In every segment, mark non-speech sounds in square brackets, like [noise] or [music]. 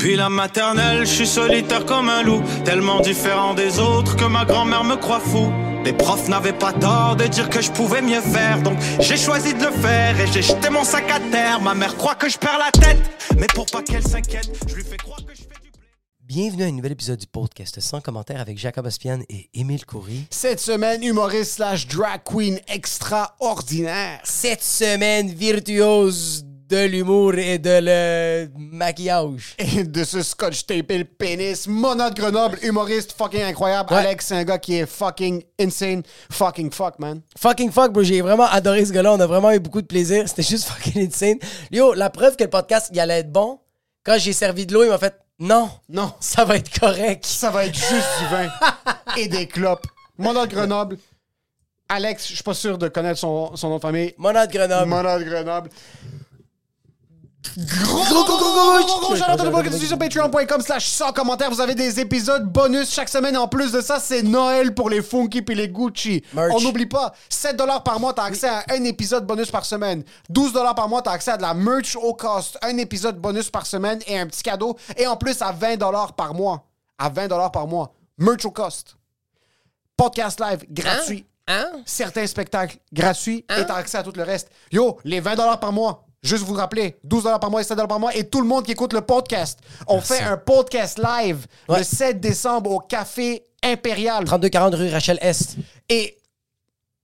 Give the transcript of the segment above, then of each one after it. Depuis la maternelle, je suis solitaire comme un loup, tellement différent des autres que ma grand-mère me croit fou. Les profs n'avaient pas tort de dire que je pouvais mieux faire, donc j'ai choisi de le faire et j'ai jeté mon sac à terre. Ma mère croit que je perds la tête, mais pour pas qu'elle s'inquiète, je lui fais croire que je fais du blé. Bienvenue à un nouvel épisode du podcast sans commentaire avec Jacob Aspian et Émile Coury. Cette semaine, humoriste slash drag queen extraordinaire. Cette semaine virtuose de l'humour et de le maquillage. Et de ce scotch tapé le pénis, Mona de Grenoble, humoriste fucking incroyable. Ouais. Alex, c'est un gars qui est fucking insane. Fucking fuck, man. Fucking fuck, bro, j'ai vraiment adoré ce gars-là, on a vraiment eu beaucoup de plaisir, c'était juste [laughs] fucking insane. Yo, la preuve que le podcast il allait être bon, quand j'ai servi de l'eau, il m'a fait non, Non. ça va être correct. Ça va être juste du vin et des clopes. Mona de Grenoble. Alex, je suis pas sûr de connaître son, son nom de famille. Monade Grenoble. Mona de Grenoble. Gros, gros, gros, gros, gros, Gros shout-out à tout le monde qui nous suit sur patreon.com slash sans commentaire. Vous avez des épisodes bonus chaque semaine. En plus de ça, c'est Noël pour les Funky puis les Gucci. Merch. On n'oublie pas, 7 par mois, t'as accès à un épisode bonus par semaine. 12 par mois, t'as accès à de la merch au cost. Un épisode bonus par semaine et un petit cadeau. Et en plus, à 20 par mois. À 20 par mois. Merch au cost. Podcast live gratuit Hein? certains spectacles gratuits et t'as accès à tout le reste. Yo, les 20 par mois, juste vous rappeler, 12 par mois et 7 par mois, et tout le monde qui écoute le podcast, on fait un podcast live Ouais. le 7 décembre au Café Impérial. 3240 rue Rachel Est. Et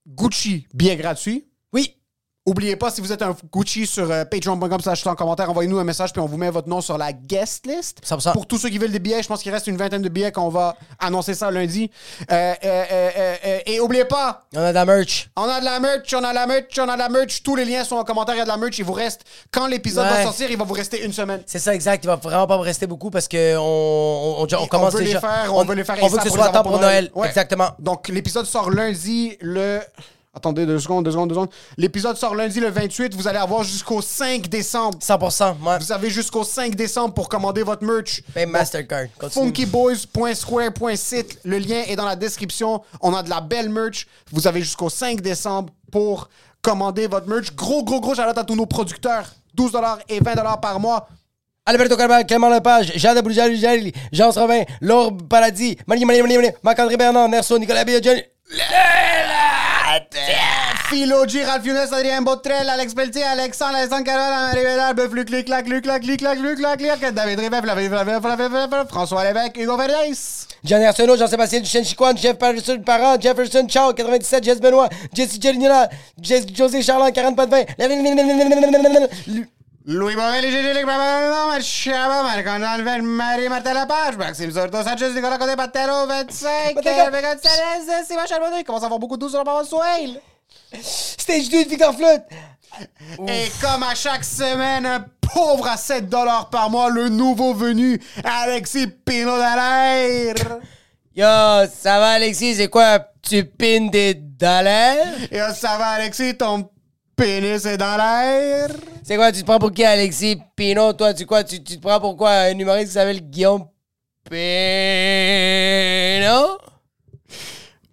Gucci, bien gratuit. Oui, Oubliez pas, si vous êtes un Gucci sur euh, patreon.com, slash en commentaire, envoyez-nous un message, puis on vous met votre nom sur la guest list. 100%. Pour tous ceux qui veulent des billets, je pense qu'il reste une vingtaine de billets qu'on va annoncer ça lundi. Euh, euh, euh, euh, euh, et oubliez pas, on a de la merch. on a de la merch, on a de la merch, on a de la merch. Tous les liens sont en commentaire. Il y a de la merch. Il vous reste, quand l'épisode va Ouais. sortir, il va vous rester une semaine. C'est ça, exact. Il va vraiment pas me rester beaucoup parce que on, on, on- on commence veut les déjà. faire, on veut les faire On veut ASAP que ce pour soit les à temps avoir pour pour Noël. Noël. Ouais. Exactement. Donc, l'épisode sort lundi le. Attendez deux secondes, deux secondes, deux secondes. L'épisode sort lundi le 28. Vous allez avoir jusqu'au 5 décembre. 100%. Ouais. Vous avez jusqu'au 5 décembre pour commander votre merch. Ben, Mastercard. Continue. funkyboys.square.site. Le lien est dans la description. On a de la belle merch. Vous avez jusqu'au 5 décembre pour commander votre merch. Gros, gros, gros, j'adore à tous nos producteurs. 12 et 20 par mois. Alberto Carval, Clément Lepage, Jean de Brugial, Jalili, Jean Robin, Laure Paradis, Marie Marie Marie, Marie, Marc-André Bernard, Nerso, Nicolas Biogel. Philo G, Ralph Younes, Adrien Botrel, Alex Pelletier, Alexandre, Alexandre Carole, Marie Bédard, Beuf, Luc, Luc, Lac, Luc, Lac, Luc, Lac, Luc, Lac, Luc, David Rivet, Flavie, Flavie, Flavie, Flavie, François Lévesque, Hugo Verdeis. Johnny Arsenault, Jean-Sébastien Duchesne Chiquan, Jeff Patterson Parent, Jefferson Chow, 97, Jess Benoît, Jesse Gelinola, Jess- José Charland, 40 pas de vin. Louis Borel, Gégé, Luc, Maman, Chaba, Marc-André Anvel, Marie, Martin Lapage, Maxime Zorto, Sanchez, Nicolas Côté, Patero, 25, Patero. Hervé Gonzalez, Simon Charbonneau. Il commence à avoir beaucoup de 12 sur le moment de Swale. Stage 2 de Victor Flood. Et comme à chaque semaine, un pauvre à 7 par mois, le nouveau venu, Alexis Pinot d'Alaire. Yo, ça va Alexis, c'est quoi? Tu pines des dollars? Yo, ça va, Alexis, ton pénis est dans l'air. C'est quoi, tu te prends pour qui Alexis Pinot? Toi, tu quoi? Tu, tu te prends pour quoi? Un humoriste qui s'appelle Guillaume Pinot?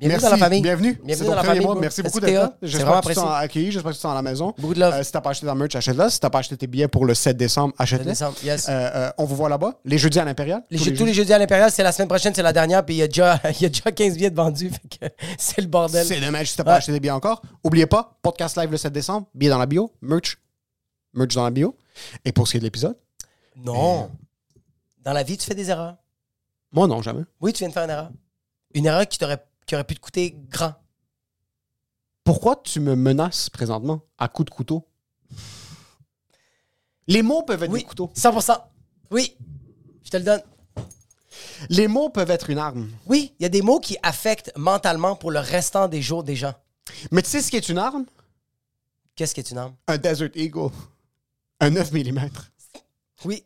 Bienvenue dans la famille. Bienvenue. C'est Bienvenue ton dans la premier famille. mois. bro. Merci beaucoup Merci, d'être là. Théa. C'est vraiment J'espère que tu te apprécié. sens accueilli. J'espère que tu te sens à la maison. Beaucoup de love. Euh, si t'as pas acheté ta merch, achète-la. Si t'as pas acheté tes billets pour le 7 décembre, achète-les. 7 décembre, yes. Euh, euh, on vous voit là-bas. Les jeudis à l'Impérial. Les jeux- tous les jeudis à l'Impérial, c'est la semaine prochaine, c'est la dernière, puis il y, a déjà- [laughs] il y a déjà 15 billets de vendus, fait que [laughs] c'est le bordel. C'est dommage si t'as pas Ouais. acheté des billets encore. Oubliez pas, podcast live le 7 décembre. Billets dans la bio. Merch. Merch dans la bio. Et pour ce qui est de l'épisode, Non. Dans la vie, tu fais des erreurs. moi non, jamais. Oui, tu viens de faire une erreur. Une erreur qui, t'aurait- qui aurait pu te coûter grand. Pourquoi tu me menaces présentement à coups de couteau? Les mots peuvent être Oui, des couteaux. 100%. Oui, je te le donne. Les mots peuvent être une arme. Oui, il y a des mots qui affectent mentalement pour le restant des jours des gens. Mais tu sais ce qui est une arme? Qu'est-ce qui est une arme? Un Desert Eagle. Un 9 mm. Oui.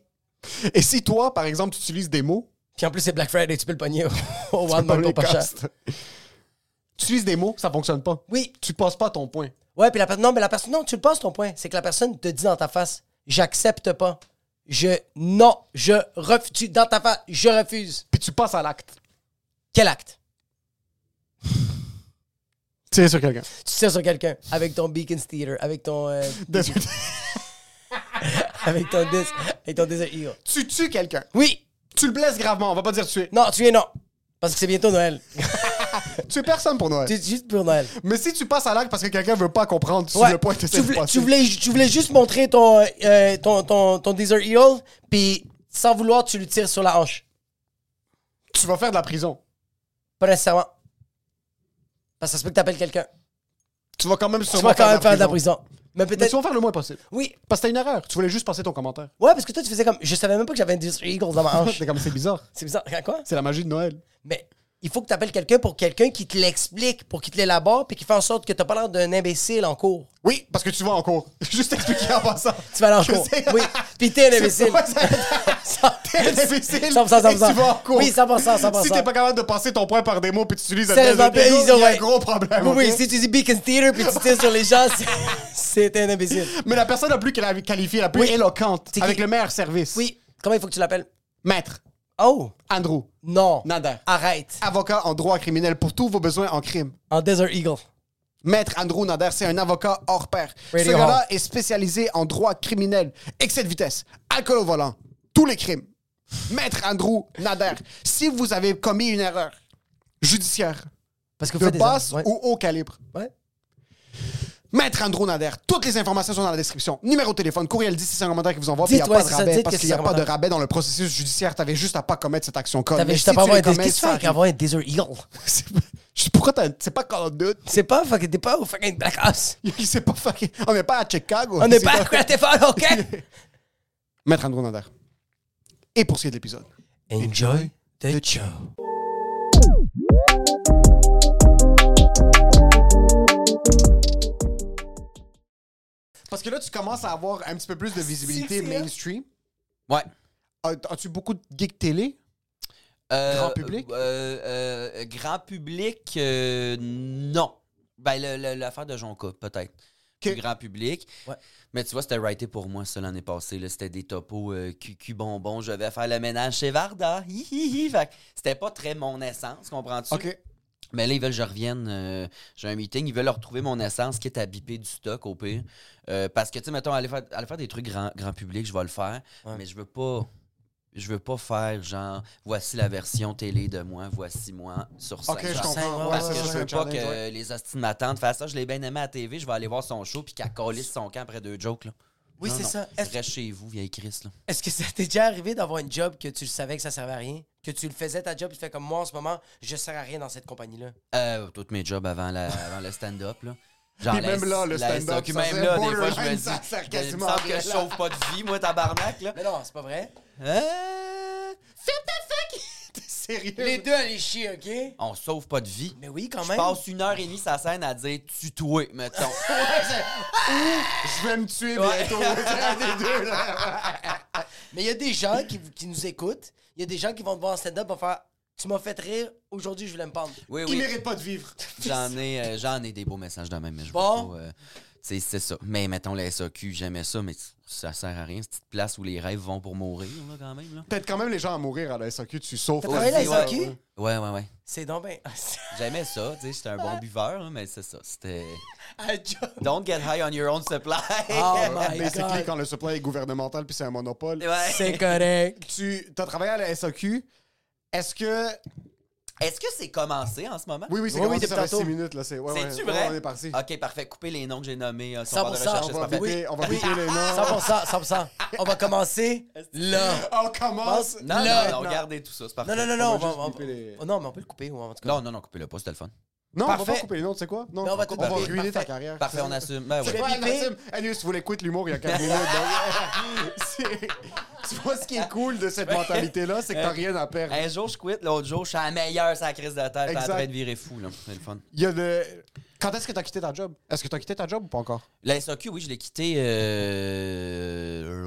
Et si toi, par exemple, tu utilises des mots, Puis en plus, c'est Black Friday, tu peux le pogner au- [laughs] au tu One Man peux pas pour les pas cher. castes. Tu utilises des mots, ça fonctionne pas. Oui. Tu passes pas ton point. Ouais, puis la personne. Non, mais la personne. Non, tu le passes ton point. C'est que la personne te dit dans ta face J'accepte pas. Je. Non, je refuse. Dans ta face, je refuse. Puis tu passes à l'acte. Quel acte? Tirer sur [laughs] quelqu'un. [laughs] Tu tires sur quelqu'un avec ton Beacons Theater, avec ton. euh, Desert [laughs] avec ton disque, avec ton disque Eagle. Tu tues quelqu'un. Oui! Tu le blesses gravement, on va pas dire tuer. Non, tu es non. Parce que c'est bientôt Noël. Tu es personne pour Noël. C'est juste pour Noël. Mais si tu passes à l'acte parce que quelqu'un veut pas comprendre, tu Ouais. le point tu, voulais, tu, voulais, ju- tu voulais juste montrer ton, euh, euh, ton, ton, ton Desert Eagle, puis sans vouloir, tu le tires sur la hanche. tu vas faire de la prison. Pas nécessairement. Parce que ça se peut que t'appelles quelqu'un. Tu vas quand même Tu sûrement vas quand même faire de la prison. Mais Mais tu peut-être. vas faire le moins possible. Oui. Parce que t'as une erreur. Tu voulais juste passer ton commentaire. Ouais, parce que toi, tu faisais comme. Je savais même pas que j'avais un Desert Eagle [laughs] dans ma hanche. C'est comme c'est bizarre. c'est bizarre. Quoi? C'est la magie de Noël. Mais il faut que tu appelles quelqu'un pour quelqu'un qui te l'explique, pour qu'il te l'élabore, puis qui fait en sorte que tu pas l'air d'un imbécile en cours. Oui, parce que tu vas en cours. [laughs] Juste expliquer en passant. Tu vas aller en Je cours. sais. Oui. Puis [laughs] t'es un imbécile. pas [laughs] ça. [laughs] T'es un imbécile. 100%, 100%. et tu vas en cours. Oui, 100%, 100%. Si t'es pas capable de passer ton point par des mots puis tu utilises un Sérieusement, test de Lego, ils ont- il y a un ouais. gros problème. Oui, oui, Ah, ok? si tu dis Beacon Theater puis tu tires sur les gens, c'est- c'est un imbécile. Mais la personne la plus quali- qualifiée, la plus Oui. éloquente, C'est qui? avec le meilleur service. Oui. Comment il faut que tu l'appelles? Maître Oh! Andrew Non. Nader. Arrête. Avocat en droit criminel pour tous vos besoins en crime. En Desert Eagle. Maître Andrew Nader, c'est un avocat hors pair. Radio Ce gars-là Hall. est spécialisé en droit criminel, excès de vitesse, alcool au volant, tous les crimes. Maître Andrew Nader, si vous avez commis une erreur judiciaire, Parce que vous de faites des basse erreurs. Ouais. ou haut calibre, Ouais. Maître Andrew Nader, toutes les informations sont dans la description. Numéro de téléphone, courriel, dit c'est un commentaire qui vous envoie. Puis il n'y a Dites, ouais, pas de c'est ça, rabais dites parce que qu'il n'y a c'est un pas de commentaire. rabais dans le processus judiciaire. T'avais juste à pas commettre cette action conne. T'avais Mais juste si à pas tu avoir un les Desert commets, Qu'est-ce que tu fais ça avec arrive. avoir un Desert Eagle? Je- Pourquoi t'as- [laughs] c'est pas Call of Duty? [laughs] C'est pas fucking. T'es pas au fucking Black House. Il s'est pas fucking- On n'est pas à Chicago. On n'est C'est pas à Cratéphone, [laughs] OK? Maître Andrew Nader. Et pour ce qui est de l'épisode. Enjoy the show. Parce que là, tu commences à avoir un petit peu plus de visibilité c'est vrai. mainstream. Ouais. As- As-tu beaucoup de geeks télé? Euh, Grand public? euh, euh, euh, grand public, euh, non. Ben, le- le- l'affaire de Jonca, peut-être. Plus Grand public. Ouais. Mais tu vois, c'était writé pour moi, ça, l'année passée. là. C'était des topos euh, cucu bonbons. Je vais faire le ménage chez Varda. Hi, hi, hi. Fait que C'était pas très mon essence, comprends-tu? Ok. Mais Ben là, ils veulent que je revienne. euh, J'ai un meeting. Ils veulent retrouver mon essence, qui est à biper du stock, au pire. Euh, parce que, tu sais, mettons, aller faire, aller faire des trucs grand, grand public, je vais le faire. Ouais. Mais je veux pas. Je veux pas faire genre voici la version télé de moi, voici moi sur scène. Ok, je Genre, comprends. ouais, parce ouais, que ouais, je c'est un veux pas challenge, que ouais. les hosties de ma tante fassent ça. Je l'ai bien aimé à la TV, je vais aller voir son show puis qu'elle calisse son camp après deux jokes. Là. Oui, Non, c'est non, ça. Est-ce- Reste chez vous, vieille Chris. Là. Est-ce que ça t'est déjà arrivé d'avoir une job que tu le savais que ça servait à rien? Que tu le faisais ta job, tu fais comme moi en ce moment, je sers à rien dans cette compagnie-là. Euh, tous mes jobs avant, la- avant le stand-up. Là. Genre, Puis la même S- là, le la stand-up, SAQ, ça même serait là, des fois, je me borderline, dis, ça sert ben, il me quasiment semble rien, que je là. sauve pas de vie, moi, tabarnak. Là. Mais non, c'est pas vrai. Euh, [laughs] T'es sérieux? Les deux allaient chier, OK? On sauve pas de vie. Mais oui, quand Je même. passe une heure et demie sa scène à dire tue-toi, [laughs] mettons. Ah, Je vais me tuer Ouais. bientôt. C'est un des deux, là. Mais il y a des gens qui, qui nous écoutent. Il y a des gens qui vont te voir en stand-up et faire Tu m'as fait rire, aujourd'hui je voulais me pendre. Oui, Il oui. mérite pas de vivre. J'en ai, euh, j'en ai des beaux messages de même, mais je Bon. vois pas, euh, c'est, c'est ça. Mais mettons la SAQ, j'aimais ça, mais ça sert à rien, cette petite place où les rêves vont pour mourir, là, quand même. Là. Peut-être quand même les gens à mourir à la SAQ, tu sauves. T'as pas de travaillé à la vie. SAQ? euh, Ouais, ouais. Ouais, ouais, ouais. C'est donc [laughs] ben. J'aimais ça, tu sais, j'étais un bon buveur, là, mais c'est ça. C'était. un job. Don't get high on your own supply. Oh [laughs] my Basically, God. quand le supply est gouvernemental puis c'est un monopole. Ouais. C'est correct. Tu as travaillé à la SAQ. Est-ce que. Est-ce que c'est commencé en ce moment? Oui, oui, c'est Oui, oui, commencé, depuis ça fait tantôt. 6 minutes. là. C'est ouais, ouais, C'est-tu ouais, vrai? Ah, On est parti. Ok, parfait. Coupez les noms que j'ai nommés. euh, sur 100%, bord de recherche, on c'est On va parfait. piquer- on va piquer les noms. 100%, 100%. On va commencer là. [laughs] Oh, On Bah, commence. Non, Là, non, non, non. gardez tout ça, c'est parfait. Non, non, non, non, on va. juste on va- couper les- Oh Non, mais on peut le couper, ou en tout cas. Non, non, non, coupez-le pas, c'était le fun. Non, on va pas Parfait. couper les noms, tu sais quoi? Non, Mais on va tout couper. ruiner ta Parfait. carrière. Parfait, on assume. Ben, ouais. vais Ouais, piper. Maxime, Anus, tu voulais quitter l'humour il [laughs] y [laughs] a 4 minutes. donc, c'est- tu vois, ce qui est cool de cette mentalité-là, c'est que t'as rien à perdre. Un jour, je quitte, l'autre jour, je suis à la meilleure sa crise de tête. J'étais en Exact. train de virer fou, là. C'est le fun. Il y a de... Quand est-ce que t'as quitté ta job? Est-ce que t'as quitté ta job ou pas encore? La SAQ, oui, je l'ai quitté.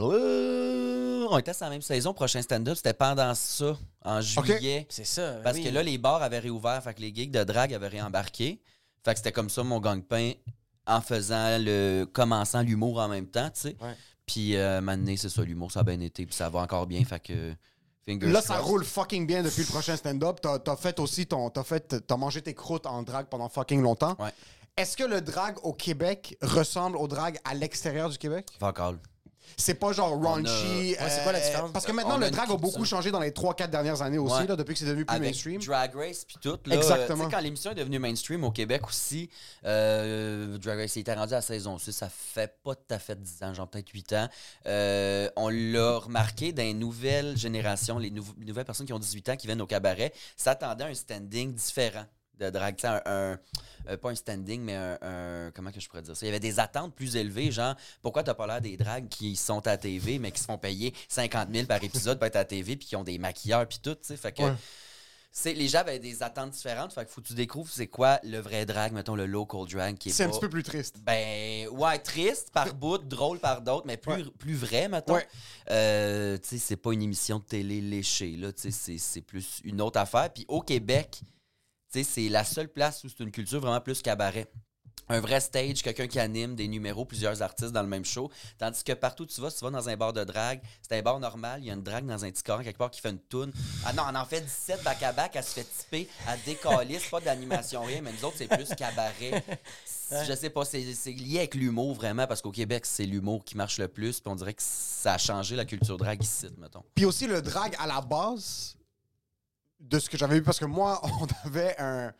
euh, On était sur la même saison, prochain stand-up. C'était pendant ça, en juillet. C'est ça. Parce Ben oui. que là, les bars avaient réouvert, fait que les gigs de drague avaient réembarqué. Fait que c'était comme ça mon gang-pain en faisant le. commençant l'humour en même temps, tu sais. Ouais. Puis euh, à un moment donné, c'est ça, l'humour, ça a bien été, puis ça va encore bien, fait que. Fingers Là, ça crossed. roule fucking bien depuis le prochain stand-up. T'as as fait aussi ton. T'as fait. T'as mangé tes croûtes en drague pendant fucking longtemps. Ouais. Est-ce que le drag au Québec ressemble au drag à l'extérieur du Québec? Fuck all. C'est pas genre raunchy. On a- Ouais, c'est quoi la euh, différence? Parce que maintenant, On a le une drag a culture. beaucoup changé dans les 3-4 dernières années aussi, Ouais. là, depuis que c'est devenu plus avec mainstream. Drag Race puis tout. Là, Exactement. euh, tu sais, quand l'émission est devenue mainstream au Québec aussi, euh, Drag Race il était rendu à saison 6, ça fait pas tout à fait 10 ans, genre peut-être 8 ans. Euh, on l'a remarqué dans les nouvelles générations, les, nouveaux- les nouvelles personnes qui ont 18 ans qui viennent au cabaret, s'attendaient à un standing différent de drag. Tu sais, Un, un- euh, pas un standing, mais un, un- Comment que je pourrais dire ça? Il y avait des attentes plus élevées, genre pourquoi t'as pas l'air des drags qui sont à TV, mais qui se font payer 50 000 par épisode pour être à TV, puis qui ont des maquilleurs, puis tout, tu sais. Fait que Ouais. c'est- les gens avaient des attentes différentes. Fait que faut que tu découvres c'est quoi le vrai drag, mettons le local drag qui est, C'est un pas- petit peu plus triste. Ben, ouais, triste par bout, drôle par d'autres, mais plus, Ouais. plus vrai, mettons. Ouais. Euh, tu sais, c'est pas une émission de télé léchée, là. Tu sais, c'est- c'est plus une autre affaire. Puis au Québec, tu sais, c'est la seule place où c'est une culture vraiment plus cabaret. Un vrai stage, quelqu'un qui anime des numéros, plusieurs artistes dans le même show. Tandis que partout où tu vas, si tu vas dans un bar de drague, c'est un bar normal, il y a une drague dans un petit corps quelque part qui fait une toune. Ah non, on en fait 17 bac à bac, elle se fait tiper, elle décalisse, pas d'animation, rien, mais nous autres, c'est plus cabaret. Je sais pas, c'est c'est lié avec l'humour vraiment, parce qu'au Québec, c'est l'humour qui marche le plus, puis on dirait que ça a changé la culture drague ici, mettons. Puis aussi le drag à la base de ce que j'avais vu, parce que moi, [laughs] on avait un.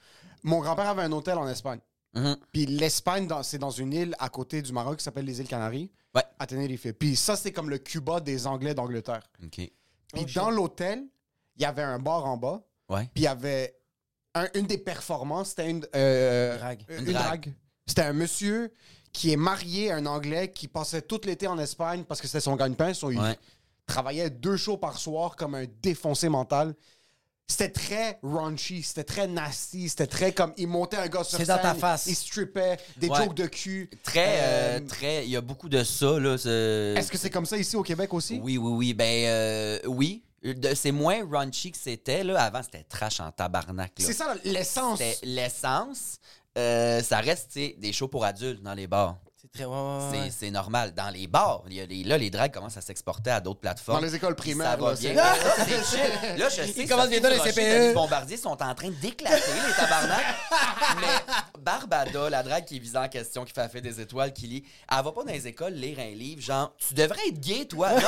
Mon grand-père avait un hôtel en Espagne. Mhm. Puis l'Espagne, dans- c'est dans une île à côté du Maroc qui s'appelle les îles Canaries, Ouais. à Tenerife. Puis ça, c'est comme le Cuba des Anglais d'Angleterre. OK. Puis dans l'hôtel, il y avait un bar en bas. Ouais. Puis il y avait un- une des performances, c'était une, euh, Drague. euh, Une une drague. drague. C'était un monsieur qui est marié à un Anglais qui passait tout l'été en Espagne parce que c'était son gagne-pain. so il Ouais. travaillait deux shows par soir comme un défoncé mental. C'était très raunchy, c'était très nasty, c'était très comme il montait un gars sur C'est scène, dans ta face. il strippait, des Ouais. jokes de cul. Très, euh, Euh, très, il y a beaucoup de ça, là. ce- Est-ce que c'est comme ça ici au Québec aussi? Oui, oui, oui. Ben, euh, oui. De- C'est moins raunchy que c'était, là. Avant, c'était trash en tabarnak, là. C'est ça l'essence. C'était l'essence. Euh, ça reste, tu sais, des shows pour adultes dans les bars. C'est très. ouais, Ah ouais, ouais, C'est- ouais. C'est normal. Dans les bars, il y a les- là, les drags commencent à s'exporter à d'autres plateformes. Dans les écoles primaires, Ça va là, [laughs] c'est- bien. Là, c'est chill. Là, je sais commencent Sophie bientôt les Durocher, CPE. Denise Bombardier sont en train d'éclater, les [laughs] tabarnak. Mais Barbada, la drague qui est visée en question, qui fait affaire des étoiles, qui lit, elle va pas dans les écoles lire un livre, genre, tu devrais être gay, toi. Non,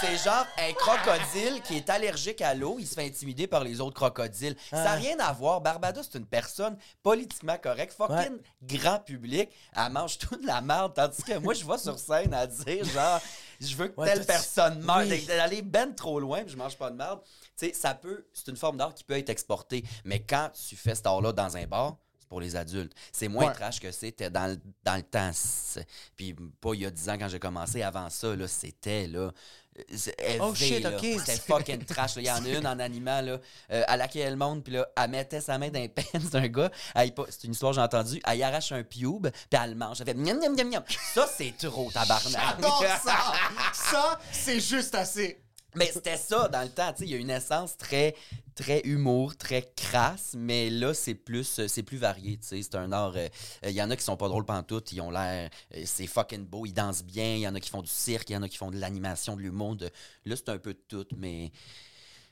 c'est genre un crocodile qui est allergique à l'eau, il se fait intimider par les autres crocodiles. Ça Ah. n'a rien à voir. Barbada, c'est une personne politiquement correcte, fucking grand public. Elle mange toute la merde, tandis que moi, je vais sur scène à dire, genre, je veux que Ouais, telle toi, tu- personne meure. Oui. Fait que d'aller ben trop loin, puis je mange pas de merde. Tu sais, ça peut, c'est une forme d'art qui peut être exportée. Mais quand tu fais cet art-là dans un bar, c'est pour les adultes. C'est moins Ouais. trash que c'était dans, le- dans le temps. C'est- Puis pas il y a 10 ans quand j'ai commencé, avant ça, là, c'était là. euh, c'est élevé, Oh shit, là. ok. C'était fucking trash. là. Il y en a une en animant, là, euh, elle laquait le monde, puis là, elle mettait sa main dans les pants d'un gars. Elle y pa- C'est une histoire que j'ai entendue. Elle y arrache un pube, puis elle le mange. Elle fait miam, miam, miam, miam. Ça, c'est trop tabarnak. [laughs] J'adore ça! ça, c'est juste assez. Mais c'était ça dans le temps, tu sais, il y a une essence très très humour, très crasse, mais là c'est plus euh, c'est plus varié, tu sais, c'est un art euh, euh, il y en a qui sont pas drôles pantoute, ils ont l'air euh, c'est fucking beau, ils dansent bien, il y en a qui font du cirque, il y en a qui font de l'animation, de l'humour, de- là c'est un peu de tout mais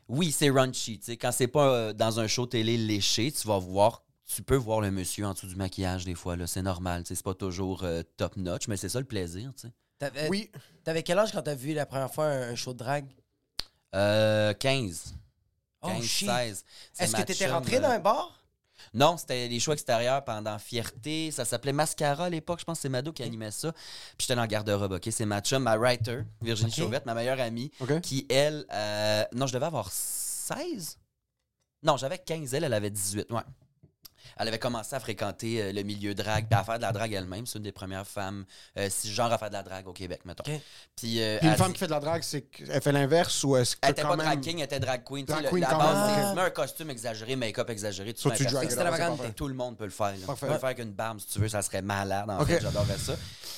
oui, c'est raunchy, tu sais, quand c'est pas euh, dans un show télé léché, tu vas voir tu peux voir le monsieur en dessous du maquillage des fois là, c'est normal, tu sais, c'est pas toujours euh, top notch, mais c'est ça le plaisir, tu sais. T'avais- Oui. T'avais quel âge quand t'as vu la première fois un un show de drague? Euh, 15 Oh, 15, shit. 16. C'est Est-ce que ma t'étais chum, rentré dans euh, un bar? Non, c'était les shows extérieurs pendant Fierté. Ça s'appelait Mascara à l'époque. Je pense que c'est Mado qui animait ça. Puis j'étais dans le garde-robe, OK? C'est ma chum, ma writer, Virginie Ok. Chauvette, ma meilleure amie, OK. qui, elle... euh, Non, je devais avoir 16? Non, j'avais 15. Elle, elle avait 18, ouais. Elle avait commencé à fréquenter euh, le milieu drague, puis à faire de la drague elle-même. C'est une des premières femmes euh, cisgenres à faire de la drague au Québec, mettons. Ok. Puis, euh, Puis une elle femme dit- qui fait de la drague, c'est qu'elle fait l'inverse ou est-ce que elle était quand pas même... drag king, elle était drag queen. Tu sais, Drag le- queen la quand base, même. c'est tu mets un costume exagéré, make-up exagéré. Tu Soit mets un tu drag it out, costume. c'est Extravagante. parfait. Tout le monde peut le faire. Là. Parfait. Tu peux le faire avec une barbe, si tu veux, ça serait malade. En Ok. fait, j'adorerais ça.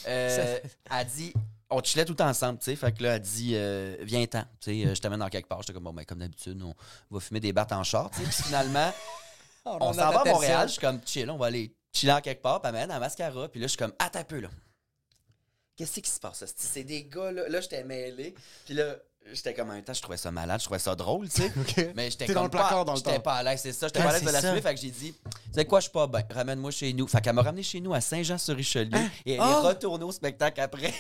Euh, [laughs] elle dit, on chillait tout ensemble, tu sais. Fait que là, elle dit, euh, viens-t'en, tu sais, euh, je t'amène dans quelque part. J'étais comme, bon, ben, comme d'habitude, on va fumer des battes en short, tu sais. Puis finalement, Ah, on s'en va à Montréal, je suis comme, chill, on va aller chiller en quelque part, puis elle m'amène à Mascara. Puis là, je suis comme, attends un peu, là. Qu'est-ce qui se passe, hostie? C'est des gars, là. Là, j'étais mêlé. Puis là, j'étais comme, en même temps, je trouvais ça malade, je trouvais ça drôle, tu sais. [laughs] Ok. Mais j'étais T'es dans comme le placard pas- dans le J'étais temps. pas à l'aise, c'est ça. J'étais Ah, pas à l'aise de c'est ça. l'assumer, fait que j'ai dit, Tu sais quoi, je suis pas bien, ramène-moi chez nous. Fait qu'elle m'a ramené chez nous à Saint-Jean-sur-Richelieu et elle est retournée au spectacle après.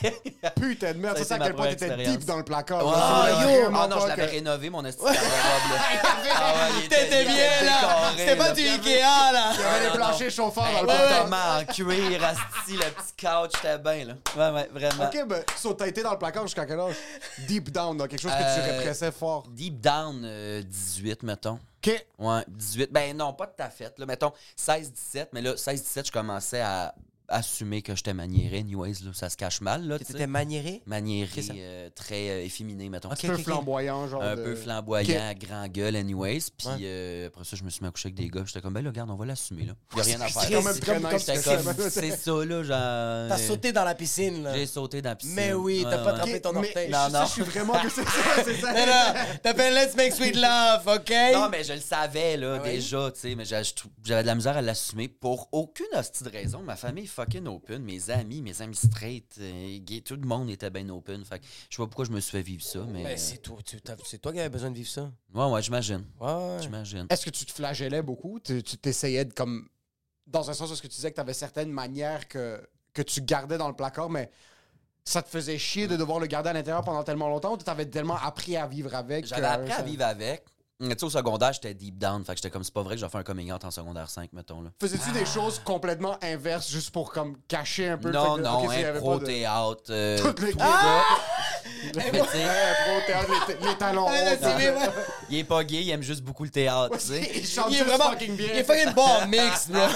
Putain de merde, Ça a c'est ça à été ma quel point première t'étais expérience. deep dans le [laughs] placard. Ouais, là. ouais, Ça, ouais. vraiment Ah non, pas je l'avais que- rénové, mon esti de garde-robe, là. Ah ouais, il était- T'étais il bien, était là! décoré, C'était pas là. du Ikea, là! Il y avait Ouais, les planchers chauffants dans le Ouais, placard. tellement en cuir, asti, le petit couch, j'étais bien, là. Ouais, ouais, vraiment. Ok, ben, so, t'as été dans le placard jusqu'à quel âge? Deep down, là, quelque chose que Euh, tu répressais fort. Deep down, euh, 18, mettons. Ok. Ouais, 18. Ben non, pas de ta fête, là. Mettons 16-17, mais là, 16-17, je commençais à assumer que j'étais maniéré. Anyways, là, ça se cache mal, là, tu T'étais sais. maniéré? Maniéré, Qu'est-ce que euh, très euh, efféminé, mettons. Ok, Un peu ok, ok. flamboyant, genre. Un de- peu flamboyant, grand gueule, anyways. Puis euh, après ça, je me suis mis à coucher avec des gars. J'étais comme, ben là, regarde, on va l'assumer, là. Y a rien à C'est quand faire. même C'est très comme- nice. J'étais [laughs] que [laughs] ça. comme, c'est ça, là, genre. euh, T'as sauté dans la piscine, là. J'ai sauté dans la piscine. Mais oui, t'as Ouais, pas ouais. trempé ton Mais- orteil. Non, Ça, non. je suis vraiment [laughs] que c'est ça, c'est ça. Non, non, t'appelles Let's Make Sweet Love, OK? Non, mais je le savais, là, Ah oui? déjà, tu sais, mais j'a- je trou- j'avais de la misère à l'assumer pour aucune hostie de raison. Ma famille est fucking open, mes amis, mes amis straight, euh, gays, tout le monde était bien open. Fait que je sais pas pourquoi je me suis fait vivre ça, mais. Ben, euh, Mais Ben, c'est toi, tu- t'as- c'est toi qui avais besoin de vivre ça. Ouais, ouais, j'imagine. Ouais, ouais. J'imagine. Est-ce que tu te flagellais beaucoup? Tu tu t'essayais de comme. Dans un sens où est-ce que tu disais que tu avais certaines manières que, que tu gardais dans le placard, mais ça te faisait chier de devoir le garder à l'intérieur pendant tellement longtemps ou tu t'avais tellement appris à vivre avec? J'avais que- appris à ça- vivre avec. Mais Tu sais, au secondaire, j'étais deep down. Fait que j'étais comme, c'est pas vrai que j'ai fait un coming out en secondaire 5, mettons, là. Faisais-tu des choses complètement inverses juste pour comme cacher un peu Non, le fait que- non, ok, s'il y avait impro, pas de- théâtre. euh, Toutes les- Ah! Eh tout [laughs] ça. Mais tu sais, Impro, théâtre, les, les talons Ah, là, hauts, c'est bien, ouais. il est pas gay, il aime juste beaucoup le théâtre, tu sais. Il chante Il est juste vraiment. fucking bien. Il est fucking bon mix, [laughs] là.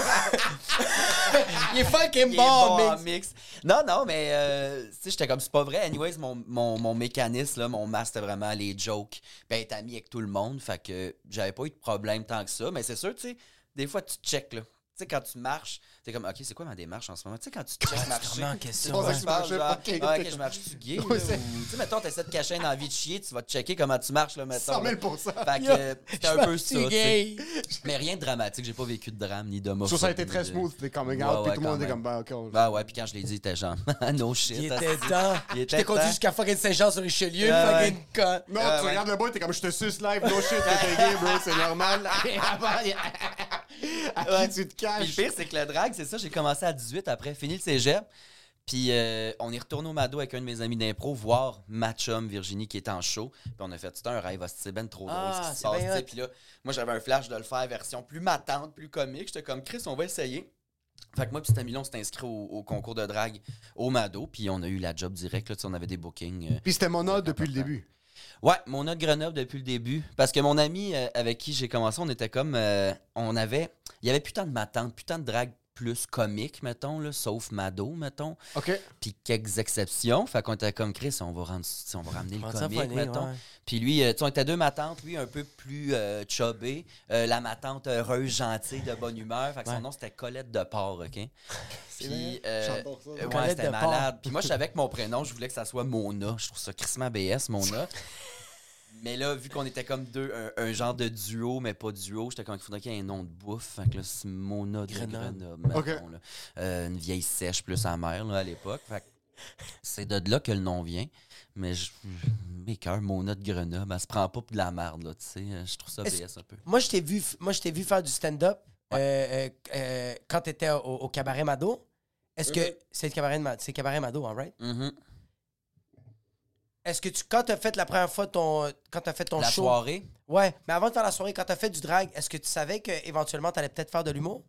il est fucking Il est bon bon en mix. mix. Non, non, mais euh, tu sais, j'étais comme, c'est pas vrai. Anyways, mon, mon, mon mécanisme, là, mon masque, c'était vraiment les jokes. Ben, être ami avec tout le monde, fait que j'avais pas eu de problème tant que ça. Mais c'est sûr, tu sais, des fois, tu check, là. Tu sais, quand tu marches, t'es comme, OK, c'est quoi ma démarche en ce moment? Tu sais, quand tu check Tu te marcher. remets en Tu question. pour ça ouais. que je marche, je genre, ah, marchais, ok, ok, t'es- je marche, tu gay. là, Ouais, ou- Tu c'est- sais, mettons, t'essaies de cacher une envie de chier, tu vas te checker comment tu marches, là, mettons. 100 000 là. Fait que Yo, euh, c'était un peu ça. Tu tu sais. gay. Mais rien de dramatique, j'ai pas vécu de drame ni Je d'homophobie. trouve ça a été ni très de- smooth, t'es coming Ouais, out, puis ouais, tout le monde quand est même. comme, ben, ok, on- Bah ouais, puis quand je l'ai dit, il était genre, [laughs] no shit. Il hein, [laughs] était temps. Il Je était t'ai conduit temps. jusqu'à fucking Saint-Jean-sur-Richelieu, Ouais, fucking con. Non, Euh, tu ouais. regardes le boy, t'es comme je te suce live, no shit, t'es gay, bro, c'est [laughs] normal. à [laughs] Ouais. qui tu te Puis le caches? pire, c'est que le drag, c'est ça, j'ai commencé à 18 après, fini le cégep. Puis euh, on est retourné au Mado avec un de mes amis d'impro voir Matchum Virginie qui était en show. Puis on a fait tout un rêve, hostie, c'est ben trop drôle Ah, ce qui c'est se passe. bien tu sais. hot. Puis là, moi j'avais un flash de le faire version plus matante, plus comique. J'étais comme Chris, on va essayer. Fait que moi, puis cet ami-là, on s'est inscrit au, au concours de drague au Mado. Puis on a eu la job directe, là, tu sais, on avait des bookings. euh, Puis c'était mon ode depuis le début. Ouais, mon autre Grenoble depuis le début. Parce que mon ami euh, avec qui j'ai commencé, on était comme. euh, on avait. Il y avait plus tant de matante, plus tant de drague plus comique, mettons, là, sauf Mado, mettons. OK. Puis quelques exceptions. Fait qu'on était comme Chris, on va, rendre, on va ramener le Prends ça, comique, prenez, mettons. ouais. Puis lui, euh, tu sais, on était deux matantes, lui un peu plus euh, chubby, euh, la matante heureuse, gentille, de bonne humeur. Fait que Ouais. hein? son nom c'était Colette de Port, [laughs] OK? Puis, euh, J'adore ça. euh, ouais, Colette c'était de Port. malade. Puis moi, [laughs] je savais que mon prénom, je voulais que ça soit Mona. Je trouve ça crissement [laughs] BS, Mona. Mais là, vu qu'on était comme deux, un, un genre de duo, mais pas duo, j'étais comme, il faudrait qu'il y ait un nom de bouffe. Fait que là, c'est Mona de Grenoble. Grenoble. Ok. mettons, là. Euh, une vieille sèche plus amère, là, à l'époque. Fait que c'est de là que le nom vient. Mais je, mes cœurs, Mona de Grenoble, elle se prend pas pour de la merde, là, tu sais. Je trouve ça Est-ce- BS un peu. Moi, je t'ai vu, f- moi, je t'ai vu faire du stand-up euh, euh, euh, quand t'étais au, au cabaret Mado. Est-ce que c'est le cabaret, de Ma- c'est le cabaret Mado, hein, right? Mhm. Est-ce que tu, quand t'as fait la première fois ton, quand t'as fait ton La show, soirée. ouais, mais avant de faire la soirée, quand t'as fait du drag, est-ce que tu savais que éventuellement t'allais peut-être faire de l'humour?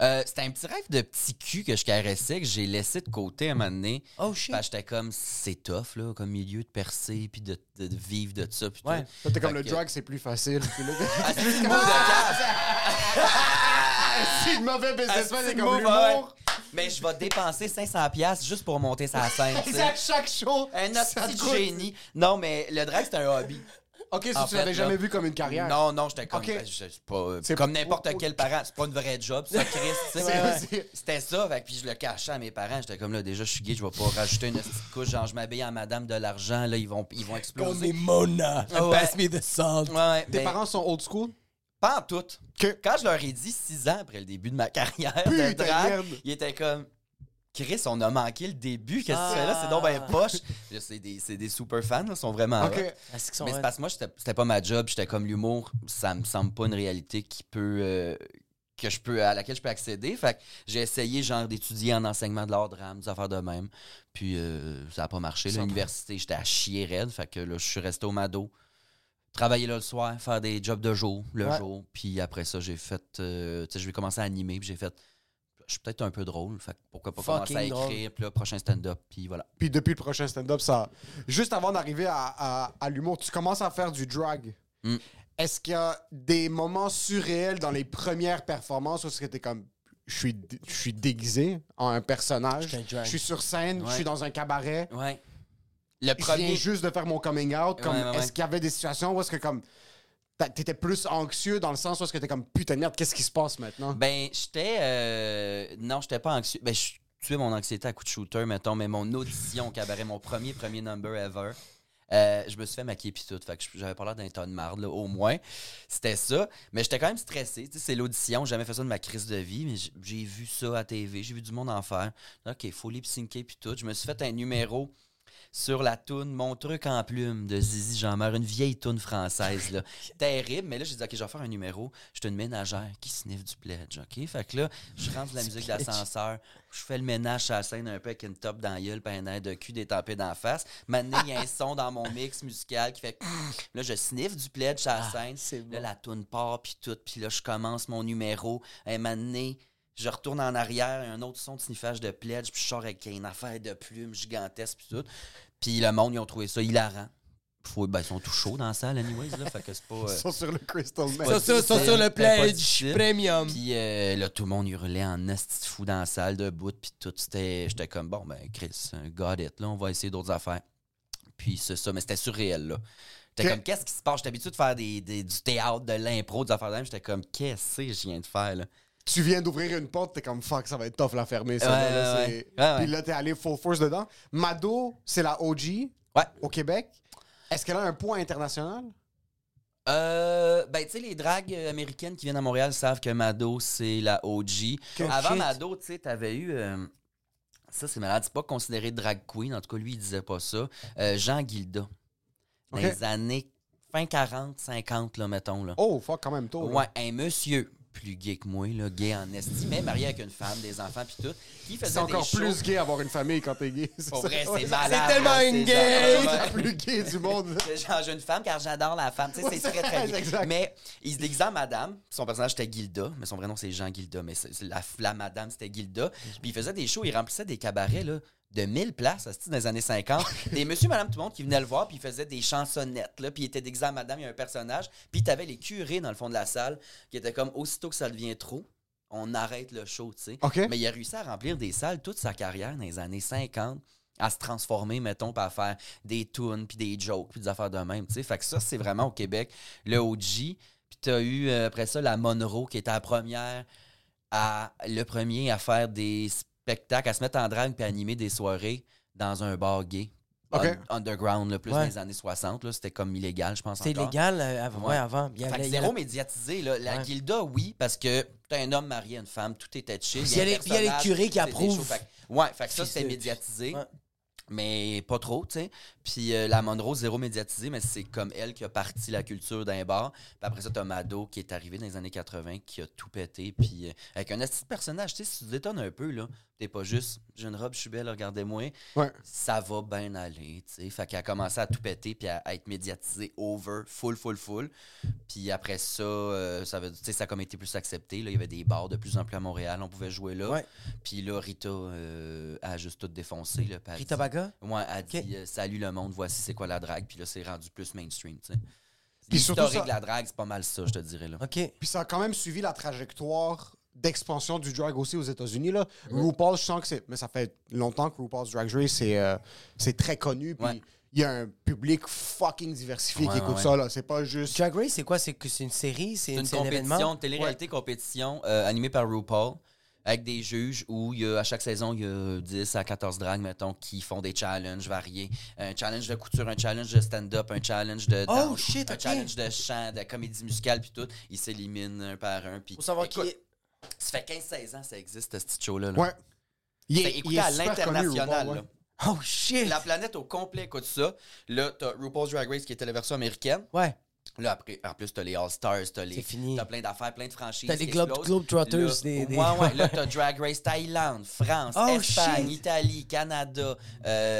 Euh, c'était un petit rêve de petit cul que je caressais, que j'ai laissé de côté à un moment donné. Oh shit! Parce que j'étais comme, c'est tough, là, comme milieu de percer, puis de, de- de vivre de ça, puis Ouais. tout. Toi, t'es comme Fait le que- drag, c'est plus facile. Puis là, t'es- [laughs] Ah, c'est une C'est une move de cave. mauvaise Ah, businessman, c'est Ah, c'est une comme move, l'humour. ouais. Mais je vais dépenser 500$ piastres juste pour monter sa scène, tu C'est sais. à chaque show. Un ça te petit coûte. génie. Non, mais le drag, c'est un hobby. OK, En ça, tu fait, là- l'avais jamais vu comme une carrière. Non, non, j'étais comme. Ok. ben, je- c'est pas, euh, C'est- comme n'importe oh, quel parent. C'est pas une vraie job, ça, Chris. [laughs] tu sais. C'est- Ouais. c'est- C'était ça, fait que puis je le cachais à mes parents. J'étais comme là, déjà, je suis gay, je vais pas rajouter une petite couche. Genre, je m'habille en madame de l'argent, là, ils vont, ils vont exploser. Mona, Ah ouais. me the salt. Ouais, ouais, Tes ben, parents sont old school? Pas en tout. Que- Quand je leur ai dit six ans après le début de ma carrière Putain de de drag, merde. ils étaient comme Chris, on a manqué le début. Qu'est-ce que Ah. tu fais là? C'est donc ben poche. Là, C'est des, c'est des super fans, là, ils sont vraiment. OK. hot. Est-ce qu'ils sont Mais hot? c'est parce que moi, j'étais- c'était pas ma job. J'étais comme l'humour, ça me semble pas une réalité qui peut. euh, que je peux, à laquelle je peux accéder. Fait que j'ai essayé, genre, d'étudier en enseignement de l'art drame, des affaires de même. Puis euh, ça n'a pas marché. là. L'université, j'étais à chier raide. Fait que là, je suis resté au Mado. Travailler là le soir, faire des jobs de jour, le Ouais. jour. Puis après ça, j'ai fait. euh, tu sais, je vais commencer à animer. Puis j'ai fait. Je suis peut-être un peu drôle. Fait que pourquoi pas Fucking commencer à drôle. écrire. Puis là, prochain stand-up. Puis voilà. Puis depuis le prochain stand-up, ça. Juste avant d'arriver à, à- à l'humour, tu commences à faire du drag. Mm. Est-ce qu'il y a des moments surréels dans les premières performances où c'était comme. Je suis, dé- je suis déguisé en un personnage. Je suis un drag. Je suis sur scène, je suis Ouais. dans un cabaret. Ouais. Le Je viens premier. juste de faire mon coming out. Comme, Ouais, ouais, ouais. Est-ce qu'il y avait des situations où est-ce que comme. t'a- T'étais plus anxieux dans le sens où est-ce que t'es comme putain de merde, qu'est-ce qui se passe maintenant? Ben, j'étais. euh, Non, j'étais pas anxieux. Ben, je tuais mon anxiété à coup de shooter, mettons, mais mon audition au cabaret, mon premier, premier number ever. euh, je me suis fait maquiller pis tout. Fait que j'avais pas l'air d'un tas de marde, là, au moins. C'était ça. Mais j'étais quand même stressé. Tu sais, c'est l'audition. J'ai jamais fait ça de ma crise de vie, mais j- j'ai vu ça à TV. J'ai vu du monde en faire. OK, faut lip-syncer puis tout. Je me suis fait un numéro sur la toune Mon truc en plume de Zizi Jean-Mère, une vieille toune française, là. Terrible, mais là, j'ai dit, OK, je vais faire un numéro. Je suis une ménagère qui sniffe du pledge, OK? Fait que là, je rentre de la musique de l'ascenseur, je fais le ménage à la scène un peu avec une top dans la gueule, puis un air de cul détapé dans la face. Maintenant, il y a un son dans mon mix musical qui fait... Là, je sniffe du pledge à la scène. Là, la toune part, puis tout. Puis là, je commence mon numéro. Un moment donné, je retourne en arrière, un autre son de sniffage de pledge, puis je sors avec une affaire de plumes gigantesque, puis tout. Puis le monde, ils ont trouvé ça hilarant. Faut, ben, ils sont tout chauds dans la salle, anyways, là. fait que c'est pas... euh, [laughs] Ils sont sur le Crystal Man. pas Ça, ça, ça, ça, le difficile, c'est pas pledge difficile. premium. Puis euh, là, tout le monde hurlait en esti de fou dans la salle de bout, puis tout. C'était, j'étais comme, bon, ben, Chris, got it, là, on va essayer d'autres affaires. Puis c'est ça, mais c'était surréel, là. J'étais Que- comme, qu'est-ce qui se passe? J'étais habitué de faire des, des- du théâtre, de l'impro, des affaires de même. J'étais comme, qu'est-ce que je viens de faire, là? tu viens d'ouvrir une porte, t'es comme fuck, ça va être tough la fermer. Ça, Ouais, là, là, ouais, c'est- ouais. Ouais, ouais. Puis là, t'es allé full force dedans. Mado, c'est la OG Ouais. au Québec. Est-ce qu'elle a un poids international? Euh, ben, tu sais, les dragues euh, américaines qui viennent à Montréal savent que Mado, c'est la OG. Avant shit. Mado, tu sais, t'avais eu. euh, ça, c'est malade. C'est pas considéré drag queen. En tout cas, lui, il disait pas ça. Euh, Jean Guilda. Dans Ok. les années fin 40, 50, là, mettons. Là. Oh, fuck, quand même tôt. là. ouais, un monsieur plus gay que moi, là, gay en estime, mais marié avec une femme, des enfants, puis tout. Qui faisait C'est encore des plus shows. gay avoir une famille quand t'es gay. [laughs] Pour ça. vrai, Ouais. c'est malade. C'est tellement là, une genre- gay. Ouais. la plus gay du [laughs] monde. [laughs] C'est genre, j'ai une femme car j'adore la femme. Tu sais, c'est Ouais, très, très bien. exact. Mais il se déguisait en madame. Son personnage, c'était Gilda. Mais son vrai nom, c'est Jean Gilda. Mais c'est- c'est la, la madame, c'était Gilda. Puis il faisait des shows. Il remplissait des cabarets, là, de 1000 places, asti, dans les années [laughs] 50. Des monsieur, madame, tout le monde qui venaient le voir. Puis il faisait des chansonnettes, là. Puis il était déguisé en madame. Il y a un personnage. Puis t'avais les curés dans le fond de la salle qui étaient comme, aussitôt que ça devient trop, on arrête le show, tu sais. OK. Mais il a réussi à remplir des salles toute sa carrière dans les années 50 à se transformer, mettons, puis à faire des tunes, puis des jokes, puis des affaires de même, tu sais. Fait que ça, c'est vraiment au Québec, le OG. Puis t'as eu, euh, après ça, la Monroe, qui était la première à... Le premier à faire des spectacles, à se mettre en drague puis à animer des soirées dans un bar gay. OK. Un- Underground, le plus Ouais. dans les années 60, là. C'était comme illégal, je pense C'était encore. illégal euh, avant. Ouais. Ouais, avant. Il y Fait que avait- il y zéro avait- médiatisé, là. La Ouais. Gilda, oui, parce que t'es un homme marié à une femme, tout était chill. Puis il y a un les- puis il y a les personnage, curés qui c'est des approuvent. shows. Fait que- ouais, fait que ça, Fils c'était de- médiatisé. Ouais. Mais pas trop, tu sais. Puis euh, la Monroe, zéro médiatisée, mais c'est comme elle qui a parti la culture d'un bar. Puis après ça, t'as Mado qui est arrivé dans les années 80, qui a tout pété. Puis euh, avec un petit personnage, tu sais, si tu te détonnes un peu, là, t'es pas juste j'ai une robe, je suis belle, regardez-moi. Ouais. Ça va bien aller, tu sais. Fait qu'elle a commencé à tout péter, puis à, à être médiatisée over, full, full, full. Puis après ça, euh, ça, veut, tu sais, ça a comme été plus accepté. Là. Il y avait des bars de plus en plus à Montréal, on pouvait jouer là. Ouais. Puis là, Rita euh, a juste tout défoncé. Là, puis elle Rita dit- Baga? Ouais, elle Ok. dit euh, Salut le monde, voici c'est quoi la drague. Puis là, c'est rendu plus mainstream. tu sais. Puis surtout ça- L'historique de la drague, c'est pas mal ça, je te dirais. Là. OK. Puis ça a quand même suivi la trajectoire d'expansion du drag aussi aux États-Unis. Là. RuPaul, je sens que c'est. Mais ça fait longtemps que RuPaul's Drag Race, c'est, euh, c'est très connu. Puis Ouais. il y a un public fucking diversifié qui Ouais, écoute ouais, ça. Là. C'est pas juste. Drag Race, c'est quoi? C'est que c'est une série? C'est C'est une c'est un compétition, événement? une télé-réalité compétition euh, animée par RuPaul avec des juges où il y a, à chaque saison, il y a 10 à 14 dragues, mettons, qui font des challenges variés. Un challenge de couture, un challenge de stand-up, un challenge de Oh, danse, shit, un ok. challenge de chant, de comédie musicale, puis tout. Ils s'éliminent un par un. Puis, Pour savoir qui Écoute, est... Ça fait 15-16 ans que ça existe, ce petit show-là. là. Ouais. Il Fait, écoutez, à super connu, l'international. RuPaul, là. ouais. Oh, shit! La planète au complet écoute ça. Là, t'as RuPaul's Drag Race qui était la version américaine. Ouais. Là, après, en plus, t'as les All-Stars, t'as les. C'est fini. T'as plein d'affaires, plein de franchises. T'as les qui Globe- explosent. Globetrotters, Là- des- des- Ouais, [laughs] ouais. Là, t'as Drag Race Thaïlande, France, Oh, Espagne, shit. Italie, Canada.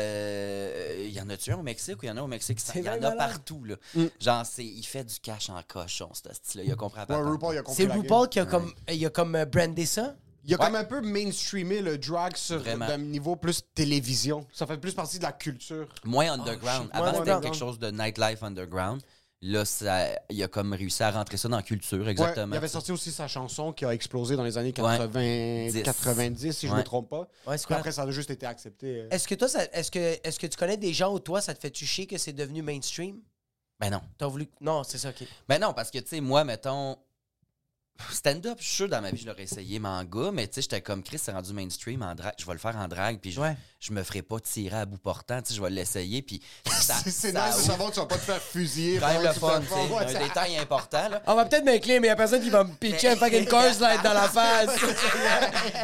Euh, Il y en a-tu un au Mexique ou il y en a au Mexique? C'est Il y en bien malade. a Mm. partout, là. Genre, c'est- il fait du cash en cochon, ce style-là. Il a compris à Ouais, patente. RuPaul, il a compris. C'est la RuPaul game. qui a comme, il a comme euh, brandé ça. Il a comme un peu mainstreamé le drag sur Vraiment. d'un niveau plus télévision. Ça fait plus partie de la culture. Moins underground. Oh, shit, moins Avant, c'était underground. quelque chose de nightlife underground. Là, ça, il a comme réussi à rentrer ça dans la culture, Ouais, exactement. il avait sorti aussi sa chanson qui a explosé dans les années 80, 10. 90, si je Ouais. me trompe pas. Ouais, c'est Puis quoi? après, ça a juste été accepté. euh. Est-ce que toi, ça- est-ce que, est-ce que tu connais des gens où toi, ça te fait toucher que c'est devenu mainstream? Ben non. T'as voulu. Non, c'est ça, ok. Ben non, parce que, tu sais, moi, mettons, stand-up, je suis sûr, dans ma vie, je l'aurais essayé, mais en gars, mais tu sais, j'étais comme Chris, c'est rendu mainstream en drague, je vais le faire en drague, puis je, Ouais. je me ferai pas tirer à bout portant, tu sais, je vais l'essayer, [laughs] puis ça. C'est- C'est ça nice de ouvre savoir que tu vas pas te faire fusiller. quand même pendant le que tu fun, tu fais le sais. fun. Un Ouais, détail important, [laughs] là. Ah, On va peut-être m'incliner, mais il y a personne qui va me pitcher un fucking curse light dans la face.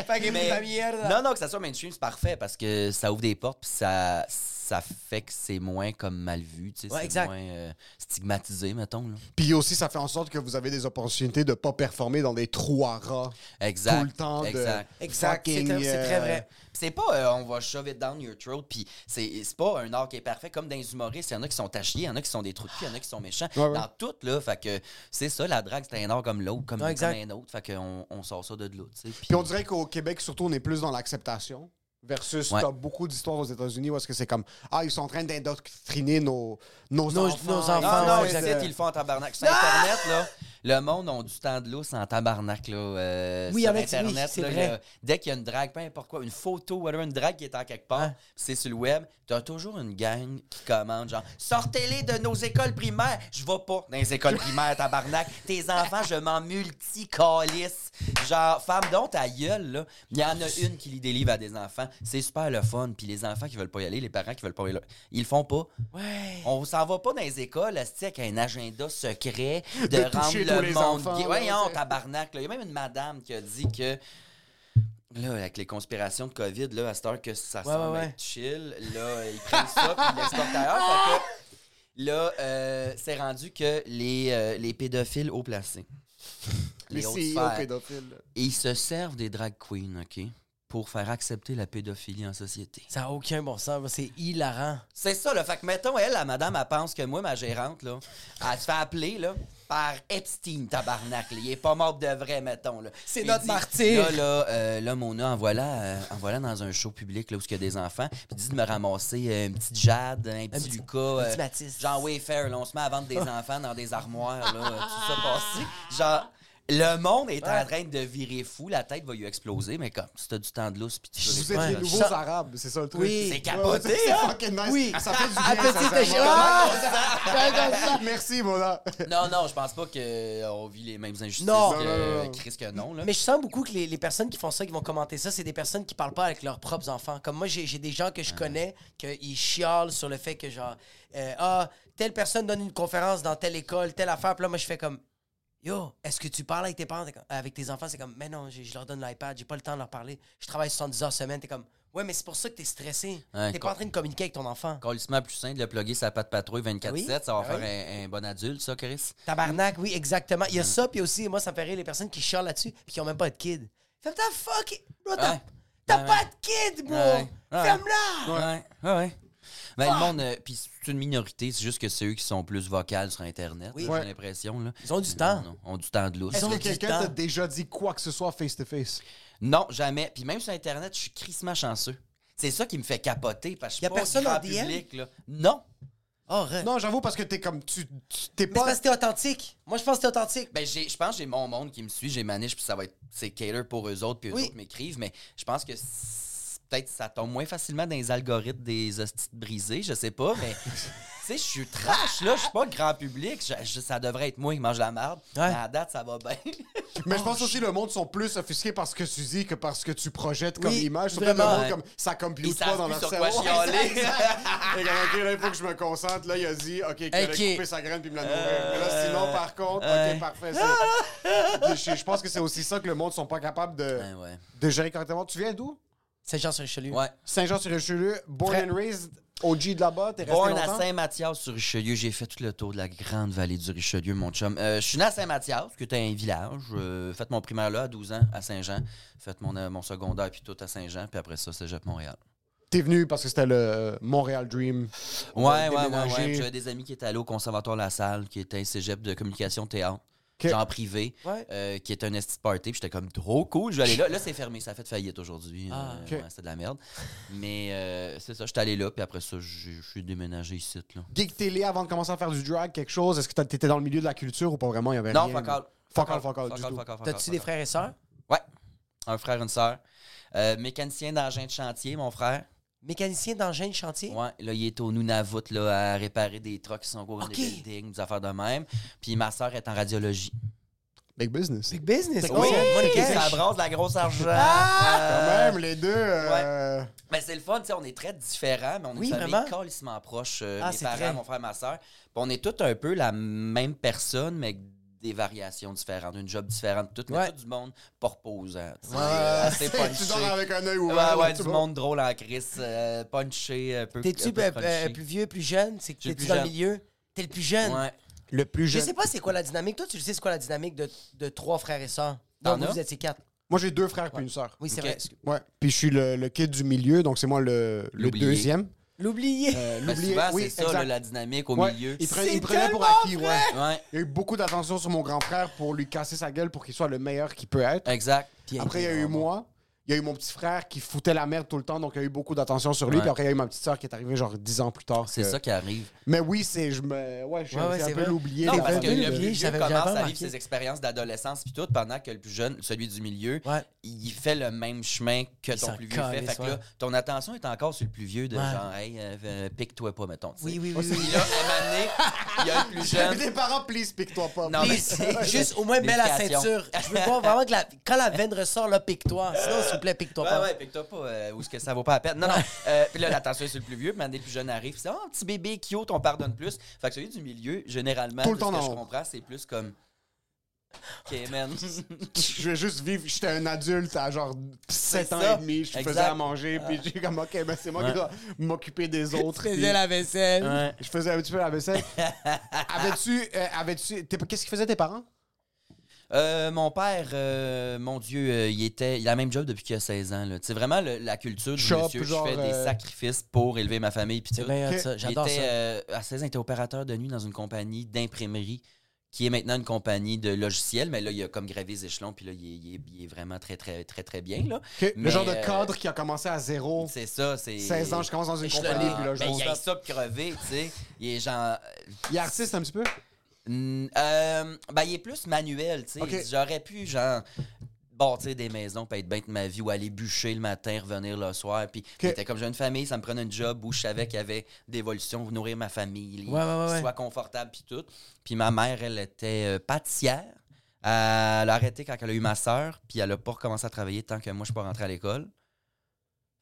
fucking Mais- puta mierda. Non, non, que ça soit mainstream, c'est parfait, parce que ça ouvre des portes, puis ça, ça fait que c'est moins comme mal vu, tu sais, Ouais, c'est exact. moins euh, stigmatisé, mettons, là. Puis aussi, ça fait en sorte que vous avez des opportunités de pas performer dans des trous à rats Exact. tout le temps. de Exact. Exact, c'est fucking, très- c'est très euh, vrai. Pis C'est pas euh, on va shove it down your throat, puis c'est c'est pas un art qui est parfait. Comme dans les humoristes, il y en a qui sont tachés, il y en a qui sont des trous de cul, il y en a qui sont méchants. Ouais, ouais. Dans tout, là, fait que c'est ça, la drague, c'est un art comme l'autre, comme, Non, comme exact. un autre. Fait qu'on on sort ça de là, tu sais. puis- Puis on dirait qu'au Québec, surtout, on est plus dans l'acceptation. Versus, Ouais. t'as beaucoup d'histoires aux États-Unis où est-ce que c'est comme Ah, ils sont en train d'indoctriner nos, nos, Nos- enfants. nos Ils enfants, Ah, Non, ouais, Ah! non, sont ici, en train exact. de- ils le font en tabarnak. Sur Internet, là, le monde a du temps de lousse en tabarnak, là. euh, Oui, sur avec- oui, Internet, c'est là, vrai. il y a- dès qu'il y a une drague, peu importe quoi, une photo, whatever, une drague qui est en quelque part, Hein? c'est sur le web, t'as toujours une gang qui commande, genre, sortez-les de nos écoles primaires. Je vais pas dans les écoles primaires, [laughs] tabarnak. Tes enfants, je m'en multicalisse. Genre, femme donc ta gueule, là. Il y en a une qui lit des livres à des enfants. C'est super le fun. Puis les enfants qui veulent pas y aller, les parents qui veulent pas y aller, ils le font pas. Ouais. On s'en va pas dans les écoles, esti, avec un agenda secret de, De toucher rendre tous le les monde enfants, gay. là, Voyons, c'est- tabarnak. là. Il y a même une madame qui a dit que. Là, avec les conspirations de COVID, là, à cette heure que ça semble ouais, ouais. être chill, là, ils prennent ça, puis ils l'exportent ailleurs. Fait que, là, euh, c'est rendu que les, euh, les pédophiles haut placés, [laughs] Les les hautes CEO sphères, pédophiles. ils se servent des drag queens, OK, pour faire accepter la pédophilie en société. Ça n'a aucun bon sens, moi, c'est hilarant. C'est ça, le Fait que, mettons, elle, la madame, elle pense que moi, ma gérante, là, elle se fait appeler, là, par Epstein, tabarnak. là. Il est pas mort de vrai, mettons, là. C'est Il notre dit, martyr. Là, là, euh, là, Mona, en voilà, euh, en voilà dans un show public, là, où il y a des enfants. Puis dit de me ramasser euh, une petite Jade, un petit, petit- Lucas. un petit euh, Baptiste. Genre Wayfair, là, on se met à vendre [laughs] des enfants dans des armoires, là. euh, Tout ça passé. Genre... Le monde est en train de virer fou, la tête va lui exploser, mais comme si t'as du temps de lousse, puis tu veux Vous les- êtes Ouais. les nouveaux Ça- arabes, c'est ça le truc. Oui. C'est capoté, Ouais, C'est hein? fucking nice. Oui. Ça fait du bien. Un ça petit fait échec. mal. Ah! Merci, Mona. Non, non, je pense pas qu'on vit les mêmes injustices Non. que Non, non, non. Chris que non. Là. Mais je sens beaucoup que les, les personnes qui font ça, qui vont commenter ça, c'est des personnes qui parlent pas avec leurs propres enfants. Comme moi, j'ai j'ai des gens Ah. que je connais qu'ils chialent sur le fait que, genre, euh, ah, telle personne donne une conférence dans telle école, telle affaire. Puis là, moi, je fais comme, yo, est-ce que tu parles avec tes parents, T'es comme- euh, avec tes enfants? C'est comme, mais non, j'ai- je leur donne l'iPad, j'ai pas le temps de leur parler. Je travaille 70 heures semaine. T'es comme, ouais, mais c'est pour ça que t'es stressé. Ouais, t'es con- pas en train de communiquer avec ton enfant. Colissement plus simple de plugger sa patte patrouille 24-7, Oui, ça va ben faire un, un bon adulte, ça, Chris. Tabarnak, oui, exactement. Il y a ça, puis aussi, moi, ça me fait rire les personnes qui chialent là-dessus, puis qui ont même pas de kid. Fais ta fuck, it, bro, t'as Ouais. t'as Ouais, pas ouais. de kid, bro! Ouais, ouais. Ferme-la! Ouais, ouais, ouais. Ben, Ah! le monde, euh, puis c'est une minorité, c'est juste que c'est eux qui sont plus vocales sur Internet, Oui. Ah! là, Ouais. j'ai l'impression. là. Ils ont du Non, temps. non, ont du temps de lousse. Est-ce ont que du quelqu'un t'a temps. déjà dit quoi que ce soit face-to-face? Non, jamais. Puis même sur Internet, je suis crissement chanceux. C'est ça qui me fait capoter, parce que Y je a suis pas personne grand en DM? public. Là. Non. Oh, re- Non, j'avoue, parce que t'es comme... Tu tu- t'es Mais c'est pas... parce que t'es authentique. Moi, je pense que t'es authentique. Ben, j'ai- je pense que j'ai mon monde qui me suit, j'ai ma niche, puis ça va être. C'est cater pour eux autres, puis eux Oui. autres m'écrivent, mais je pense que c'est- peut-être ça tombe moins facilement dans les algorithmes des hosties de brisés, je sais pas, [laughs] mais. Tu sais, je suis trash, là, je suis pas grand public, je- je- ça devrait être moi qui mange la merde. Ouais. Mais à date, ça va bien. Mais je Oh, pense aussi le monde sont plus offusqués par ce que tu dis que par ce que tu projettes comme Oui, image. Surtout vraiment. le monde, Ouais. comme, ça Ils compute pas savent dans plus leur sur cerveau. quoi chialer. [laughs] Et comme, OK, là, il faut que je me concentre. Là, il a dit, OK, qu'il Ok. Euh, allait couper sa graine puis me la nourrir. Mais là, sinon, par contre, ouais. OK, parfait. c'est- Je, je pense que c'est aussi ça que le monde sont pas capables de, Ouais, ouais. de gérer correctement. Tu viens d'où? C'est Jean sur Richelieu. Ouais. Saint-Jean-sur-Richelieu, born Frère- and raised OG de là-bas, t'es resté Born à longtemps? Saint-Mathias sur Richelieu, j'ai fait tout le tour de la grande vallée du Richelieu, mon chum. Euh, je suis né à Saint-Mathias, qui était un village. Euh, fait mon primaire là à 12 ans, à Saint-Jean. Fait mon, euh, mon secondaire, puis tout à Saint-Jean. Puis après ça, Cégep Montréal. T'es venu parce que c'était le Montréal Dream. Euh, Ouais, ouais, ouais, ouais. déménager. Puis J'avais des amis qui étaient allés au Conservatoire La Salle, qui était un cégep de communication théâtre. Ok. Genre privé, Ouais. euh, qui était un esti de party, puis j'étais comme trop cool, je vais aller là. Là, c'est fermé, ça a fait faillite aujourd'hui. Ah, Euh, ok. ouais, c'était de la merde. Mais euh, c'est ça, j'étais allé là, puis après ça, j'ai- je suis déménagé ici. Là. Geek télé avant de commencer à faire du drag, quelque chose. Est-ce que t'as- t'étais dans le milieu de la culture ou pas vraiment? Il y avait Non, rien. fuck all. Fuck all, fuck all, du tout. fuck all, fuck all, T'as-tu des fuck frères et sœurs? all. Ouais. Un frère, une sœur. Euh, mécanicien d'engin de chantier, mon frère. Mécanicien d'engin de chantier? Ouais, là, il est au Nunavut là, à réparer des trucks qui sont gros dans Ok. des buildings, des affaires de même. Puis ma sœur est en radiologie. Oh, Big business. Big business. Oui, ça money cash. ça brasse de la grosse argent. Ah! Quand Euh, même, les deux. euh, Mais c'est le fun, tu sais, on est très différents, mais on est Oui, une famille vraiment. calissement proches. Ah, mes c'est parents, très. mon frère, ma soeur. on est tous un peu la même personne, mais avec des variations différentes, une job différente, tout, mais Ouais. tout du monde pas reposant. tu sais, euh, [laughs] assez tu punché. dors avec un œil Ouais, ouvert. ouais, là, du tu vois. monde drôle en crise, euh, punché, un peu. T'es-tu un peu euh, crunchy. euh, plus vieux, plus jeune? C'est que Je suis t'es-tu plus dans le jeune. milieu? T'es le plus jeune. Ouais. Le plus Je jeune. sais pas c'est quoi la dynamique. Toi, tu le sais, c'est quoi la dynamique de, de trois frères et sœurs? T'en Non, vous, as? vous étiez quatre. Moi, j'ai deux frères puis une sœur. Oui, c'est Ok. vrai. Ouais. Puis je suis le, le kid du milieu, donc c'est moi le, le L'oublié. [laughs] deuxième. L'oublier. Euh, Ben, l'oublié, souvent, oui, c'est ça, exact. là, la dynamique au Ouais, milieu. Il, pre- C'est il prenait pour tellement acquis, ouais. Ouais, Il y a eu beaucoup d'attention sur mon grand frère pour lui casser sa gueule pour qu'il soit le meilleur qu'il peut être. exact. Puis Après, il y a eu moi. Il y a eu mon petit frère qui foutait la merde tout le temps, donc il y a eu beaucoup d'attention sur lui. Ouais. Puis après, il y a eu ma petite soeur qui est arrivée genre 10 ans plus tard. C'est que- Euh, ça qui arrive. Mais oui, c'est. Je me... Ouais, je suis Ouais, ouais, c'est c'est un peu vrai. l'oublié. Non, des parce gens que deux de- [laughs] le oubliés, plus vieux j'avais commence jamais à vivre remarqué. ses expériences d'adolescence puis tout, pendant que le plus jeune, celui du milieu, Ouais. il fait le même chemin que Il ton s'en plus vieux fait. calisse, Fait que ouais. là, ton attention est encore sur le plus vieux de Ouais. genre, hey, euh, euh, pique-toi pas, mettons. tu sais. Oui, oui, oui. Puis oui. là, à un moment donné, il y [laughs] a le plus jeune. Des parents, please, pique-toi pas. Non, mais- Please, juste au moins mets la L'éducation. ceinture. Je veux pas vraiment que la, quand la veine ressort, là, pique-toi. Sinon, s'il vous plaît, pique-toi Ouais, pas. ouais, pique-toi pas, euh, ou est-ce que ça vaut pas la peine? Non, non. Euh, puis là, l'attention est sur le plus vieux, puis à un moment donné, le plus jeune arrive. puis C'est, oh, petit bébé, cute, on pardonne plus. Fait que celui du milieu, généralement, Tout le de ce temps que je dans- comprends, c'est [laughs] plus comme. Ok, man. [laughs] je vais juste vivre. J'étais un adulte à genre 7 C'est ans ça. et demi. Je faisais Exact. à manger. Puis j'ai comme, OK, ben c'est moi Ouais. qui dois m'occuper des autres. puis vaisselle. Ouais. Je faisais un petit peu la [laughs] vaisselle. Avais-tu. euh, avais-tu t'es- Qu'est-ce qu'ils faisaient tes parents? Euh, mon père, euh, mon Dieu, euh, il était il a la même job depuis qu'il a 16 ans. là. C'est vraiment le- la culture du Shop, monsieur. genre, je fais euh, des sacrifices pour élever ma famille. Puis C'est tout. bien Ok. ça. Il J'adore était, ça. euh, à 16 ans, il était opérateur de nuit dans une compagnie d'imprimerie qui est maintenant une compagnie de logiciels. Mais là, il a comme gravé les échelons. Puis là, il est, il est- il est vraiment très, très, très, très bien. là. Le Mais, genre de euh, cadre qui a commencé à zéro. C'est ça. c'est 16 ans, je commence dans une Échelonné, compagnie. Puis Ah, là, je ben, il monte. a ça de crever, tu sais. Il est genre. euh, Il est artiste un petit peu? Mm, euh, ben, il est plus manuel, tu sais. Ok. J'aurais pu, genre, bâtir des maisons, puis être bien de ma vie, ou aller bûcher le matin, revenir le soir. Puis, c'était comme jeune famille, ça me prenait un job où je savais qu'il y avait d'évolution, nourrir ma famille, Ouais, ouais, ouais, qu'il ouais. soit confortable, puis tout. Puis ma mère, elle était euh, pâtissière. Euh, elle a arrêté quand elle a eu ma sœur, puis elle a pas recommencé à travailler tant que moi, je suis pas rentré à l'école.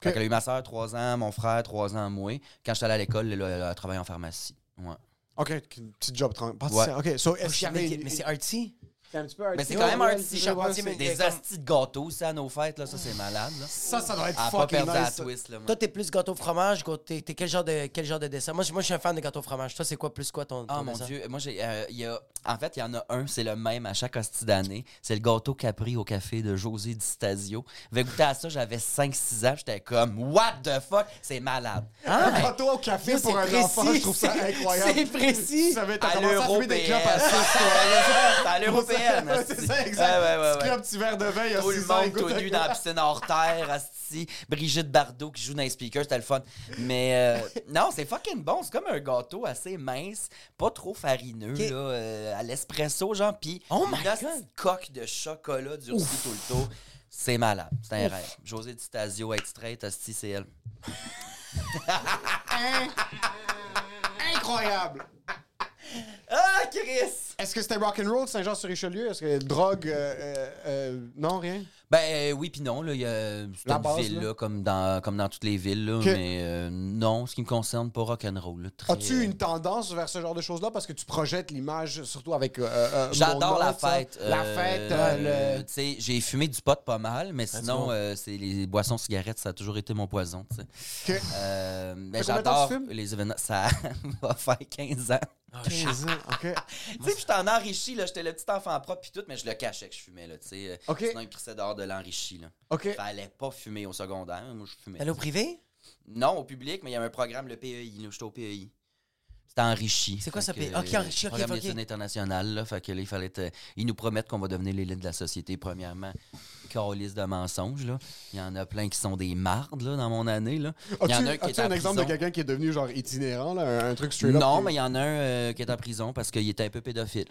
Quand Ok. elle a eu ma sœur, trois ans, mon frère, trois ans, moi. Quand j'étais allé à l'école, elle a, elle a travaillé en pharmacie. Ouais. OK, petit job tranquille. Pâtissier, OK, so, est-ce qu'il y avait mais une- mais c'est artsy. c'est un petit peu Mais c'est artistique, quand même ouais, artsy, ouais, charpentier, ouais, mais- Des Comme- astis de gâteaux, ça, à nos fêtes, là, ça, c'est malade, là. c'est- Ça, ça doit être À Ah, pas fucking perdre la nice. ça. twist, là, moi. Toi, t'es plus gâteau au fromage. gâteau- T'es t'es quel, genre de- quel genre de dessert? Moi, je- moi, je suis un fan de gâteau au fromage. Toi, c'est quoi plus quoi ton, Ah, ton mon dessert? Dieu. Moi, j'ai. euh, il y a... En fait, il y en a un, c'est le même à chaque hostie d'année. C'est le gâteau Capri au café de José Di Stasio. J'avais goûté à ça, j'avais 5-6 ans, j'étais comme, What the fuck? C'est malade. Ah, Un gâteau au café Yo, pour c'est un enfant, je trouve [laughs] ça précis, incroyable. c'est précis. Ça va être À à l'euro. l'européenne. des clopes à six, C'est [laughs] à l'européenne. ouais. C'est asti. ça, exact. [laughs] Ouais, ouais, ouais, Petit ouais. clope, petit verre de vin, il y a Tout le six ans, monde écoute, tout nu un- dans la piscine hors terre, asti. Brigitte Bardot qui joue dans les speakers, c'était le fun. Mais euh, non, c'est fucking bon. C'est comme un gâteau assez mince, pas trop farineux, Ok. là, euh, à l'espresso, genre. Puis Oh my une hostie God. de coque de chocolat durci tout le tour. C'est malade. C'est un rêve. José Di Stasio, être straight, asti, c'est elle. Incroyable. Ah, Chris! Est-ce que c'était rock'n'roll Saint-Jean-sur-Richelieu? Est-ce que drogue. euh, euh, euh, non, rien. Ben euh, oui, puis non, là, il y a c'est La une base, ville, là. là, comme, dans, comme dans toutes les villes, là, Ok. mais euh, non, ce qui me concerne, pas rock'n'roll. là, très- As-tu une tendance vers ce genre de choses-là? Parce que tu projettes l'image, surtout avec. euh, euh, J'adore Mona, la ça. fête. La euh, fête, euh, euh, le- tu sais, J'ai fumé du pot pas mal, mais sinon, bon. euh, c'est les boissons, cigarettes, ça a toujours été mon poison. tu sais. Ok. Euh, mais Fait combien de temps j'adore tu fumes? les événements. Ça [laughs] va faire 15 ans. Ah, 15 ans, ok. Tu sais, puis je t'en enrichis, là. J'étais le petit enfant propre, puis tout, mais je le cachais que je fumais, là. Tu sais, Euh, Ok. sinon, ils me crissaient dehors de l'enrichi, là. [laughs] Ok. Fallait pas fumer au secondaire, mais moi, je fumais. Allô, privé? Non, au public, mais il y avait un programme, le PEI. là, J'étais au PEI. C'était enrichi. C'est quoi Fait ça, que, euh, PEI? Ok, enrichi, ok, Programme ok. d'études internationales, là. Fait que là, il fallait. te- Ils nous promettent qu'on va devenir l'élite de la société, premièrement. Caroliste de mensonges, là. Il y en a plein qui sont des mardes, là, dans mon année, là. Il y en a un As-tu qui est as-tu un en exemple de prison. quelqu'un qui est devenu genre itinérant, là, un, un truc straight up? Non, qui- mais il y en a un euh, qui est en prison parce qu'il était un peu pédophile.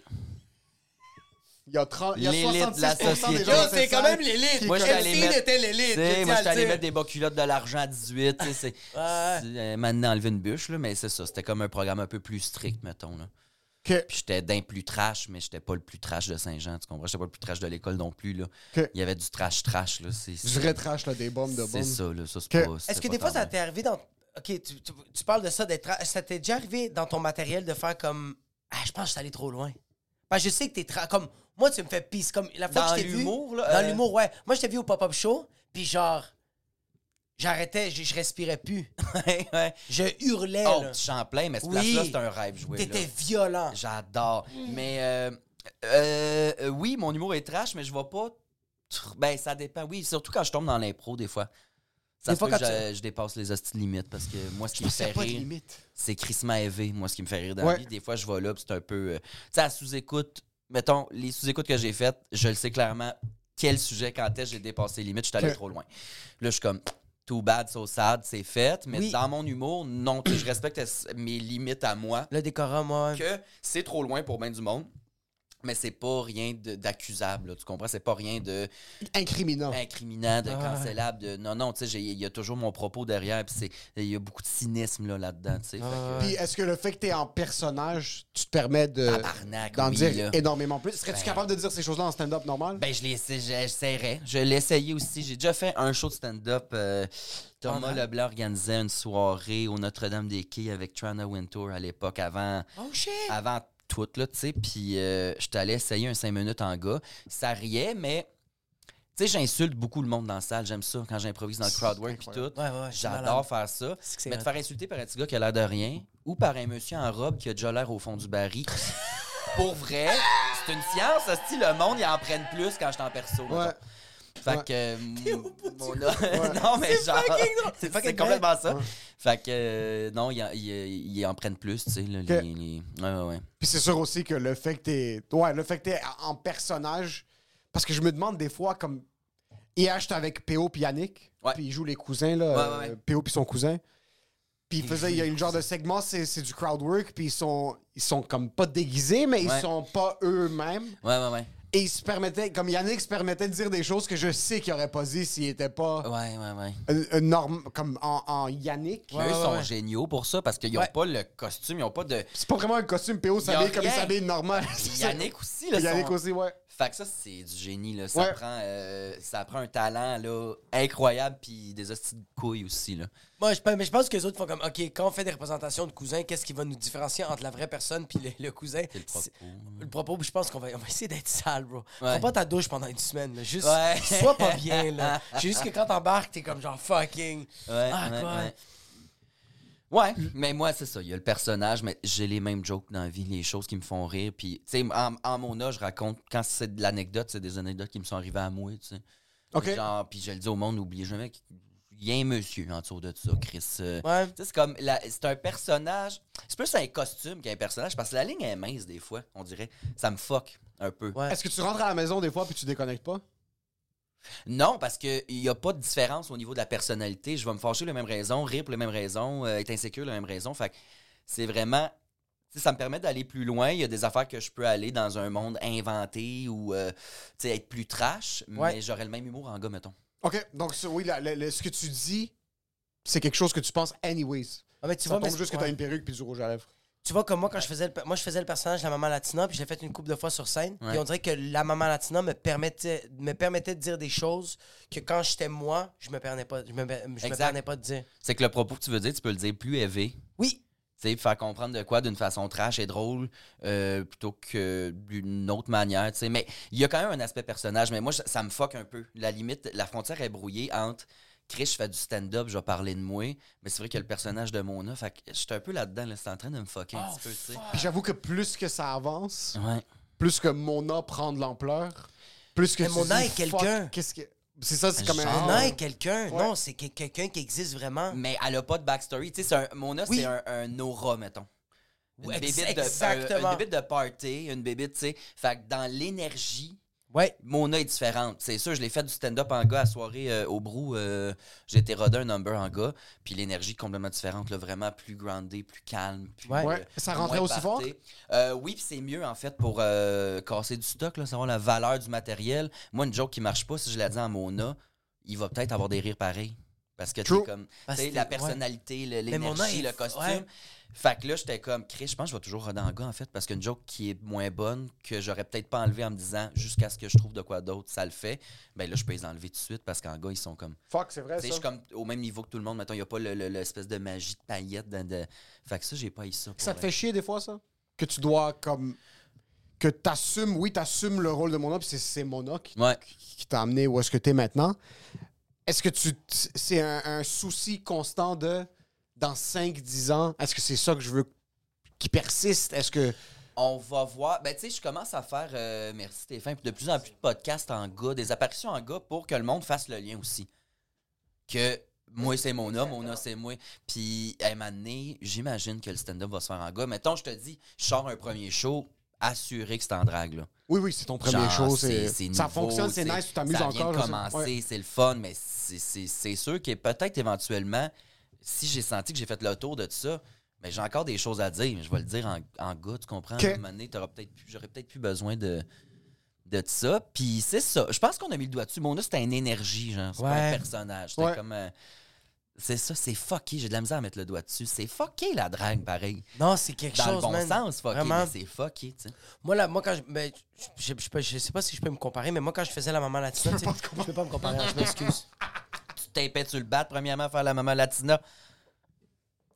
Il y a 30 il y a L'élite de la 66% des société. gens Yo, dans c'est cette quand salle même l'élite. qui Moi, Moi, je connaissent- suis allé mettre- était l'élite. Tu sais, je moi, tiens à j'étais allé le mettre dire. des bas culottes de l'argent à 18. tu sais, c'est Ouais. c'est, euh, maintenant enlever une bûche, là, mais c'est ça. C'était comme un programme un peu plus strict, mettons. Là. Ok. Puis j'étais d'un plus trash, mais j'étais pas le plus trash de Saint-Jean, tu comprends? J'étais pas le plus trash de l'école non plus. Là. Ok. Il y avait du trash-trash. là. C'est Du vrai trash, là, des bombes de C'est bombes. ça, là. Ça, Ok. c'est pas. Est-ce que des fois, ça t'est arrivé dans. Ok, tu, tu- tu parles de ça, d'être. Ça t'est déjà arrivé dans ton matériel de faire comme. Ah, je pense que je suis allé trop loin. Parce que je sais que t'es. tra- Comme. Moi, tu me fais pisse. Comme la fois Dans que je t'ai vu. l'humour, là, Dans euh, l'humour, ouais. Moi, je t'ai vu au pop-up show, puis genre. J'arrêtais, je, je respirais plus. [laughs] arrivé? Je hurlais. Oh, là. petit Champlain, mais ce Oui. place-là, c'est un rêve joué. T'étais violent. J'adore. Mais euh, euh, euh, oui, mon humour est trash, mais je vois pas. tr- Ben, ça dépend. Oui, surtout quand je tombe dans l'impro, des fois. Ça Des se fois, peut que quand je, je dépasse les hosties limites parce que moi, ce qui me Parce qu'il fait y a pas de rire, limite. c'est crissement élevé. Moi, ce qui me fait rire dans la Ouais. vie, des fois, je vois là, puis c'est un peu. euh, tu sais, à sous-écoute, mettons, les sous-écoutes que j'ai faites, je le sais clairement quel sujet, quand est-ce que j'ai dépassé les limites, je suis allé Ok. trop loin. Là, je suis comme. Too bad, so sad, c'est fait. Mais Oui. dans mon humour, non, tu sais, je respecte mes limites à moi Le décorum, moi. que c'est trop loin pour bien du monde. Mais c'est pas rien de- d'accusable, là, tu comprends? C'est pas rien de Incriminant. incriminant, de Ah. cancellable, de non, non, tu sais, j'ai- il y a toujours mon propos derrière, puis c'est- il y a beaucoup de cynisme là, là-dedans, tu sais. Ah fait que- Puis est-ce que le fait que t'es en personnage, tu te permets de Tabarnak, d'en oui, dire là. énormément plus? Serais-tu Ben. capable de dire ces choses-là en stand-up normal? Ben, je l'ai essayé- j'essaierais. Je l'essayais aussi. J'ai déjà fait un show de stand-up. euh, Thomas Ah, ouais. Leblanc organisait une soirée au Notre-Dame-des-Quais avec Trana Wintour à l'époque, avant Oh shit! avant tout, là, tu sais. Puis euh, je t'allais essayer un 5 minutes en gars. Ça riait, mais tu sais, j'insulte beaucoup le monde dans la salle. J'aime ça quand j'improvise dans le crowd work et tout. Ouais, ouais, ouais, c'est malade. J'adore faire ça. C'est que c'est Mais te hot. faire insulter par un petit gars qui a l'air de rien ou par un monsieur en robe qui a déjà l'air au fond [laughs] du baril. Pour vrai, c'est une science. Si le monde, ils en prennent plus quand je t'en perso. mettons. Ouais. Fait Ouais. [laughs] que. euh, au bout du mon- [laughs] non, mais genre. fucking drôle. C'est [laughs] C'est fucking complètement ça. Fait que, euh, non, ils en- ils ils en prennent plus, tu sais. là, Que- les- les- Ouais, ouais, ouais. Puis c'est sûr aussi que le fait que t'es. Ouais, le fait que t'es en personnage. Parce que je me demande des fois, comme. Hier, j'étais avec PO puis Yannick. Ouais. Puis ils jouent les cousins, là. Ouais, ouais, euh, ouais. PO puis son cousin. Puis il Ils faisait. Il y a jouent une genre de segment, c'est c'est du crowd work. Puis ils sont. Ils sont comme pas déguisés, mais Ouais. ils sont pas eux-mêmes. Ouais, ouais, ouais. Et ils se permettaient. Comme Yannick se permettait de dire des choses que je sais qu'il aurait pas dit s'il était pas. Ouais, ouais, ouais. euh, euh, norm- comme en, en Yannick. Mais eux ouais, sont ouais. géniaux pour ça parce qu'ils n'ont pas le costume, ils n'ont pas de. C'est pas vraiment un costume PO s'habille a comme il rien. s'habille normal. Yannick aussi, [laughs] là. Yannick sont- aussi, ouais. Fait que ça, c'est du génie, là. Ça, Ouais. prend, euh, ça prend un talent, là, incroyable, puis des hosties de couilles aussi, là. Moi, je, pe- mais je pense que les autres font comme, OK, quand on fait des représentations de cousins, qu'est-ce qui va nous différencier entre la vraie personne puis le, le cousin? C'est le propos. C'est- le propos, puis je pense qu'on va, on va essayer d'être sale, bro. Prends Ouais. pas ta douche pendant une semaine, là. Juste, Ouais. sois pas bien, [laughs] là. C'est juste que quand t'embarques, t'es comme genre fucking. Ouais, Ah, ouais, quoi? ouais. Ouais, mais moi, c'est ça. Il y a le personnage, mais j'ai les mêmes jokes dans la vie, les choses qui me font rire. Puis, tu sais, en, en mon âge, je raconte, quand c'est de l'anecdote, c'est des anecdotes qui me sont arrivées à moi, tu sais. Ok. Genre, puis je le dis au monde, n'oubliez jamais qu'il y a un monsieur en dessous de ça, Chris. Euh, Ouais. tu sais, c'est comme. la- C'est un personnage. C'est plus un costume qu'un personnage parce que la ligne est mince des fois, on dirait. Ça me fuck un peu. Ouais. Est-ce que tu rentres à la maison des fois puis tu déconnectes pas? Non, parce qu'il n'y a pas de différence au niveau de la personnalité. Je vais me fâcher les mêmes raisons, rire pour les mêmes raisons, euh, être insécure les mêmes raisons. Fait que c'est vraiment. tu sais, Ça me permet d'aller plus loin. Il y a des affaires que je peux aller dans un monde inventé ou euh, tu sais, être plus trash, Ouais. mais j'aurais le même humour en gars, mettons. Ok, donc ce- oui, la- la- la- ce que tu dis, c'est quelque chose que tu penses anyways. Ah, mais tu Tu vois, tombe mais- juste que ouais. t'as une perruque puis du rouge à lèvres. Tu vois, comme moi, quand je faisais le, pe- moi, je faisais le personnage de la maman latina, puis je l'ai fait une couple de fois sur scène. Ouais. Puis on dirait que la maman latina me permettait, me permettait de dire des choses que quand j'étais moi, je me perdais pas, je me, per- je me Exact. permettais pas de dire. C'est que le propos que tu veux dire, tu peux le dire plus élevé. Oui. Tu sais, faire comprendre de quoi d'une façon trash et drôle euh, plutôt que d'une autre manière. tu sais. Mais il y a quand même un aspect personnage. Mais moi, ça, ça me fuck un peu. La limite, la frontière est brouillée entre Chris, je fais du stand-up, je vais parler de moi. Mais c'est vrai que le personnage de Mona, fait que je suis un peu là-dedans. Là, c'est en train de me fucker Oh, un petit peu. tu sais. Puis j'avoue que plus que ça avance, Ouais. plus que Mona prend de l'ampleur, plus que Mais tu Mona dis, est fuck, quelqu'un. Qu'est-ce que c'est ça, c'est comme Genre. un. Non, et quelqu'un, Ouais. non, c'est que- quelqu'un qui existe vraiment. Mais elle a pas de backstory. Tu sais, c'est un- Mona, Oui. c'est un, un aura, mettons. Une Ouais, ex- bébite de- exactement. un- une bébite de party, une bébite, tu sais. Fait que dans l'énergie, Ouais. Mona est différente. C'est sûr, je l'ai fait du stand-up en gars à soirée euh, au Brou. euh, J'étais rodé un number en gars. Puis l'énergie complètement différente, là, vraiment plus groundée, plus calme. plus, Ouais. euh, Ouais. Ça rentrait moins aussi fort? partée. Euh, oui, puis c'est mieux en fait pour euh, casser du stock, là, savoir la valeur du matériel. Moi, une joke qui marche pas, si je la dis à Mona, il va peut-être avoir des rires pareils. Parce que t'es True. comme. Parce tu sais, que- la ouais. personnalité, le- Mona l'énergie, est- le costume. ouais. Fait que là, j'étais comme, Chris, je pense que je vais toujours roder en gars, en fait, parce qu'une joke qui est moins bonne, que j'aurais peut-être pas enlevée en me disant, jusqu'à ce que je trouve de quoi d'autre, ça le fait, ben là, je peux les enlever tout de suite, parce qu'en gars, ils sont comme. Fuck, c'est vrai Tu sais, je ça. suis comme au même niveau que tout le monde. Mettons, il n'y a pas le- le- l'espèce de magie de paillettes. dans- de- Fait que ça, j'ai pas eu ça. pour Ça te vrai. fait chier des fois ça Que tu dois comme que t'assumes, oui, t'assumes le rôle de Mona, puis c'est- c'est Mona qui Ouais. qui t'a amené où est-ce que tu es maintenant. Est-ce que tu t- c'est un, un souci constant de dans 5 10 ans, est-ce que c'est ça que je veux qui persiste Est-ce que On va voir. Ben, tu sais, je commence à faire, euh, merci Stéphane, de plus en plus de podcasts en gars, des apparitions en gars pour que le monde fasse le lien aussi. Que moi, c'est mon homme, mon homme, c'est moi. Puis, à un moment donné, j'imagine que le stand-up va se faire en gars. Mettons, je te dis, je sors un premier show, assuré que c'est en drague, là. oui oui, c'est ton premier Genre, show, c'est- c'est ça nouveau, fonctionne, c'est tu sais, nice, tu t'amuses ça encore. vient de je sais. commencer, Ouais. c'est le fun, mais c'est- c'est c'est sûr que peut-être éventuellement, si j'ai senti que j'ai fait le tour de tout ça, mais j'ai encore des choses à dire. Je vais le dire en, en gars, tu comprends? Ok. À un moment donné, t'auras peut-être plus- j'aurais peut-être plus besoin de, de ça. Puis c'est ça. Je pense qu'on a mis le doigt dessus. Mona, c'était une énergie, genre. C'est pas Ouais. un personnage. C'était Ouais. comme un- C'est ça, c'est fucké. J'ai de la misère à mettre le doigt dessus. C'est fucké la drague, pareil. Non, c'est quelque Dans le chose, bon man. sens, fucké. Vraiment. mais C'est fucké, tu sais. Moi, là, moi, quand je, ben, je, je- je peux- je sais pas si je peux me comparer, mais moi, quand je faisais la maman latina, tu sais, je peux pas me comparer, hein, je m'excuse. Tu tapais sur le bat, premièrement, faire la maman latina.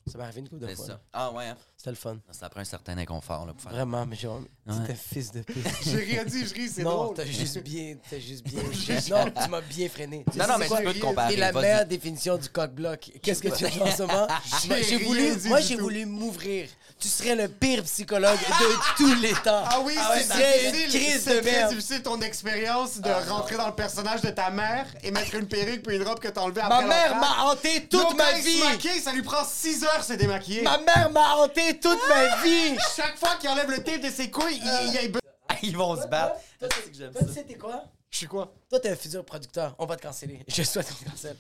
Ça m'est arrivé une couple de C'est fois. ça. là. Ah ouais, hein? C'était le fun. Ça prend un certain inconfort là, pour faire. Vraiment, mais genre, Ouais. c'était fils de [laughs] pute. J'ai rien dit, je ris, [laughs] c'est non, drôle. t'as juste bien, t'as juste [laughs] bien. non, tu m'as bien freiné. Tu Non, sais, non, c'est mais quoi? tu peux te T'es comparer. la vas-y. meilleure définition du cock block. Qu'est-ce que tu fais en ce [laughs] moment? J'ai Moi, J'ai rien voulu, dit moi, du j'ai tout. voulu m'ouvrir. Tu serais le pire psychologue de [laughs] tous les temps. Ah oui, tu serais c'est une difficile. crise C'est de très merde. Ah. difficile ton expérience de rentrer dans le personnage de ta mère et mettre une perruque puis une robe que t'as enlevée Ma après. mère l'enfant. m'a hanté toute L'autre, ma quand il se vie. maquille, ça lui prend 6 heures se démaquiller. Ma mère m'a hanté toute ma Ah! vie. Chaque fois qu'il enlève le tape de ses couilles, Euh. il, il a Ah, Ils vont se battre. Toi, Je sais que t'es- j'aime toi, ça. tu sais, t'es quoi? Je suis quoi Toi, t'es un futur producteur. On va te canceller. [laughs] Je souhaite qu'on te cancelle.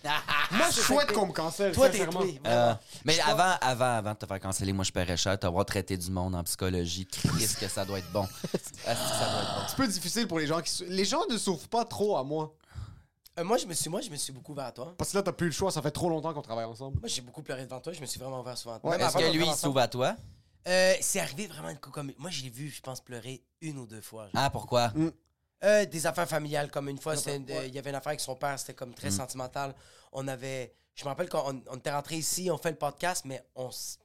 Moi, je souhaite qu'on me cancelle, Toi, t'es sincèrement. oui, vraiment. Ah, Euh, mais avant, avant, avant de te faire canceller, moi je paierais cher, t'avoir traité du monde en psychologie. Qu'est-ce que ça doit être [laughs] bon? Est-ce que ça doit être C'est un peu difficile pour les gens qui... sou- Les gens ne s'ouvrent pas trop à moi. Euh, moi, je me suis, moi, je me suis beaucoup ouvert à toi. Parce que là, t'as plus le choix, ça fait trop longtemps qu'on travaille ensemble. Moi, j'ai beaucoup pleuré devant toi. Je me suis vraiment ouvert souvent à toi. bon? Même Est-ce avant que qu'on lui il commence s'ouvre à toi? Euh, c'est arrivé vraiment une co- comme Moi, j'ai vu, je pense, pleurer une ou deux fois. genre. Ah, pourquoi? Euh, des affaires familiales, comme une fois, Des c'était une- affaires, ouais. euh, il y avait une affaire avec son père, c'était comme très sentimental. On avait. Je me rappelle qu'on on- on était rentré ici, on fait le podcast, mais on. s-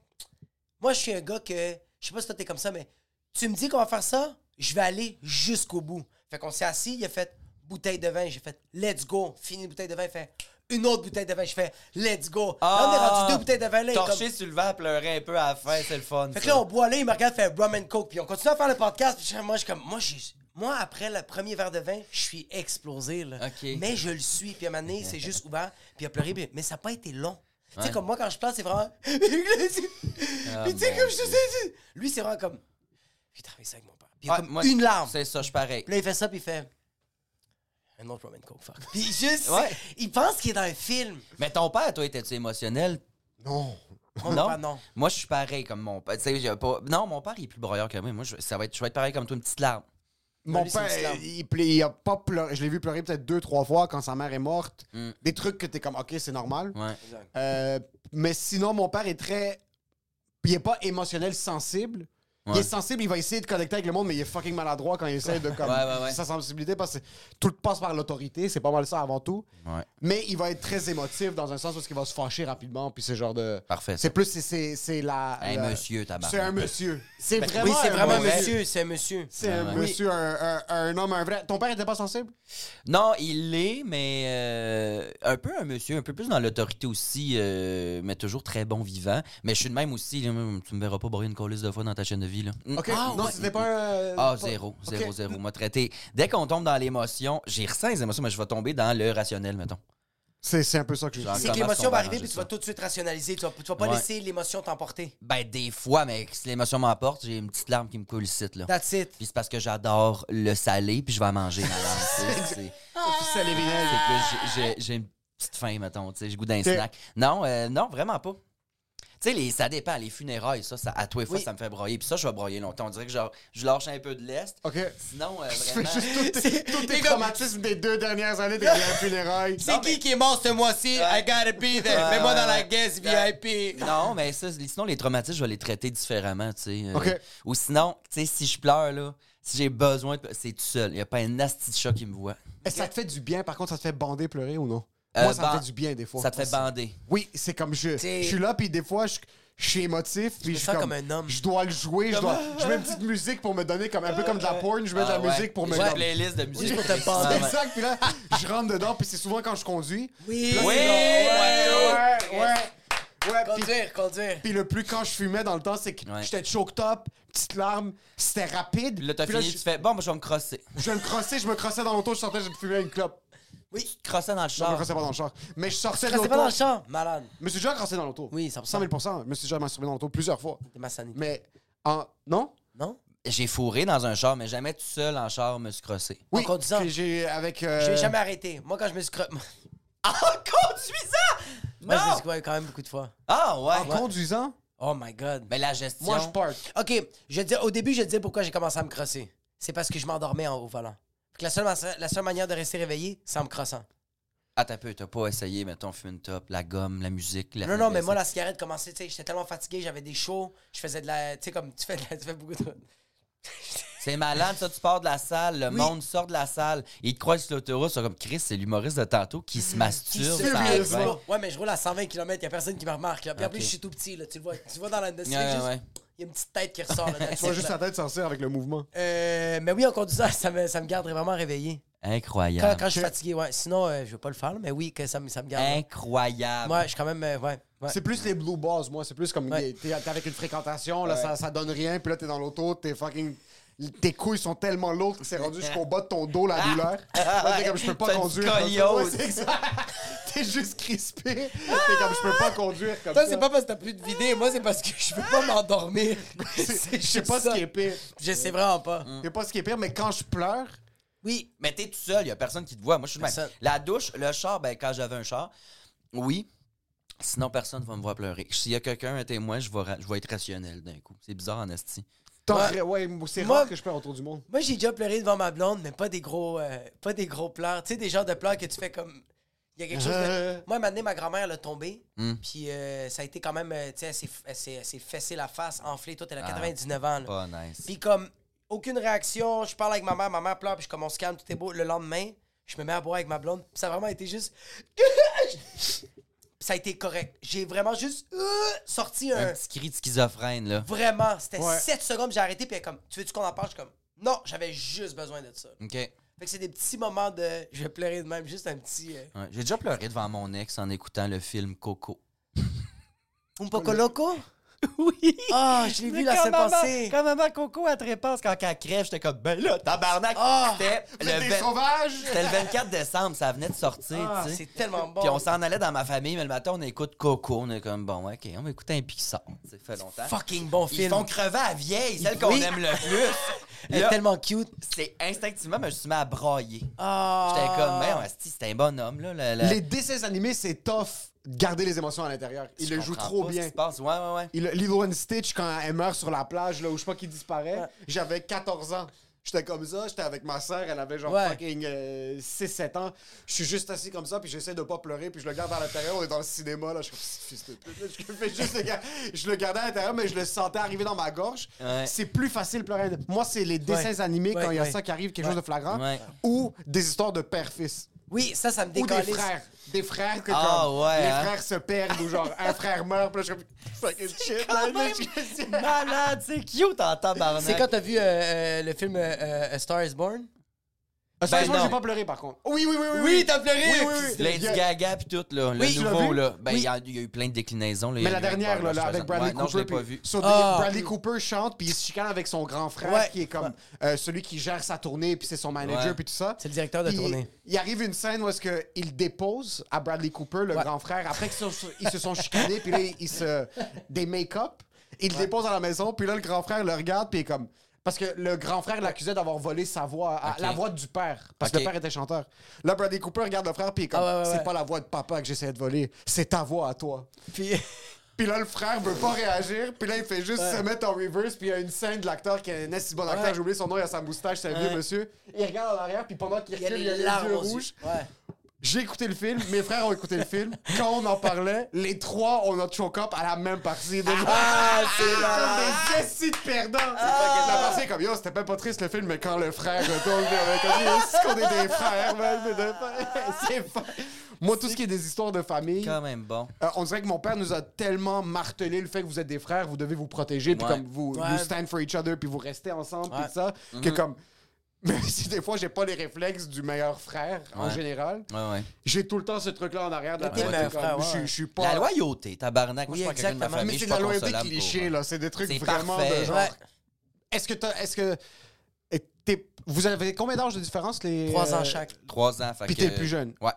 Moi, je suis un gars que. Je sais pas si toi t'es comme ça, mais tu me dis qu'on va faire ça, je vais aller jusqu'au bout. Fait qu'on s'est assis, il a fait bouteille de vin, j'ai fait let's go, fini bouteille de vin, il fait une autre bouteille de vin, je fais let's go. là, on est Ah, rendu deux bouteilles de vin, là, il est comme- Torché sur le vent, pleurer un peu à la fin, c'est le fun. fait que ça. là, on boit là, il me regarde faire rum and coke, puis on continue à faire le podcast. Puis je- moi, je suis comme, moi, j'ai- moi, après le premier verre de vin, je suis explosé, là. Ok. Mais je le suis, puis à un moment donné, c'est juste ouvert, puis il a pleuré, puis- mais ça n'a pas été long. Tu sais, Ouais. Ah, comme moi, quand je pleure, c'est vraiment. [laughs] puis tu sais, mon comme je te Dieu. dis, lui, c'est vraiment comme. J'ai travaillé ça avec mon père. Puis il y a Ah, comme moi, une larme. C'est ça, je pareil. Puis là, il fait ça, puis il fait. Un autre rum and coke, fuck. Puis juste, Ouais. il pense qu'il est dans un film. Mais ton père, toi, étais-tu émotionnel? Non. Mon non? père, non. Moi, je suis pareil comme mon père. Tu sais, j'ai pas- Non, mon père, il est plus broyeur que moi. Moi, je, ça va être... je vais être pareil comme toi, une petite larme. Mon lui, c'est une petite père, larme. il, pla- il a pas pleuré. Je l'ai vu pleurer peut-être deux, trois fois quand sa mère est morte. Mm. Ben, Des trucs que t'es comme, OK, c'est normal. Ouais. Euh, mais sinon, mon père est très puis il est pas émotionnel sensible. Il Ouais. est sensible, il va essayer de connecter avec le monde, mais il est fucking maladroit quand il essaie de comme, Ouais, ouais, ouais. sa sensibilité parce que tout passe par l'autorité, c'est pas mal ça avant tout. Ouais. Mais il va être très émotif dans un sens où il va se fâcher rapidement, puis c'est genre de. Parfait, ça. C'est plus c'est- c'est c'est la. Un la- monsieur, tabarnak. C'est un monsieur. Ben, C'est vraiment Oui, c'est un vraiment un vrai- monsieur, c'est un monsieur. C'est un Ouais. monsieur, un, un- un homme, un vrai. Ton père était pas sensible? Non, il l'est, mais euh, un peu un monsieur, un peu plus dans l'autorité aussi, euh, mais toujours très bon vivant. Mais je suis de même aussi, là, hum, tu me verras pas boire une colisse de fois dans ta chaîne de vie. Là. Hum, Ok, ah, non, ouais. c'était pas un. euh, Ah, pas- zéro, Ok. zéro, zéro. Moi, traité. Dès qu'on tombe dans l'émotion, j'y ressens les émotions, mais je vais tomber dans le rationnel, mettons. C'est c'est un peu ça que je Genre- dis. C'est Comment que l'émotion sont va arriver, arrangés puis tu vas ça? tout de suite rationaliser. Tu vas, tu vas pas Ouais. laisser l'émotion t'emporter. Ben, des fois, mais si l'émotion m'emporte, j'ai une petite larme qui me coule ici, là. That's it. Puis c'est parce que j'adore le salé, puis je vais en [laughs] manger, madame. C'est- c'est- C'est les C'est vinaigres. que j'ai- j'ai- j'ai une petite faim, mettons, tu sais, j'ai goût d'un T'es- snack. Non, euh, non, vraiment pas. Tu sais, les- ça dépend, les funérailles, ça, ça à toi et fois, Oui. ça me fait broyer. Puis ça, je vais broyer longtemps. On dirait que genre, je lâche un peu de l'est. Ok. Sinon, [laughs] euh, Je fais vraiment... juste tous tes- tous [laughs] tes traumatismes des deux dernières années, t'es allé à funérailles. C'est qui qui est mort ce mois-ci? I gotta be there. Ouais, Mets-moi ouais, dans la ouais. guest Ouais. VIP. Non, mais ça, sinon, les traumatismes, je vais les traiter différemment, tu sais. euh, OK. Ou sinon, tu sais, si je pleure, là, si j'ai besoin, de- c'est tout seul. Il n'y a pas un nasty de chat qui me voit. Est-ce que Eh, ça te fait du bien, par contre, ça te fait bander pleurer ou non? Euh, Moi, ça me ban- fait du bien des fois. Ça te fait bander. Oui, c'est comme je. T'sais- Je suis là, puis des fois, je. Je suis émotif, puis je, suis sens comme un homme. Je dois le jouer, je, dois, je mets une petite musique pour me donner, comme un peu comme de la porn, je mets de la Ah, ouais. musique pour me J'ai une comme- [laughs] playlist de musique. pour te Ouais, bander. ouais. C'est ça, puis là, je rentre dedans, puis c'est souvent quand je conduis. Oui. Puis là, Oui. c'est genre, ouais, ouais, ouais, puis- Conduire, conduire. Puis le plus quand je fumais dans le temps, c'est que Ouais. j'étais choked up, petite larme, c'était rapide. Puis là, t'as Puis là, fini, tu fais, bon, moi, je vais me crosser. je, je me crossais, je me crossais dans l'auto, je sortais, je me fumais une clope. Oui. Tu te crossais dans Non, le je me char. crossais pas dans le char. Mais je sortais de C'est l'auto. pas dans le champ. Malade. Je me suis déjà crossé dans l'auto. Oui, 100%. 100 000 Je me suis déjà masturbé dans l'auto plusieurs fois. De ma sanité. Mais, en... non? Non? J'ai fourré dans un char, mais jamais tout seul en char me suis crossé. En conduisant. que j'ai avec... euh, J'ai jamais arrêté. Moi, quand je me suis cro... [laughs] Ah, Moi, En conduisant! je me Non! suis ouais, quand même beaucoup de fois. Ah, En ouais. conduisant, Oh my God. Mais la gestion. moi, je park. OK, je dis, au début, je disais pourquoi j'ai commencé à me crosser. C'est parce que je m'endormais en haut volant. Fait que la seule, ma- la seule manière de rester réveillé, c'est en me crossant. Ah, t'as peu, t'as pas essayé, mettons, fume une top, la gomme, la musique. La Non, non, mais moi, la cigarette commençait, tu sais, j'étais tellement fatigué, j'avais des chauds, je faisais de la. Tu sais, comme tu fais, de la- tu fais beaucoup [laughs] de. C'est malade, ça, tu pars de la salle, le monde sort de la salle, ils te croisent sur l'autoroute, ils sont comme Chris, c'est l'humoriste de tantôt qui se masturbe. ça furieusement. va bien. Ouais, mais je roule à 120 km, y a personne qui me remarque. Là. Puis en Ok. plus, je suis tout petit, là, tu le vois. Tu vois dans la. Il Ouais, ouais, ouais. y a une petite tête qui ressort. Là, dans le Tu vois siège, juste là. la tête sortir avec le mouvement. Euh, mais oui, en conduisant, [laughs] ça me, ça me garde vraiment réveillé. Quand, Incroyable. quand je suis fatigué, ouais. Sinon, euh, je veux pas le faire, là, mais oui, que ça, me- ça me garde. Incroyable. Moi, je suis quand même. euh, ouais. ouais. C'est plus les blue balls, moi. C'est plus comme... Ouais. T'es t'es avec une fréquentation, là, ça, ça donne rien. Puis là, t'es dans l'auto, t'es fucking... Tes couilles sont tellement lourdes que c'est rendu jusqu'au bas de ton dos, la douleur. Là, t'es comme, je peux pas T'as une conduire. scoliose. [laughs] Ouais, c'est exact. T'es juste crispé. T'es comme, je peux pas conduire comme Toi, ça. c'est pas parce que t'as plus de vidéo, moi, c'est parce que je peux pas m'endormir. [laughs] [laughs] C'est- Je sais pas ce qui est pire. Je sais vraiment pas. Mm. Je sais pas ce qui est pire, mais quand je pleure, Oui, mais t'es tout seul, il a personne qui te voit. Moi, je suis le même. Personne. La douche, le char, ben, quand j'avais un char, oui. Sinon, personne va me voir pleurer. S'il y a quelqu'un, un témoin, je vais, ra- je vais être rationnel d'un coup. C'est bizarre en esti. t'aurais- ouais, c'est Moi- rare que je pleure autour du monde. Moi, j'ai déjà pleuré devant ma blonde, mais pas des gros, euh, pas des gros pleurs. Tu sais, des genres de pleurs que tu fais comme. Il y a quelque chose. Ah. Euh, De... Moi, un moment donné, ma grand-mère, elle a tombé. Puis euh, ça a été quand même. euh, tu sais, elle s'est- elle s'est elle s'est fessée la face, enflée. Toi, elle a 99 ans. là. Pas nice. Puis comme, aucune réaction. Je parle avec ma mère, ma mère pleure, puis je commence calme, tout est beau. Le lendemain, je me mets à boire avec ma blonde. Puis ça a vraiment été juste. [laughs] ça a été correct. J'ai vraiment juste euh, sorti Un un. petit cri de schizophrène, là. Vraiment, c'était Ouais. 7 secondes, j'ai arrêté, puis elle est comme, tu veux-tu qu'on en parle? Je suis comme, non, j'avais juste besoin de ça. OK. Ouais. Fait que c'est des petits moments de. [laughs] Je vais pleurer de même, juste un petit. Euh... J'ai déjà pleuré devant mon ex en écoutant le film Coco. Un poco loco? Oui! Ah, je l'ai vu la semaine passée. Quand maman Coco, elle te répense, quand elle crève, j'étais comme, ben là, tabarnak! Ah! C'était T'es le, des vingt- sauvages! c'était le 24 décembre, ça venait de sortir, Ah, tu sais. c'est tellement bon. Puis on s'en allait dans ma famille, mais le matin, on écoute Coco. On est comme, bon, OK, on va écouter un Pixar. Ça fait longtemps. Fucking bon Ils film. font crever à vieille, celle qu'on Oui. aime le [laughs] plus. Elle est Là, tellement cute. C'est instinctivement, mais je me suis mis à brailler. Ah. J'étais comme, ben mais asti, c'est un bonhomme, là. le- le- Les dessins animés, c'est tough de garder les émotions à l'intérieur. Je Il le joue comprends trop pas ce qui bien. se passe. Ouais, ouais, ouais. Il, Lilo and Stitch, quand elle meurt sur la plage, là, où je sais pas qui disparaît, j'avais 14 ans. Je J'étais comme ça, j'étais avec ma soeur, elle avait genre Ouais. fucking euh, 6-7 ans. Je suis juste assis comme ça, puis j'essaie de pas pleurer, puis je le garde à l'intérieur, on est dans le cinéma, là. Je suis comme, fils de pute, là. Je fais juste le gar- Je le gardais à l'intérieur, mais je le sentais arriver dans ma gorge. Ouais. C'est plus facile de pleurer. Moi, c'est les dessins Ouais. animés quand Ouais, il y a ouais. ça qui arrive, quelque chose de flagrant, Ouais. ou des histoires de père-fils. Oui, ça, ça me Ou des décolle. frères. Des frères que Ah, comme, ouais, les hein. frères se perdent ou genre un frère meurt, puis là, je suis comme fucking shit. là, quand là, même- je suis- Malade, c'est cute en tabarnak. C'est quand t'as vu euh, euh, le film euh, euh, A Star is Born? Ah, ça, Ben moi, non. j'ai pas pleuré par contre. Oui, oui, oui, oui. Oui, t'as pleuré! Oui, oui, oui. Lady Il y a- Gaga puis tout, là, le Oui, tu l'as nouveau, vu? là. Ben, il y, a il y a eu plein de déclinaisons. là. Il y Mais la a eu Red dernière, Bar, là, là, avec Streisand. Bradley Ouais, Cooper. Non, je l'ai puis- pas vu. sur- Ah. Bradley Cooper chante, puis il se chicane avec son grand frère, Ouais. qui est comme euh, celui qui gère sa tournée, puis c'est son manager, Ouais. puis tout ça. C'est le directeur de Puis tournée. Il arrive une scène où est-ce que il dépose à Bradley Cooper, le Ouais. grand frère, après qu'ils se- ils se sont chicanés, puis là, ils se. des make-up. Il le dépose à la maison, puis là, le grand frère le regarde, puis il est comme. Parce que le grand frère l'accusait d'avoir volé sa voix, à- Ok. la voix du père, parce Ok. que le père était chanteur. Là, Bradley Cooper regarde le frère, puis il est comme. Ah ouais, ouais, c'est ouais. pas la voix de papa que j'essayais de voler, c'est ta voix à toi. Puis, [laughs] Puis là, le frère veut pas réagir. Puis là, il fait juste se mettre en reverse. Puis il y a une scène de l'acteur qui est un assez bon acteur. Ouais. J'ai oublié son nom, il a sa moustache, c'est un vieux monsieur. Il regarde en arrière. Puis pendant qu'il il y a recule, il les y a les larmes yeux aux yeux. rouges. Ouais. J'ai écouté le film. Mes frères ont écouté le film. Quand on en parlait, les trois, on a choke up à la même partie. Déjà. Ah, c'est Comme des assis de perdants! La partie est comme yo, c'était pas, pas triste le film, mais quand le frère retourne, puis on est comme Yo, est-ce qu'on est des frères, man? Ah. C'est de- C'est fa- Moi, tout ce qui est des histoires de famille, quand même bon. euh, on dirait que mon père nous a tellement martelé le fait que vous êtes des frères, vous devez vous protéger, puis Ouais. comme vous, Ouais. you stand for each other, puis vous restez ensemble, puis Ouais. tout ça, Mm-hmm. que comme. [laughs] Même si des fois j'ai pas les réflexes du meilleur frère en Ouais. général, Ouais, ouais. j'ai tout le temps ce truc-là en arrière de la Mais t'es tête. le meilleur comme, frère, ouais, je- ouais. Je suis pas. La loyauté, tabarnak. Moi, Oui, je suis pas quelqu'un de ma exactement. famille. mais c'est je suis de la pas loyauté consolable cliché, pour- hein. là. C'est des trucs C'est vraiment parfait. de genre. Ouais. Est-ce que t'as. Est-ce que. et t'es- Vous avez combien d'âge de différence, les. Trois ans euh, chaque. Trois ans. fait Puis que- t'es le plus jeune. Ouais.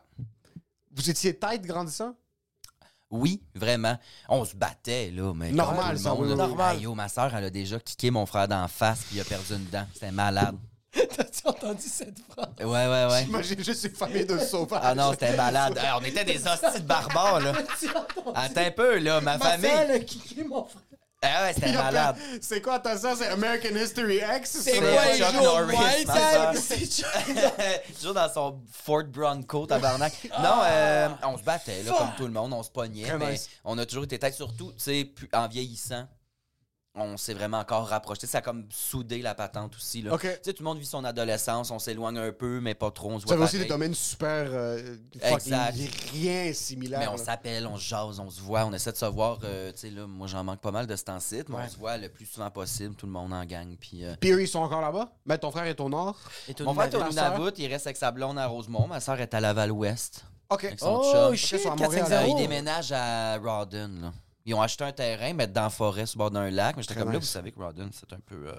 Vous étiez tête grandissant? Oui, vraiment. On se battait, là, mais. comme Normal, tout ça, le monde, oui, là. oui. Normal. Hey, yo, ma soeur, elle a déjà kické mon frère d'en face, puis il a perdu une dent. C'était malade. T'as-tu entendu cette phrase? Ouais, ouais, ouais. J'imagine juste une famille [laughs] de sauvages. Ah non, c'était malade. Hey, on était des hosties de barbares, [laughs] là. T'as-tu entendu? Attends un peu, là, ma Ma sœur, famille. elle a kické mon frère. Ah ouais, c'était Il y a malade. plein- C'est quoi ta sœur? C'est American History X? C'est C'est quoi les Chuck jours Norris, white ma tag? sœur. C'est Chuck- [laughs] Toujours dans son Ford Bronco, tabarnak. Ah! Non, euh, on se battait, là, comme tout le monde. On se pognait, Très mais nice. on a toujours été tête. Surtout, tu sais, pu- en vieillissant, on s'est vraiment encore rapprochés. Ça a comme soudé la patente aussi, là. Ok. Tu sais, tout le monde vit son adolescence. On s'éloigne un peu, mais pas trop. On se Vous voit avez aussi des pareil. domaines super. euh, Exact. fucking rien similaire. Mais on là. s'appelle, on se jase, on se voit, on essaie de se voir. euh, tu sais, là, moi, j'en manque pas mal de ce temps-ci, mais Ouais. on se voit le plus souvent possible, tout le monde en gang. Puis, euh, Puis eux, ils sont encore là-bas. Mais ton frère est au nord. mon frère est au ta sœur? Nunavut, il reste avec sa blonde à Rosemont, ma soeur est à Laval-Ouest. Ok. Avec son Oh chum. shit, sont à Montréal. 4-5-0. Euh, ils déménagent à Rawdon, là. Ils ont acheté un terrain, mais dans la forêt, sur le bord d'un lac. Mais j'étais Très comme là, nice. vous savez que Rawdon, c'est un peu euh,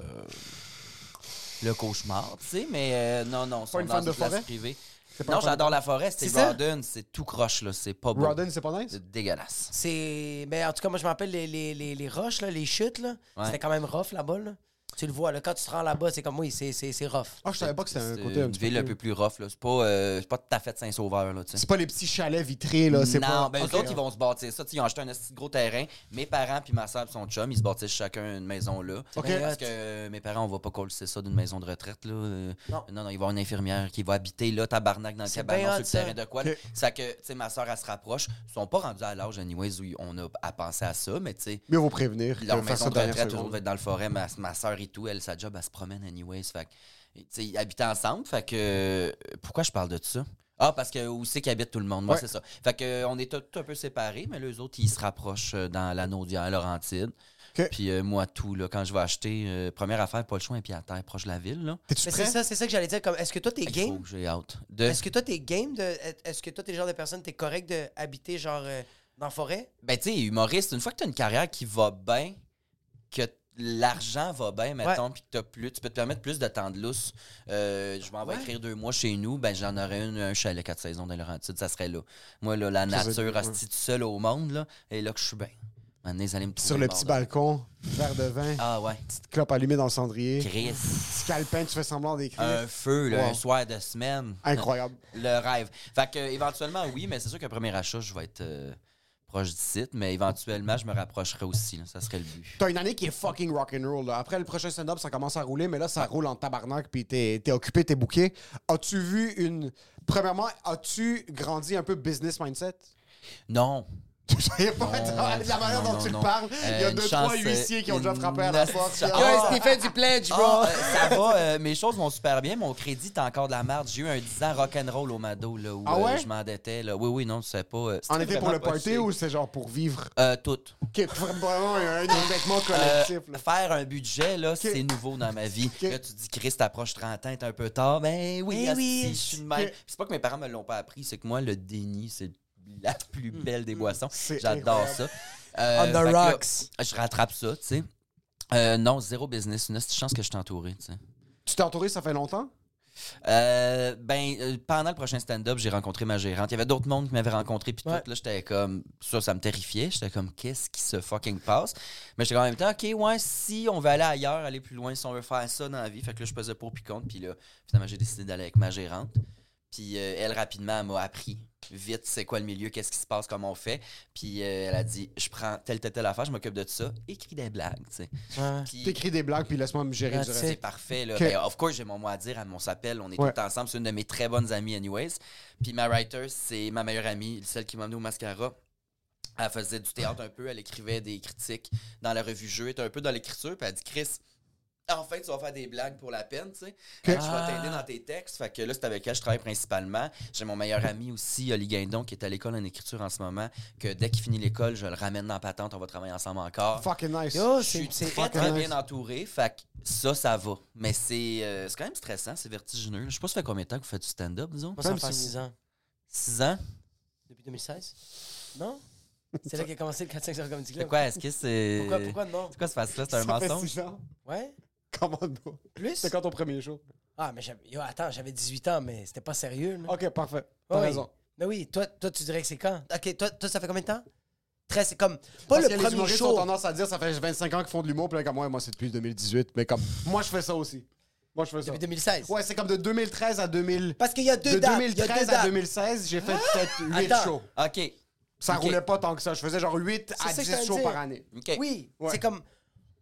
le cauchemar, tu sais. Mais euh, non, non, c'est une fan de forêt? privée. pas Non, un fan de j'adore la forêt. C'est C'est ça? Rawdon, c'est tout croche, là. C'est pas beau. Rodden, c'est pas nice? C'est dégueulasse. C'est. Mais en tout cas, moi, je m'appelle les, les, les, les roches, là, les chutes. là. Ouais. C'était quand même rough là-bas. Là. Tu le vois, là, quand tu te rends là-bas, c'est comme oui, c'est- c'est c'est rough. Ah, je savais pas que c'était un C'est côté un une petit ville un plus- peu plus rough. là. C'est pas, euh, c'est pas tout à fait de Saint-Sauveur. Là, tu sais. C'est pas les petits chalets vitrés, là. C'est non, pas... ben, Ok. hein. eux autres, ils vont se bâtir ça. Tu sais, Ils ont acheté un esti de gros terrain. Mes parents puis ma soeur et son chum, ils se bâtissent chacun une maison là. Ok. Parce que euh, mes parents, on va pas c'est ça d'une maison de retraite. Là. Euh, Non. non. non, il va y avoir une infirmière qui va habiter là, tabarnak, dans le C'est cabanon, bien sur hot, le ça. terrain de quoi. là. Ok. Ça que, tu sais, ma soeur, elle se rapproche. Ils sont pas rendus à l'âge, anyways, où on a à penser à ça, mais tu sais. Mieux vous prévenir. que Leur faire ça maison de dernière retraite, seconde. toujours va être dans le forêt. Ma, ma soeur et tout, elle, sa job, elle se promène anyways. Fait que, tu sais, ils habitent ensemble. Fait que, euh, pourquoi je parle de ça? Ah, parce que où c'est qu'habite tout le monde? Moi, Ouais. c'est ça. Fait que, euh, on est tout, tout un peu séparés, mais les autres, ils se rapprochent euh, dans l'anneau d'hier, Laurentide. OK. Puis euh, moi, tout, là, quand je vais acheter, euh, première affaire, pas le choix, un pied à terre, proche de la ville, là. T'es-tu Mais c'est prêt? ça, c'est ça que j'allais dire. Comme, est-ce que toi, t'es Il faut game? que j'ai hâte. De... Est-ce que toi, t'es game de. Est-ce que toi, t'es le genre de personne, t'es correct de habiter genre euh, dans la forêt? Ben, tu sais, humoriste, une fois que tu as une carrière qui va bien, que t- l'argent va bien, mettons, puis que t'as plus, tu peux te permettre plus de temps de lousse. Euh, je m'en vais écrire deux mois chez nous, ben j'en aurais une, un chalet quatre saisons dans Laurentide, ça serait là. Moi, là, la Ça, c'est- nature, ouais. hostie, tout seul au monde, là, et là que je suis bien. Maintenant, ils allaient me Sur trouver le mort petit de- balcon, verre de vin, Ah ouais, petite clope allumée dans le cendrier, Chris. petit calepin, tu fais semblant d'écrire. Un feu, là, un Wow. soir de semaine. Incroyable. Le rêve. Fait que, euh, éventuellement, oui, mais c'est sûr qu'un premier achat, je vais être euh, proche du site, mais éventuellement, je me rapprocherai aussi. là. Ça serait le but. T'as une année qui est fucking rock'n'roll. là. Après le prochain stand-up, ça commence à rouler, mais là, ça roule en tabarnak, puis t'es t'es occupé, t'es booké. As-tu vu une. Premièrement, as-tu grandi un peu business mindset? [laughs] Non. Je sais pas, de la manière non, dont non, tu le non. parles, il y Euh, a une deux, chance, trois huissiers qui ont déjà une frappé à la porte. chance. Ah, Yo, Ah. Stéphane du pledge, bro. Ah, euh, ça va, euh, mes choses vont super bien. Mon crédit est encore de la merde. J'ai eu un 10 ans rock'n'roll au Mado là, où Ah euh, ouais? je m'endettais. là. Oui, oui, non, c'est pas. euh, En c'était effet, pour vraiment le pas party chic. ou c'est genre pour vivre? Euh, tout. Ok, vraiment, il y a un endettement Euh, collectif. là. faire un budget, là, c'est nouveau dans ma vie. Ok. Là, tu te dis, Chris, t'approches 30 ans, t'es un peu tard. Ben oui, Eh oui, asti, je suis de même. ok. Puis C'est pas que mes parents me l'ont pas appris, c'est que moi, le déni, c'est la plus belle des boissons. Hmm. C'est J'adore incroyable. ça. Euh, On the fait que là, rocks. je rattrape ça, tu sais. Euh, non, zéro business. Une petite chance que je suis entouré, tu sais. Tu t'es entouré, ça fait longtemps? Euh, ben, euh, pendant le prochain stand-up, j'ai rencontré ma gérante. Il y avait d'autres mondes qui m'avaient rencontré, puis Ouais. tout, là, j'étais comme... Ça, ça me terrifiait. J'étais comme, qu'est-ce qui se fucking passe? Mais j'étais comme, en même temps, OK, ouais, si on veut aller ailleurs, aller plus loin, si on veut faire ça dans la vie, fait que là, je pesais pour puis contre, puis là, finalement, j'ai décidé d'aller avec ma gérante. Puis euh, elle, rapidement, elle m'a appris vite c'est quoi le milieu, qu'est-ce qui se passe, comment on fait. Puis euh, elle a dit, je prends telle, telle, telle affaire, je m'occupe de ça, écris des blagues, tu sais. Ouais. Puis- T'écris des blagues, puis laisse-moi me gérer du That's reste. c'est parfait. Là. Ok. Ben, of course, j'ai mon mot à dire. Elle m'en s'appelle. On est Ouais. tous ensemble. C'est une de mes très bonnes amies, anyways. Puis ma writer, c'est ma meilleure amie, celle qui m'a amené au mascara. Elle faisait du théâtre un peu. Elle écrivait des critiques dans la revue Jeu. Elle était un peu dans l'écriture. Puis elle dit Chris, enfin, tu vas faire des blagues pour la peine. tu sais. Elle dit, Je vais t'aider dans tes textes. Fait que là, c'est avec elle que je travaille principalement. J'ai mon meilleur ami aussi, Oli Guindon, qui est à l'école en écriture en ce moment. Que dès qu'il finit l'école, je le ramène dans patente. On va travailler ensemble encore. Fucking nice. Yo, Je c'est suis Ah, c'est- très, fucking très nice. bien entouré. Fait que ça, ça va. Mais c'est euh, c'est quand même stressant, c'est vertigineux. Je sais pas, ça fait combien de temps que vous faites du stand-up, disons? Moi, ça Même me fait si vous- 6 ans. 6 ans? Depuis 2016? [laughs] Non? C'est là qu'a commencé le 4-5 heures Comedy C'est Club. quoi? Est-ce que c'est. Pourquoi, pourquoi non? C'est quoi ce face-là? C'est un Ça fait mensonge? six ans. Ouais? Comment donc? Plus? C'était quand ton premier show? Ah, mais j'avais- yo, attends, j'avais 18 ans, mais c'était pas sérieux. là. Ok, parfait. T'as Oui. raison. Mais oui, toi, toi, tu dirais que c'est quand? OK, toi, toi ça fait combien de temps? 13, c'est comme... Pas Parce le que les premier humoristes ont show. tendance à dire ça fait 25 ans qu'ils font de l'humour, puis là, comme ouais, moi c'est depuis 2018, mais comme moi je fais ça aussi. Moi je fais ça. Depuis 2016. Ouais, c'est comme de 2013 à 2000. Parce qu'il y a deux De dates. il y a 2013 deux à dates. Ah! 2016, j'ai fait peut-être 8 Attends. shows. Ok. Ça Ok. roulait pas tant que ça. Je faisais genre 8 ça à que je 10 t'allais shows dire. par année. ok. Oui, Ouais. c'est comme...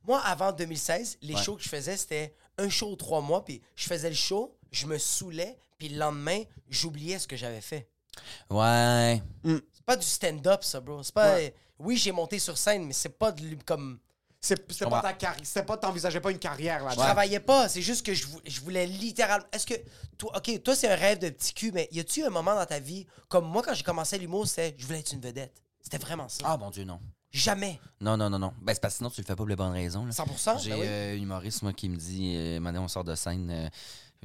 Moi, avant 2016, les Ouais. shows que je faisais, c'était un show aux trois mois, puis je faisais le show, je me saoulais, puis le lendemain, j'oubliais ce que j'avais fait. Ouais. C'est pas du stand-up, ça, bro. C'est pas... euh, Oui, j'ai monté sur scène, mais c'est pas de, l'hu- comme... C'est- C'était pas comprends. ta carrière. C'était pas, t'envisageais pas une carrière Je là-dedans. travaillais pas, c'est juste que je, vou- je voulais littéralement. Est-ce que. Toi, OK, toi, c'est un rêve de petit cul, mais y a-tu un moment dans ta vie, comme moi, quand j'ai commencé l'humour, c'est je voulais être une vedette. C'était vraiment ça. Ah, mon Dieu, non. Jamais. Non, non, non, non. Ben, c'est parce que sinon, tu le fais pas pour les bonnes raisons. là. 100 J'ai ben oui. euh, un humoriste, moi, qui me dit euh, Maintenant, on sort de scène. euh,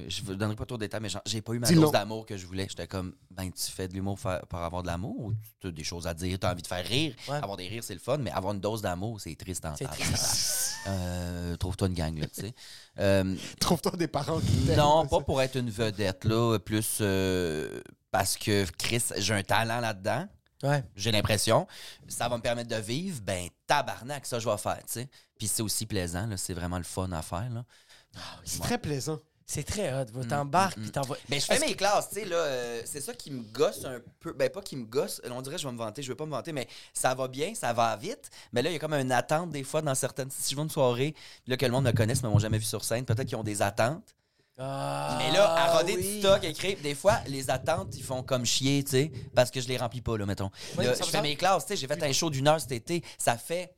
je vous donnerai pas trop de détails, mais genre, j'ai pas eu ma Dis-le. dose d'amour que je voulais. J'étais comme Ben, tu fais de l'humour fa- pour avoir de l'amour ou tu as des choses à dire, tu as envie de faire rire. Ouais. Avoir des rires, c'est le fun, mais avoir une dose d'amour, c'est triste en C'est tabarnak. triste. Euh, Trouve-toi une gang, là, tu sais. Euh, [laughs] [laughs] Trouve-toi des parents qui t'aiment. non, pas pour être une vedette, là, plus euh, parce que Chris, j'ai un talent là-dedans Ouais. j'ai l'impression, ça va me permettre de vivre, ben tabarnak, ça je vais faire, tu sais. Puis c'est aussi plaisant, là, c'est vraiment le fun à faire, là. C'est Ouais. très plaisant. C'est très hot, Mm, bro. T'embarques, puis t'envoies. Ben, je fais mes classes, tu sais, là, euh, c'est ça qui me gosse un peu. Ben, pas qui me gosse, on dirait que je vais me vanter, je veux pas me vanter, mais ça va bien, ça va vite. Mais là, il y a comme une attente des fois dans certaines. Si je vais à une soirée, là, que le monde me connaisse, mais m'ont jamais vu sur scène, peut-être qu'ils ont des attentes. Ah, Mais là, à roder oui. du stock, écrire, des fois, les attentes, ils font comme chier, tu sais, parce que je les remplis pas, là, mettons. Oui, Là, ça je me fais semble. mes classes, tu sais, j'ai fait un show d'une heure cet été, ça fait.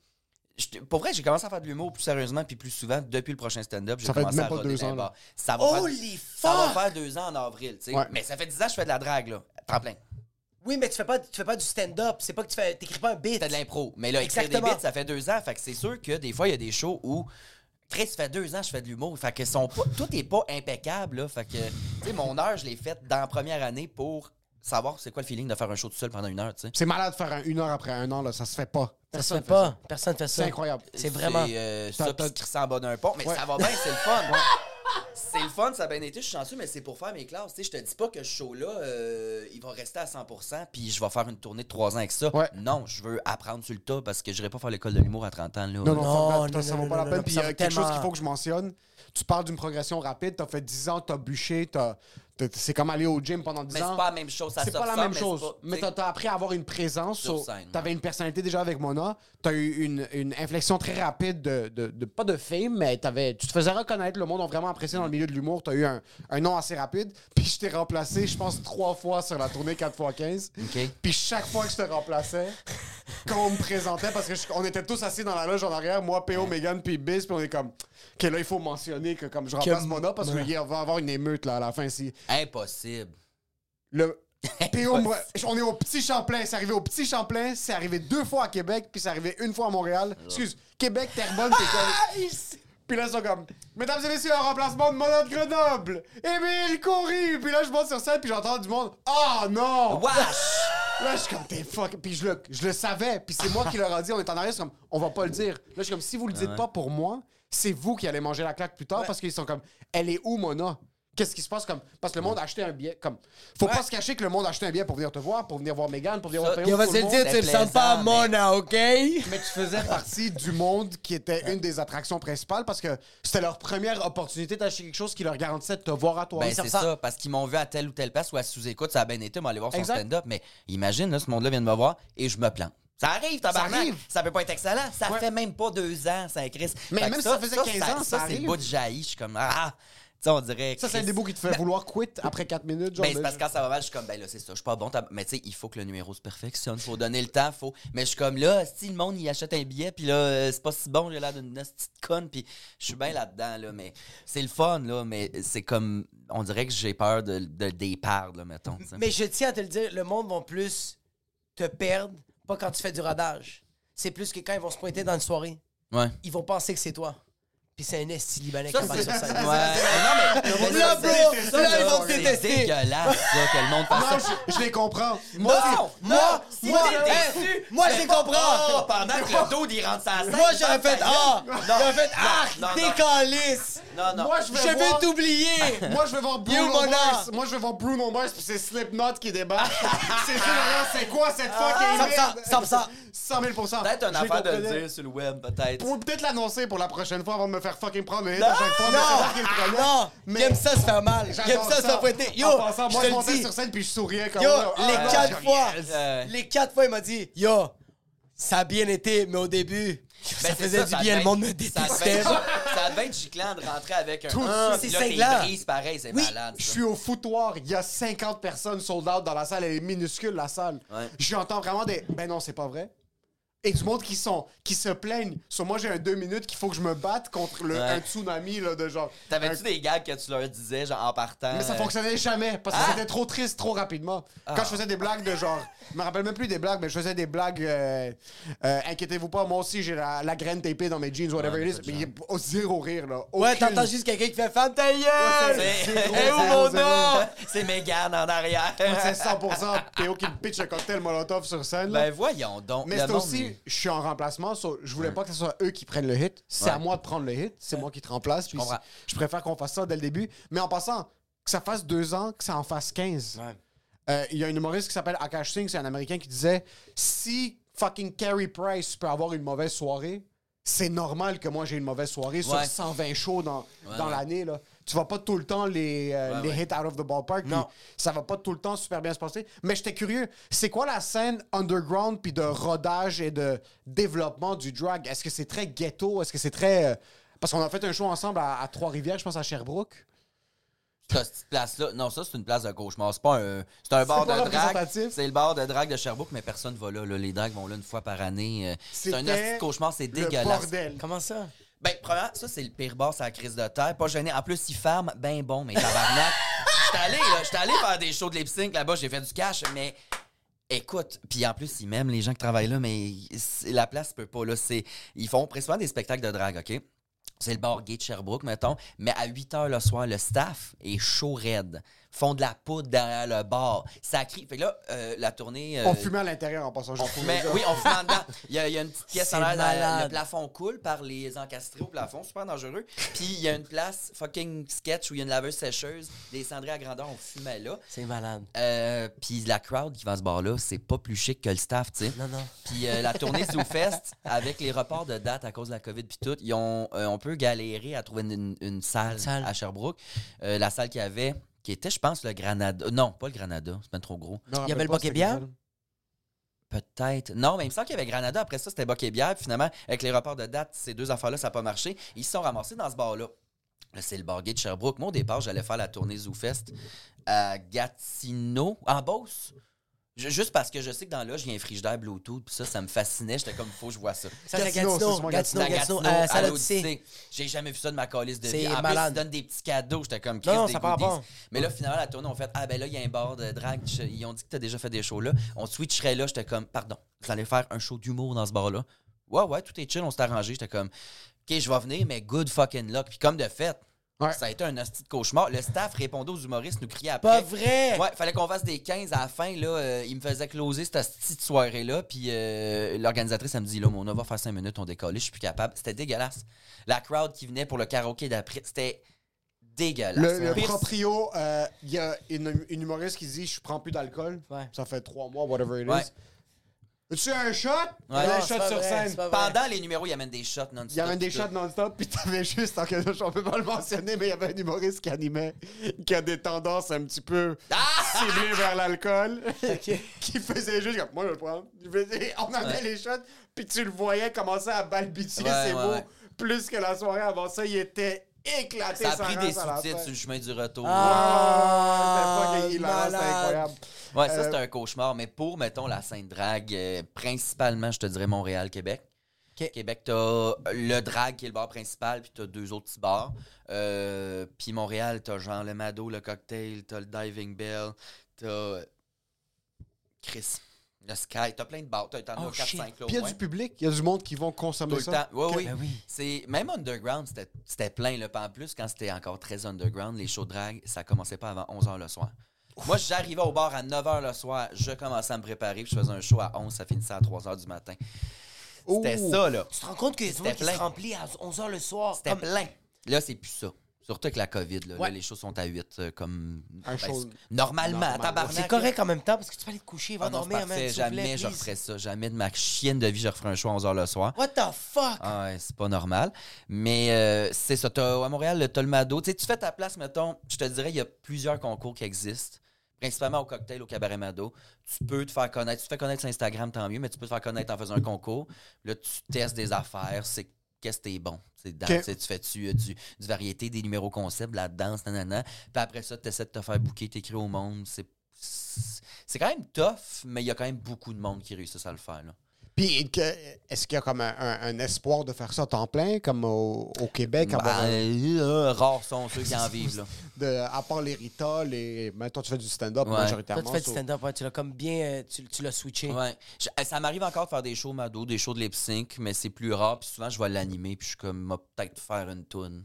je- Pour vrai, j'ai commencé à faire de l'humour plus sérieusement puis plus souvent depuis le prochain stand-up. J'ai Ça fait commencé même à pas roder deux dans les ans, bars. Ça va, Holy faire, ça va fuck! faire deux ans en avril, tu sais. Ouais. Mais ça fait dix ans que je fais de la drague, là. Temps plein. Oui, mais tu fais pas, tu fais pas du stand-up. C'est pas que tu fais. T'écris pas un beat. C'était de l'impro. Mais là, écrire Exactement. des bits, ça fait deux ans. Fait que c'est sûr que des fois, il y a des shows où. Chris, ça fait deux ans que je fais de l'humour. Fait que sont pas- tout est pas impeccable. Là. Fait que, tu sais, mon heure, je l'ai faite dans la première année pour savoir c'est quoi le feeling de faire un show tout seul pendant une heure, tu sais. C'est malade de faire un- une heure après un an, là. Ça se fait pas. Ça se fait pas. Personne fait ça. C'est incroyable. C'est vraiment. C'est euh, T'as- ça, t'as- puis se crisser en bas d'un pont. Mais Ouais. ça va bien, c'est le fun. C'est le fun, ça a bien été, je suis chanceux, mais c'est pour faire mes classes. Tu sais, je te dis pas que ce show-là, euh, il va rester à 100%, puis je vais faire une tournée de trois ans avec ça. Ouais. Non, je veux apprendre sur le tas parce que je pas faire l'école de l'humour à 30 ans. Là. Non, non, Non, fuck that, non, putain, ça non, vaut non, pas non, la peine. non, Puis il ça y a vaut quelque chose tellement- qu'il faut que je mentionne. Tu parles d'une progression rapide. T'as fait 10 ans, t'as bûché, t'as T'es- C'est comme aller au gym pendant 10 Mais ans. c'est pas la même chose, ça C'est se pas la ressemble, même mais chose. c'est pas- Mais t'sais- t'as t'as appris à avoir une présence. Sur so- scène, T'avais ouais. une personnalité déjà avec Mona. T'as eu une, une inflexion très rapide de, de- de- pas de film, mais t'avais, tu te faisais reconnaître. Le monde a vraiment apprécié dans le milieu de l'humour. T'as eu un, un nom assez rapide. Puis je t'ai remplacé, je pense, trois fois sur la tournée 4x15. OK. Puis chaque fois que je te remplaçais, quand on me présentait, parce que je- on était tous assis dans la loge en arrière, moi, PO, Megan, puis Biz, puis on est comme, que là, il faut mentionner que comme je remplace Mona parce qu'il va y avoir une émeute là, à la fin. Si, Impossible. le PO, moi, on est au Petit Champlain. C'est arrivé au Petit Champlain. C'est arrivé deux fois à Québec, puis c'est arrivé une fois à Montréal. Excuse, Québec, Terrebonne, t'es comme... Puis là, ils sont comme... Mesdames et messieurs, en remplacement de Mona de Grenoble, Émile Coury! Puis là, je monte sur scène, puis j'entends du monde... Ah non! Wesh! Là, je suis comme, t'es fuck. Puis je le, je le savais. Puis c'est moi qui leur ai dit, on est en arrière, c'est comme, on va pas le dire. Là, je suis comme, si vous le dites pas pour moi, c'est vous qui allez manger la claque plus tard parce qu'ils sont comme, elle est où, Mona? Qu'est-ce qui se passe? comme Parce que le monde a acheté un billet. comme Faut pas se cacher que le monde a acheté un billet pour venir te voir, pour venir voir Megan, pour venir Ça, voir Théo, Et on va tout se le monde. dire, tu le sens pas à hein, Mona, OK? Mais tu faisais partie du monde qui était une des attractions principales parce que c'était leur première opportunité d'acheter quelque chose qui leur garantissait de te voir à toi. Ben, c'est ça, parce qu'ils m'ont vu à telle ou telle place ou à sous-écoute, ça a bien été, on va aller voir son Exact. stand-up. Mais imagine, là, ce monde-là vient de me voir et je me plante. Ça arrive, tabarnak. Ça, arrive. peut pas être excellent. Ça Ouais. fait même pas deux ans, ça, Chris. Mais Fait que même si ça faisait 15 ans, ça c'est arrive. le bout de jaillit. Je suis comme, ah, tu sais, on dirait. Ça, c'est un Chris, débout qui te fait vouloir quitter après 4 minutes. Genre, Ben, c'est mais parce je- que quand ça va mal, je suis comme, ben là, c'est ça, je suis pas bon. t'as- Mais tu sais, il faut que le numéro se perfectionne, faut donner le temps, faut. Mais je suis comme, là, si le monde, il achète un billet, puis là, euh, c'est pas si bon, j'ai l'air d'une petite conne, puis je suis bien là-dedans, là. Mais c'est le fun, là, mais c'est comme, on dirait que j'ai peur de, de des pertes, là, mettons. tu sais. Mais je tiens à te le dire, le monde va plus te perdre, pas quand tu fais du rodage. C'est plus que quand ils vont se pointer dans une soirée. Ouais. Ils vont penser que c'est toi. Puis c'est un esti libanais Ça, qui parle c'est sur ça. scène. Ouais. Mais non, mais. Là, c'est- bro, c'est- là, ils vont c'est détester. dégueulasse, ça, que le monde Non, passe ça. je, je les comprends. Moi, non, moi, moi, hein, hey, moi, je les comprends. oh, pendant que le dos, il rentre sa scène. Moi, il j'aurais parle fait sa Ah! gueule. J'aurais fait Ah! non, non. T'es calice! Non, non. Moi, je vais Je voir- veux t'oublier! Moi, je vais voir You, Bruno Mona. Mars. Moi, je vais voir Bruno Mars, puis c'est Slipknot [laughs] qui débarque. c'est juste, genre, c'est quoi cette Ah. Ah, ça me fucking sent- merde? ça me sent. 100 000 Peut-être un Je les affaire de comprenais. le dire sur le web, peut-être. Ou peut-être l'annoncer pour la prochaine fois avant de me faire fucking prendre le hit à chaque fois. mais c'est moi qui le prenais. Non! Mais- J'aime ça se faire mal! J'aime J'adore ça se faire pointer! Yo! En passant, Je moi, te je le montais dis! sur scène, puis je souriais comme... Yo! Ah, Les ah, quatre je- fois! Euh, Les quatre fois, il m'a dit Yo! Ça a bien été, mais au début, ça ben, c'est faisait du bien, devait le monde me être- ça devait détestait. être- Ça devait être giclant de rentrer avec un. Tout un, ça, puis c'est là, t'es cinglant. prise pareil, c'est Oui, malade. Je ça. suis au foutoir, il y a 50 personnes sold out dans la salle, elle est minuscule la salle. Ouais. J'entends vraiment des ben non, c'est pas vrai. Et du monde qui sont qui se plaignent. Sur moi j'ai un deux minutes qu'il faut que je me batte contre le Ouais. un tsunami là, de genre. T'avais-tu un- des gags que tu leur disais, genre en partant? Mais ça euh, fonctionnait jamais parce que Ah! c'était trop triste trop rapidement. Quand je faisais des blagues de genre, je me rappelle même plus des blagues, mais je faisais des blagues. euh, euh, Inquiétez-vous pas, moi aussi j'ai la, la graine tapée dans mes jeans, whatever it is. Mais il y a au zéro rire là. Ouais, Aucune- t'entends juste quelqu'un qui fait Femme ta gueule! [laughs] C'est Zéro, Eh, où zéro, mon zéro. nom? C'est Mégane en arrière. [laughs] [laughs] C'est 100% Théo qui me pitch un cocktail Molotov sur scène. là. Ben voyons donc. Mais le c'est monde, aussi, il- je suis en remplacement, so je voulais pas que ce soit eux qui prennent le hit. C'est Ouais. à moi de prendre le hit, c'est moi qui te remplace. puis comprends. si- je préfère qu'on fasse ça dès le début. Mais en passant, que ça fasse deux ans, que ça en fasse 15. Ouais. Euh, Il y a un humoriste qui s'appelle Akash Singh, c'est un Américain qui disait si fucking Carrie Price peut avoir une mauvaise soirée, c'est normal que moi j'ai une mauvaise soirée sur Ouais. 120 shows dans, dans ouais. l'année. là. Tu vas pas tout le temps les, euh, Ouais, les ouais. hit out of the ballpark. puis Non. Ça va pas tout le temps super bien se passer. Mais j'étais curieux, c'est quoi la scène underground puis de rodage et de développement du drag? Est-ce que c'est très ghetto? Est-ce que c'est très... euh, Parce qu'on a fait un show ensemble à, à Trois-Rivières, je pense à Sherbrooke. T'as cette place-là. Non, ça, c'est une place de cauchemar. C'est pas un. C'est un bar pas de drague. représentatif. C'est le bar de drague de Sherbrooke, mais personne va là. là. Les dragues vont là une fois par année. euh, C'est un C'était hostie de cauchemar, c'est Le dégueulasse. bordel. Comment ça? Ben, premièrement, ça, c'est le pire bar, c'est la crise de terre. Pas gêné. En plus, ils ferment, ben bon, mais tabarnak. J'étais allé, là. J'étais allé faire des shows de lip sync là-bas, j'ai fait du cash, mais. Écoute, puis en plus, ils m'aiment, les gens qui travaillent là, mais c'est- la place peut pas, là. C'est, ils font principalement des spectacles de drague, OK? C'est le bar gay de Sherbrooke, mettons. Mais à 8 h le soir, le staff est chaud raide. Font de la poudre derrière le bar. Ça crie. Fait que là, euh, la tournée. euh, On fumait à l'intérieur en passant. je on trouve, fumait- déjà. oui, on fumait en dedans. Il y, a, il y a une petite pièce en C'est l'air. dans- malade. Le plafond coule par les encastrés au plafond, super dangereux. Puis il y a une place fucking sketch où il y a une laveuse sécheuse, des cendriers à grandeur, on fumait là. C'est malade. Euh, puis la crowd qui va à ce bar-là, c'est pas plus chic que le staff, tu sais. Non, non. Puis euh, la tournée Zoofest, avec les reports de date à cause de la COVID puis tout, ils ont, euh, on peut galérer à trouver une, une- une salle, Une salle. à Sherbrooke. Euh, la salle qu'il y avait, qui qui était, je pense, le Granada. Non, pas le Granada, c'est bien trop gros. Je Il me y avait rappelle le pas c'était Boquet-Bière? quel. Peut-être. Non, mais il me semble qu'il y avait Granada. Après ça, c'était Boc et Bière. Puis finalement, avec les reports de date, ces deux affaires-là, ça n'a pas marché. Ils se sont ramassés dans ce bar-là. Là, c'est le bar gay de Sherbrooke. Moi, au départ, j'allais faire la tournée ZooFest à Gatineau, en Beauce. Je- juste parce que je sais que dans là, j'ai un frigidaire Bluetooth. Puis ça, ça me fascinait. J'étais comme, il faut que je vois ça. Ça, c'est Gatineau, Gatineau. c'est moi, Gatineau, Dans Gatineau. Gatineau, euh, à Ça, l'Odyssée. l'Odyssée. J'ai jamais vu ça de ma calice de C'est vie. En plus, malade. ils donnent des petits cadeaux. J'étais comme, Non, Christ, non, des ça part goodies. pas. Mais là, finalement, la tournée, on fait, ah ben là, il y a un bar de drague. Ils ont dit que t'as déjà fait des shows là. On switcherait là. J'étais comme, pardon, vous allez faire un show d'humour dans ce bar-là. Ouais, ouais, tout est chill, on s'est arrangé. J'étais comme, OK, je vais venir, mais good fucking luck. Puis comme de fait, Ouais. ça a été un hostie de cauchemar. Le staff répondait aux humoristes, nous criait après. Pas vrai! Ouais, fallait qu'on fasse des 15 à la fin. Là, euh, il me faisait closer cette petite soirée-là. Puis euh, l'organisatrice, elle me dit là, on va faire 5 minutes, on décolle, je suis plus capable. C'était dégueulasse. La crowd qui venait pour le karaoké d'après, c'était dégueulasse. Le, le Pire- proprio, euh, il y a une, une humoriste qui dit Je prends plus d'alcool. Ouais. Ça fait trois mois, whatever it Ouais. is. Tu un shot Ouais. Il y avait Non, un c'est shot pas sur vrai, scène. c'est pas vrai. Pendant les numéros, il amène des shots non-stop. Il y avait des tout. shots non-stop, puis t'avais juste, en quelque sorte, je peux pas le mentionner, mais il y avait un humoriste qui animait, qui a des tendances un petit peu Ah! ciblées vers [laughs] l'alcool, qui faisait juste comme, moi je vais le prendre. Il faisait- on amenait Ouais. les shots, puis tu le voyais commencer à balbutier Ouais, ses ouais, mots, ouais. plus que la soirée avant ça, il était éclaté. Ça a sans pris des race à la sous-titres fin. sur le chemin du retour. Ah, Ouais, c'était fucking hilarant, c'était malade. incroyable. Ouais, ça, Euh, c'était un cauchemar. Mais pour, mettons, la scène drague, euh, principalement, je te dirais Montréal, Québec. Ok. Québec, t'as le drag qui est le bar principal, puis t'as deux autres petits bars. Euh, puis Montréal, t'as genre le Mado, le Cocktail, t'as le Diving Bell, t'as Chris, le Sky, t'as plein de bars. T'as, t'en as Oh, shit. 4-5 là. Puis il y a ouais. du public, il y a du monde qui vont Tout consommer le ça. temps. Ouais, Ok. oui. Ben C'est, même underground, c'était, c'était plein. Là. Puis En plus, quand c'était encore très underground, les shows de drag, ça commençait pas avant 11h le soir. Moi, j'arrivais au bar à 9h le soir, je commençais à me préparer, puis je faisais un show à 11, ça finissait à 3h du matin. C'était Ouh. ça, là. Tu te rends compte que les tournois C'était qui se plein. remplit à 11h le soir. C'était comme- plein. Là, c'est plus ça. Surtout avec la COVID, là, Là, Ouais. les choses sont à 8, euh, comme... Un show- c'est- Normalement, à Normal. tabarnak. C'est là. correct en même temps parce que tu peux aller te coucher, Ah va non, c'est dormir, parfait. man. s'il vous plaît, Jamais je please. referais ça. Jamais de ma chienne de vie, je referais un show à 11h le soir. What the fuck? Ah ouais, c'est pas normal. Mais euh, c'est ça. T'as- à Montréal, le Tolmado. Tu sais, tu fais ta place, mettons, je te dirais, il y a plusieurs concours qui existent. Principalement au cocktail, au cabaret Mado. Tu peux te faire connaître. Tu te fais connaître sur Instagram, tant mieux, mais tu peux te faire connaître en faisant un concours. Là, tu testes des affaires. C'est qu'est-ce que t'es bon. C'est dans- Ok. tu sais, Tu fais-tu euh, du, du variété, des numéros concepts, de la danse, nanana. Puis après ça, tu essaies de te faire bouquer, t'écris au monde. C'est c'est quand même tough, mais il y a quand même beaucoup de monde qui réussissent à le faire. Là. Puis que- est-ce qu'il y a comme un, un- un espoir de faire ça à temps plein, comme au, au Québec, à, Bah, part, euh, euh, rares sont ceux qui en vivent. Là. de- à part les Rita, les. Mais toi, tu fais du stand-up Ouais. Toi, majoritairement. tu fais du so- stand-up, ouais, tu l'as comme bien. euh, Tu, tu l'as switché. Ouais. Je- euh, ça m'arrive encore de faire des shows Mado, des shows de lip sync, mais c'est plus rare. Puis souvent, je vais l'animer, puis je suis comme, m'a peut-être faire une tune.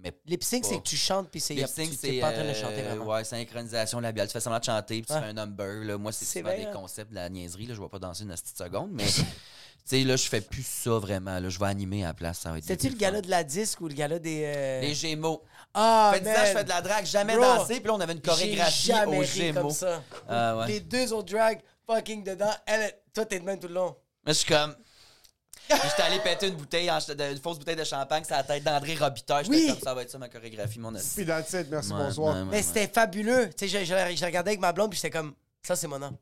Mais Lip sync, c'est Pas. que tu chantes, puis c'est. lip tu- sync, t'es c'est. pas en train de le euh, chanter vraiment. ouais, synchronisation labiale. Tu fais semblant de chanter, puis tu Ouais. fais un number. Là. Moi, c'est C'est souvent vrai, des hein. concepts de la niaiserie. Là. Je vais pas danser une petite seconde, mais. [laughs] tu sais, là, je fais plus ça vraiment. Là. Je vais animer à la place. Ça va être C'était-tu bien le plus gala fun. de la disque ou le gala des. euh, Les Gémeaux. Ah, fait 10 ans, man. je fais de la drague, jamais Bro, dansé, puis là, on avait une chorégraphie J'ai jamais aux ri comme Gémeaux. ça. Ah, ouais. Les deux autres drag fucking dedans. Elle, elle- toi, t'es de même tout le long. Moi, je suis comme. Puis J'étais allé péter une bouteille, en- de- une fausse bouteille de champagne, c'est la tête d'André Robitaille. J'étais Oui. comme ça va être ça ma chorégraphie, mon Puis that's it, merci, bonsoir. Mais c'était fabuleux. Tu sais, je, je- je regardais avec ma blonde, puis j'étais comme, ça, c'est mon nom.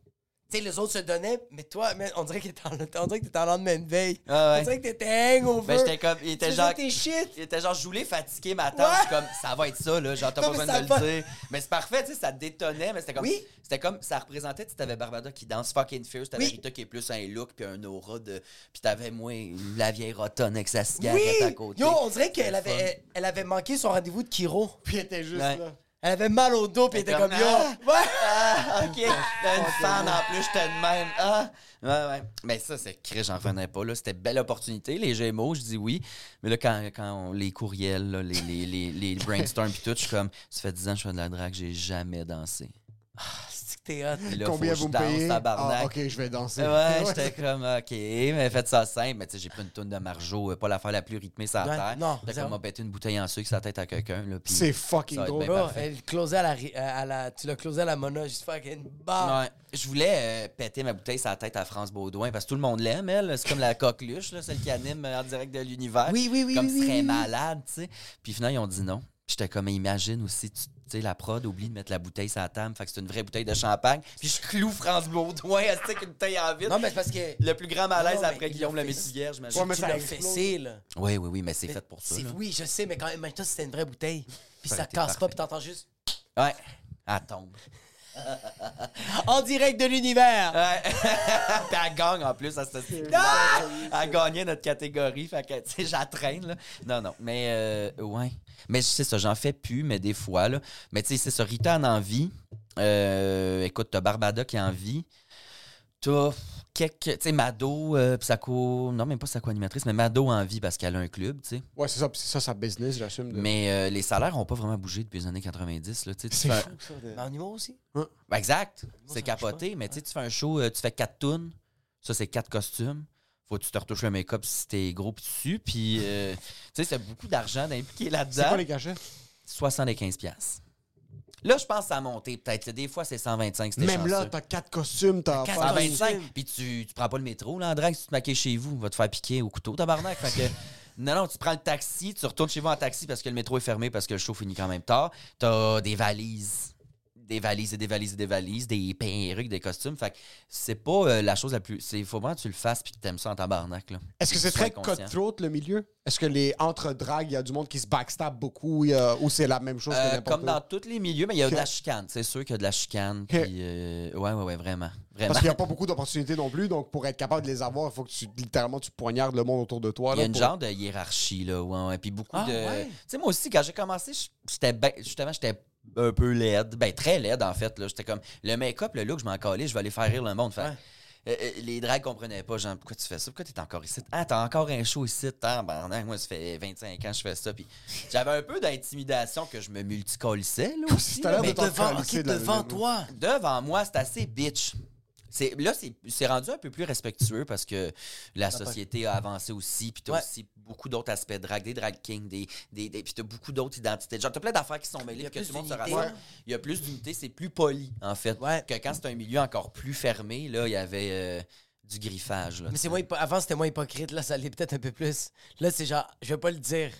Tu sais, les autres se donnaient, mais toi, man, on dirait que t'étais en, on dirait que t'étais en lendemain de veille. Ah ouais. On dirait que t'étais hangover. Mais j'étais comme. Il Tu était faisais genre. tes shit. Il était genre, je voulais fatiguer ma tante. Ouais. Je suis comme, ça va être ça, là. Genre, t'as Non, pas mais besoin ça de va. me le dire. Mais c'est parfait, tu sais, ça détonnait, mais c'était comme. Oui. C'était comme, ça représentait, tu sais, t'avais Barbada qui danse fucking fierce, t'avais Oui. Rita qui est plus un look, puis un aura de. Puis t'avais moins la vieille rotonne avec sa cigarette à côté. Yo, on dirait qu'elle avait, C'était fun. elle, elle avait manqué son rendez-vous de Kiro. Puis il était juste Ouais. là. Elle avait mal au dos, puis elle était Comme, comme, yo. ah. Ouais. Ah, ok. T'as une fan en plus, j'étais de même. Ah, ouais, ouais. Mais ça, c'est crée, j'en revenais pas. là. C'était belle opportunité. Les Gémeaux, je dis oui. Mais là, quand, quand on- les courriels, là, les, les, [laughs] les, les brainstorms pis tout, je suis comme, ça fait 10 ans que je fais de la drague, j'ai jamais dansé. C'est que t'es hot. Puis là, Combien faut que vous je me danse, payez? tabarnak. Ah, ok, je vais danser. [laughs] Ouais, j'étais comme, OK, mais faites ça simple. Mais tu sais, j'ai pris une toune de Marjo, euh, pas l'affaire la plus rythmée sur la Ouais, terre. non, J'étais zéro. comme, m'a pété une bouteille en sucre sur la tête à quelqu'un. là, puis- C'est fucking Ça va être drôle. bien. Bro, Ben, parfait. elle closait à la, ri- à à la, tu l'as closé à la mona, juste fucking barre. Ouais. Je voulais euh, péter ma bouteille sur la tête à France Baudouin parce que tout le monde l'aime, elle. C'est comme la coqueluche, là, celle qui anime euh, en direct de l'univers. Oui, oui, oui, Comme oui, oui, serait oui, oui. malade, tu sais. Puis finalement, ils ont dit non. Puis j'étais comme, imagine aussi, tu tu sais, la prod oublie de mettre la bouteille sur la table, fait que c'est une vraie bouteille de champagne. Puis je cloue France Baudouin à ce qu'une bouteille en vitre. Non, mais c'est parce que. Le plus grand malaise Non, mais après il Guillaume l'a le fait. Métiguière, j'imagine. Tu, Ouais, mais tu ça l'as explose. fessé, là. Oui, oui, oui, mais c'est fait pour ça. C'est- là. Oui, je sais, mais quand même, imagine-toi si c'était une vraie bouteille. Puis Ça ça aurait été casse pas, parfait. puis t'entends juste. [gasps] Ouais. Elle tombe. En direct de Ah, l'univers! Ouais. [laughs] Puis elle gagne en plus à ce Elle gagnait notre catégorie. Fait que, tu sais, j'attraîne, là. Non, non. Mais, euh, ouais. Mais c'est ça, j'en fais plus, mais des fois, là. Mais, tu sais, c'est ça. Rita en envie. Euh, écoute, t'as Barbada qui en envie. T'as quelques. Tu sais, Mado, euh, puis sa co. Non, même pas sa co-animatrice, mais Mado en vie parce qu'elle a un club, tu sais. Ouais, c'est ça, c'est ça sa business, j'assume. de- Mais euh, les salaires n'ont pas vraiment bougé depuis les années 90, là. Tu sais, tu fais un- Mais en humour aussi? ben, Exact. Moi, C'est ça marche capoté, mais tu sais, tu fais un show, euh, tu fais quatre tunes. Ça, c'est quatre costumes. Faut que tu te retouches le make-up si t'es gros pis dessus. Puis, [laughs] euh, tu sais, c'est beaucoup d'argent d'impliquer C'est quoi là-dedans. les cachets? 75 piastres. Là, je pense que ça a monté peut-être. Des fois, c'est 125, c'était Même là, chanceux. t'as quatre costumes, t'as quatre affaire. 125. Puis tu, tu prends pas le métro, là, en drague, si tu te maquilles chez vous, on va te faire piquer au couteau, tabarnak. Fait que, [laughs] non, non, tu prends le taxi, tu retournes chez vous en taxi parce que le métro est fermé, parce que le show finit quand même tard. T'as des valises. Des valises et des valises et des valises, des perruques, des costumes. Fait que c'est pas euh, la chose la plus. Il faut vraiment que tu le fasses puis que t'aimes ça en tabarnak. Là. Est-ce que c'est très Sois conscient. cutthroat le milieu? Est-ce que les entre dragues, il y a du monde qui se backstab beaucoup il y a- ou c'est la même chose Euh, que n'importe comme dans tous les milieux, mais il y a de la Ok. chicane. C'est sûr qu'il y a de la chicane. Ok. Puis, euh, ouais, ouais, ouais, vraiment. Vraiment. Parce qu'il n'y a pas beaucoup d'opportunités non plus, donc pour être capable de les avoir, il faut que tu littéralement tu poignardes le monde autour de toi. Il y a là, une pour- genre de hiérarchie, là, ouais, ouais. Puis beaucoup Ah, de. ouais. Tu sais, moi aussi, quand j'ai commencé, j- j'étais ben- justement, j'étais un peu laide. Ben, très laide, en fait. là. J'étais comme, le make-up, le look, je m'en calais, je vais aller faire rire le monde. Fait, euh, euh, les drags comprenaient pas, genre, pourquoi tu fais ça? Pourquoi t'es encore ici? Ah, t'as encore un show ici, t'as moi, ça fait 25 ans que je fais ça. Puis j'avais un peu d'intimidation que je me multicolissais, [laughs] là, aussi. T'as l'air là, de mais t'en Devant, ok, calisser de la devant minute, là. toi! devant moi, c'est assez bitch. C'est, là, c'est, c'est rendu un peu plus respectueux parce que la société a avancé aussi, puis t'as Ah, Ouais. aussi beaucoup d'autres aspects de drag, des drag kings, des, des, des- puis t'as beaucoup d'autres identités. Genre, t'as plein d'affaires qui sont Il y mêlées, a puis que tout le plus monde se d'unité, rassemble. hein. Il y a plus d'unité, c'est plus poli, en fait. Ouais. Que quand c'est un milieu encore plus fermé, là, il y avait euh, du griffage. Là, Mais c'est moins hypo- avant c'était moins hypocrite, là ça allait peut-être un peu plus. Là c'est genre, je vais pas le [laughs] dire.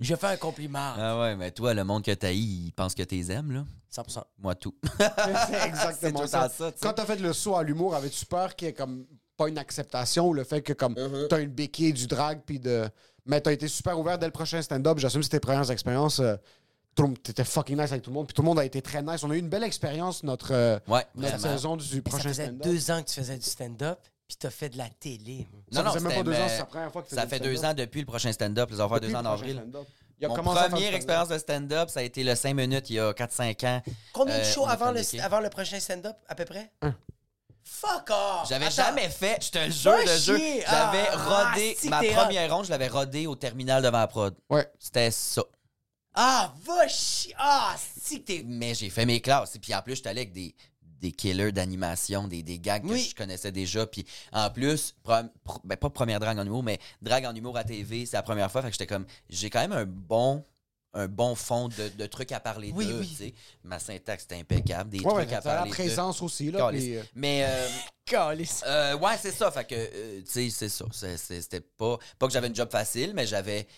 je fais un compliment. Ah ouais, mais toi, le monde que t'as il pense que t'es aimes, là. 100%. Moi, tout. [laughs] C'est exactement tout ça. le temps ça, tu sais. Quand t'as fait le saut à l'humour, avais-tu peur qu'il y ait comme pas une acceptation ou le fait que comme t'as une béquille du drag puis de. Mais t'as été super ouvert dès le prochain stand-up. J'assume que c'était tes premières expériences. euh, tout le- T'étais fucking nice avec tout le monde. Puis tout le monde a été très nice. On a eu une belle expérience notre, euh, Ouais, notre vraiment. saison du Mais ça prochain faisait stand-up. deux ans que tu faisais du stand-up, puis t'as fait de la télé. Ça faisait même pas c'était- deux ans, mais c'est la première fois que tu Ça faisais fait du deux stand-up. ans depuis le prochain stand-up. Ça va faire Depuis deux ans en le prochain avril. stand-up. Il a Mon commencé à faire du première stand-up. expérience de stand-up, ça a été le 5 minutes il y a 4-5 ans. Oh, Combien de Euh, shows on a avant le, communiqué. avant le prochain stand-up, à peu près? Fuck off! J'avais Attends. jamais fait, je te le jure, Va le jeu. chier! J'avais Ah, rodé, si ma t'es première ronde, je l'avais rodé au terminal devant la prod. Ouais. C'était ça. Ah, va chier! Ah, si que t'es... Mais j'ai fait mes classes. Et puis en plus, j'étais allé avec des, des killers d'animation, des, des gags Oui. que je connaissais déjà. Puis en plus, prom- pr- ben, pas première drague en humour, mais drague en humour à TV, c'est la première fois. Fait que j'étais comme, j'ai quand même un bon un bon fond de, de trucs à parler Oui, d'eux, oui. tu sais. Ma syntaxe était impeccable, des Ouais, ouais, trucs à t'as la parler d'eux. présence aussi. Là, Caliste. puis, euh, Mais euh, Calisse. euh, ouais, c'est ça. Fait que, euh, tu sais, c'est ça. C'est- c'est- C'était pas. Pas que j'avais une job facile, mais j'avais.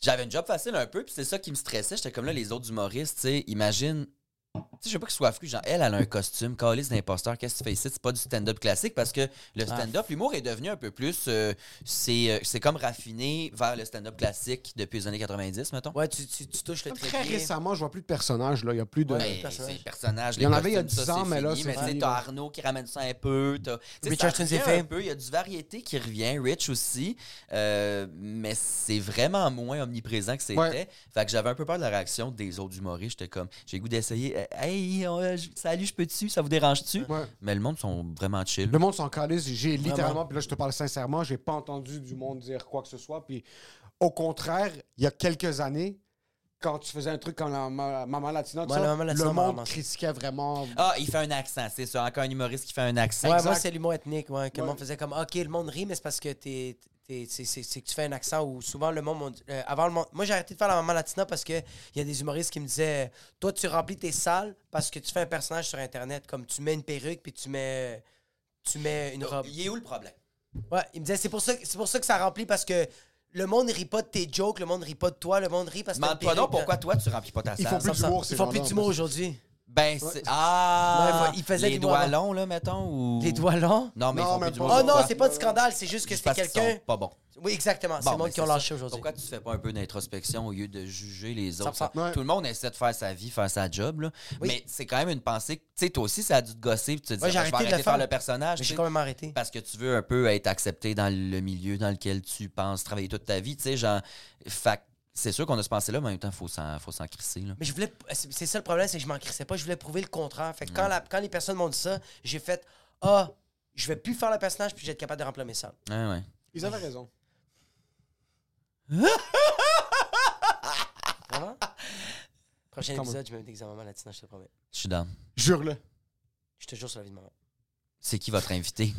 J'avais une job facile un peu, puis c'est ça qui me stressait. J'étais comme là, les autres humoristes, tu sais, imagine. Tu sais, je veux pas qu'ils soient affreux. Genre, elle, elle a un costume, calice d'imposteur, qu'est-ce que tu fais ici? C'est pas du stand-up classique parce que le stand-up, l'humour est devenu un peu plus. euh, c'est euh, c'est comme raffiné vers le stand-up classique depuis les années 90, mettons. Ouais, tu, tu, tu touches le Comme trépied. très récemment, je vois plus de personnages. Là. Il y a plus de. Mais personnage. Ben, c'est les personnages. Ben, Il y en avait il y a 10 ans, mais mais là, c'est Mais tu sais, fini, t'as là. Arnaud qui ramène ça un peu. t'as- tu sais, Richardson, ça revient c'est fait. un peu. Il y a du variété qui revient. Rich aussi. euh, mais c'est vraiment moins omniprésent que c'était. Ouais. Fait que j'avais un peu peur de la réaction des autres humoristes. J'étais comme, j'ai le goût d'essayer. euh, Hey, euh, je- salut, je peux-tu? Ça vous dérange-tu? Ouais. Mais le monde sont vraiment chill. Le monde s'en calisse. J'ai littéralement, puis là, je te parle sincèrement, j'ai pas entendu du monde dire quoi que ce soit. Puis au contraire, il y a quelques années, quand tu faisais un truc comme la ma- Maman Latina, tout Ouais, ça, la Maman Latina, le Maman monde Latina. critiquait vraiment. Ah, il fait un accent, c'est ça. Encore un humoriste qui fait un accent. Ouais, Exact. moi, c'est l'humour ethnique, ouais. Que le Ouais. monde faisait comme, OK, le monde rit, mais c'est parce que t'es. t'es- C'est c'est- c'est que tu fais un accent où souvent le monde. m'ont dit- euh, avant le monde moi, j'ai arrêté de faire la maman latina parce qu'il y a des humoristes qui me disaient Toi, tu remplis tes salles parce que tu fais un personnage sur Internet. Comme tu mets une perruque puis tu mets, tu mets une robe. Il est où le problème? Ouais, il me disait C'est pour, ça que- c'est pour ça que ça remplit parce que le monde rit pas de tes jokes, le monde rit pas de toi, le monde rit parce que. t'as une Demande-toi donc perruque, pourquoi là. toi, tu remplis pas ta Ils font salle. plus d'humour, ces Ils font plus gens-là, d'humour mais- aujourd'hui. Ben, c'est. Ah! Ouais, il faisait les des doigts doigts longs, là, mettons, ou. Les doigts longs. Non, mais ils Non, font mais plus d'humour. Oh non, Pourquoi? c'est pas du scandale, c'est juste que Juste c'était parce qu'ils quelqu'un. sont Pas bon. Oui, exactement. Bon, c'est le monde ben, qui ont ça. lâché aujourd'hui. Pourquoi tu fais pas un peu d'introspection au lieu de juger les autres? Ça me semble- Tout le monde essaie de faire sa vie, faire sa job, là. Oui. Mais c'est quand même une pensée. que- Tu sais, toi aussi, ça a dû te gosser, puis tu te dis, Moi, j'ai Ah, je vais arrêté de le arrêter de faire faire. le personnage. Mais tu j'ai sais, quand même arrêté. Parce que tu veux un peu être accepté dans le milieu dans lequel tu penses travailler toute ta vie, tu sais, genre. Fait que c'est sûr qu'on a ce pensée-là, mais en même temps, faut s'en, faut s'en crisser, là. Mais je voulais. C'est c'est ça le problème, c'est que je m'en crissais pas. Je voulais prouver le contraire. Fait que quand, la- quand les personnes m'ont dit ça, j'ai fait Ah, je vais plus faire le personnage, puis je vais être capable de remplir mes salles. Ouais, Ah, ouais. Ils avaient raison. [laughs] Vraiment? Prochain Quand épisode, je me mets des examens latino, je te promets. Je suis dans. Jure-le. Je te jure sur la vie [laughs] de ma mère. C'est qui votre invité?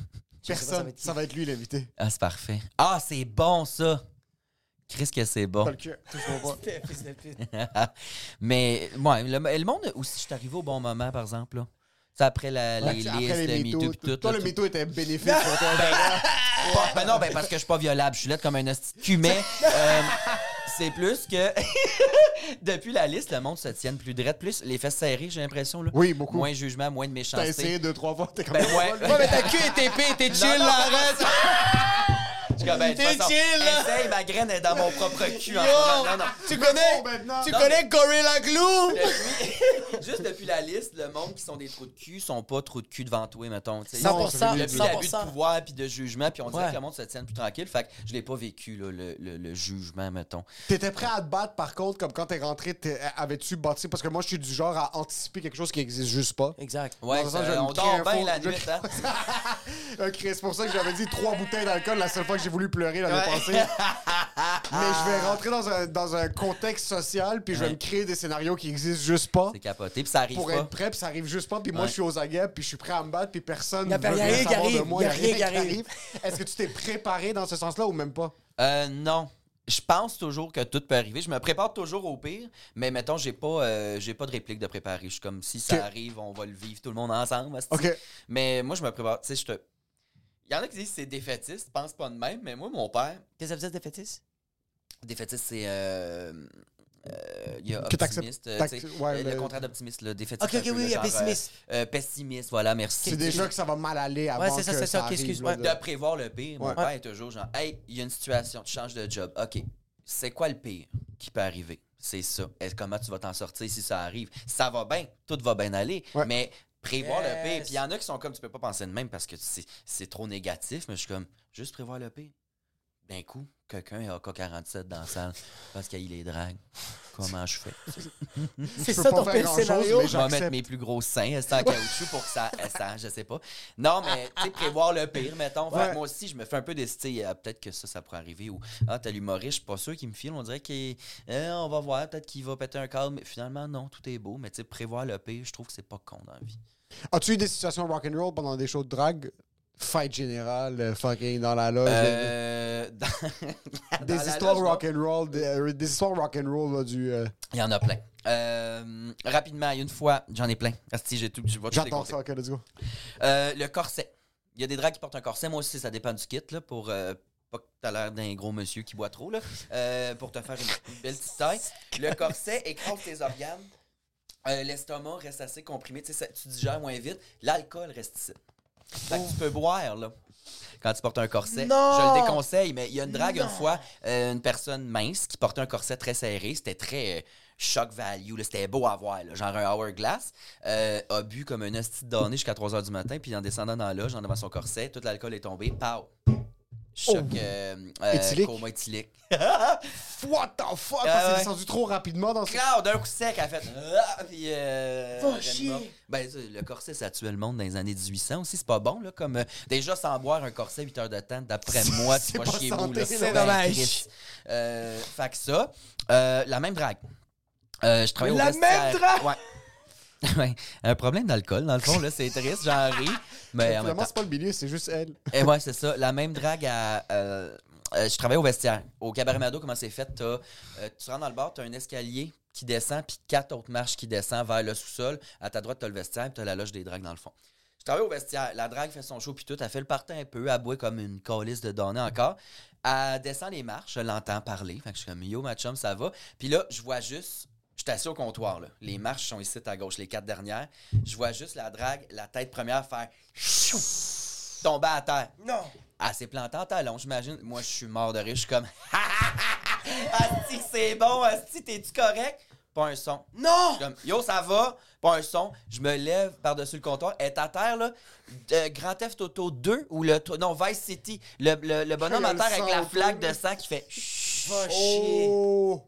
Je sais pas, ça va Personne. être qui. Ça va être lui l'invité. Ah, c'est parfait. Ah, c'est bon, ça! Chris, que c'est Pas bon. le cul. Touche-moi pas. Fils de pute. [laughs] Mais, ouais, le, le monde aussi, je suis arrivé au bon moment, par exemple, là. C'est après la, les listes, Après les le MeToo, puis tout. Toi, là, le tout- mytho était [laughs] bénéfique pour toi. Pas- ben non, ben parce que je suis pas violable. Je suis laide comme un hostie de [laughs] cul, mais, euh, c'est plus que... [laughs] Depuis la liste, le monde se tienne plus drette, plus les fesses serrées, j'ai l'impression, là. Oui, beaucoup. Moins de jugement, moins de T'as méchanceté. essayé deux, trois fois. T'es comme. Ben ouais. Ouais, mais ta cul est épais, t'es [laughs] chill, là, arrête! Je suis comme, ben, de toute T'es façon, chill, là. Essaye, ma graine est dans mon propre cul. en Yo! ce moment. Non, non. Tu bon, [laughs] connais, Oh, maintenant. tu Non, connais Gorilla Glue? Depuis- juste depuis la liste, le monde qui sont des trous de cul sont pas trous de cul devant toi, mettons. tu sais. 100%, Depuis l'abus de 100%. pouvoir puis de jugement, puis on dirait Ouais. que le monde se tienne plus tranquille. Fait que je l'ai pas vécu, là, le, le- le jugement, mettons. T'étais prêt à te battre, par contre, comme quand t'es rentré, t'es- avais-tu bâti? Parce que moi, je suis du genre à anticiper quelque chose qui n'existe juste pas. Exact. Ouais, Dans le sens, ça, je vais on me créer dort un bien faux- la je- nuit, hein. [laughs] Ok, c'est Euh, pour ça que j'avais dit trois bouteilles d'alcool la seule fois que j'ai voulu pleurer l'année Ouais. passée. Mais je vais rentrer dans un, dans un contexte social, puis je vais Ouais. me créer des scénarios qui existent juste pas. C'est capoté, puis ça arrive Pour pas. être prêt, puis ça arrive juste pas, puis moi Ouais. je suis aux aguets, puis je suis prêt à me battre, puis personne Y a ne pas- veut y a rien rien qui savoir de arrive, moi, y y a a rien rien qui qui arrive. arrive. Est-ce que tu t'es préparé dans ce sens-là ou même pas? Euh, non. Je pense toujours que tout peut arriver. Je me prépare toujours au pire, mais mettons, j'ai pas, euh, j'ai pas de réplique de préparer. Je suis comme si ça Ok. arrive, on va le vivre tout le monde ensemble. asti. Ok. Mais moi, je me prépare. Tu sais, je te. Il y en a qui disent que c'est défaitiste, pense pas de même, mais moi, mon père, Qu'est-ce que ça faisait de fétiche? défaitiste, c'est. Euh, euh, il y a Que t'acceptes- optimiste. euh, t'ac- tu sais, ouais, euh, le, le- contraire d'optimiste, le défaitiste. Ok, un ok, peu, oui, là, il y a genre, pessimiste. euh, euh, pessimiste, voilà, merci. C'est déjà que ça va mal aller avant c'est ça, que c'est ça, ça ok, arrive, excuse-moi. là, de- De prévoir le pire, mon Ouais. père est toujours genre, hey, il y a une situation, tu changes de job. OK, c'est quoi le pire qui peut arriver? C'est ça. Et comment tu vas t'en sortir si ça arrive? Ça va bien, tout va bien aller, Ouais. mais prévoir le pire. Yes. Puis il y en a qui sont comme, tu peux pas penser de même parce que c'est c'est trop négatif, mais je suis comme, juste prévoir le pire. D'un coup, quelqu'un est AK-47 dans la salle parce qu'il les drague. Comment je fais? C'est peux ça pas ton faire pire grand-chose, scénario? mais Je vais mettre oh, J'accepte. mes plus gros seins c'est en caoutchouc pour que ça, ça, je sais pas. Non, mais tu sais, prévoir le pire, mettons. Fait que Ouais. moi aussi, je me fais un peu des tu sais, ah, peut-être que ça, ça pourrait arriver. Ou ah, t'as l'humoriste, je suis pas sûr qu'il me file. On dirait qu'on on va voir, peut-être qu'il va péter un câble. Mais finalement, non, tout est beau. Mais tu sais, prévoir le pire, je trouve que c'est pas con dans la vie. As-tu eu des situations rock'n'roll pendant des shows de drague? Fight générale, euh, fucking dans la loge. Euh, dans- dans des, la histoires loge, non. rock'n'roll, des, euh, des histoires rock'n'roll, là, du. euh, Il y en a plein. Euh, rapidement, une fois, j'en ai plein. Asti, j'ai tout, je vais tout les J'attends compter. ça, ok, let's go. Euh, le corset. Il y a des drags qui portent un corset. Moi aussi, ça dépend du kit, là, pour euh, pas que t'as l'air d'un gros monsieur qui boit trop, là, euh, pour te faire une, une belle petite taille. Le corset écrase tes organes. Euh, L'estomac reste assez comprimé. Tu, sais, ça- tu digères moins vite. L'alcool reste ici. Fait que tu peux boire, là. Quand tu portes un corset, Non! je le déconseille, mais il y a une drague une fois, euh, une personne mince qui portait un corset très serré, c'était très euh, shock value, là, c'était beau à voir, là, genre un hourglass, euh, a bu comme un hostie de damné jusqu'à 3 h du matin, puis en descendant dans la loge, en devant son corset, tout l'alcool est tombé, pow! Choc Oh! euh, euh, Éthylique. coma éthylique. What the fuck? Ah, c'est ouais. descendu trop rapidement dans ce. Cloud, d'un coup sec, elle a fait. Ah, puis. Euh, Va elle est chier. morte. Ben, ça, le corset, ça tuait le monde dans les années 1800 aussi. C'est pas bon, là. Comme, euh, déjà, sans boire un corset 8 heures de temps, d'après [laughs] moi, tu c'est vas pas chier santé, mou, là. là. C'est Ben, dommage. Christ. Euh, fait que ça. euh, la même drague. Euh, je travaille La au vestiaire. même drague? Ouais. Ouais. [laughs] Un problème d'alcool, dans le fond, là. C'est triste, j'en [laughs] ris. Mais en même temps- Finalement, c'est pas le milieu, c'est juste elle. et Eh, ouais, c'est ça. La même drague à. euh, euh, je travaille au vestiaire. Au cabaret Mado, comment c'est fait? T'as, euh, tu rentres dans le bar, tu as un escalier qui descend, puis quatre autres marches qui descendent vers le sous-sol. À ta droite, tu as le vestiaire, puis tu as la loge des dragues dans le fond. Je travaille au vestiaire. La drague fait son show, puis tout. Elle fait le partant un peu. Elle boit comme une colisse de données encore. Elle descend les marches. Je l'entends parler. Fait que je suis comme, yo, ma chum, ça va. Puis là, je vois juste... Je suis assis au comptoir, là. Les marches sont ici à gauche, les quatre dernières. Je vois juste la drague, la tête première faire... chou tomber à terre. Non. Elle s'est plantée Ah, en talon, j'imagine. Moi, je suis mort de rire. Je suis comme... [laughs] Asti, que c'est bon. Asti, t'es-tu correct? Pas un son. Non! Je suis comme, yo, ça va? Pas un son. Je me lève par-dessus le comptoir. Elle est à terre, là. De Grand Theft Auto 2 ou le. Non, Vice City. Le, le- le bonhomme Je à le terre avec la sens flaque plus. de sang qui fait. Chut. Va chier. Oh!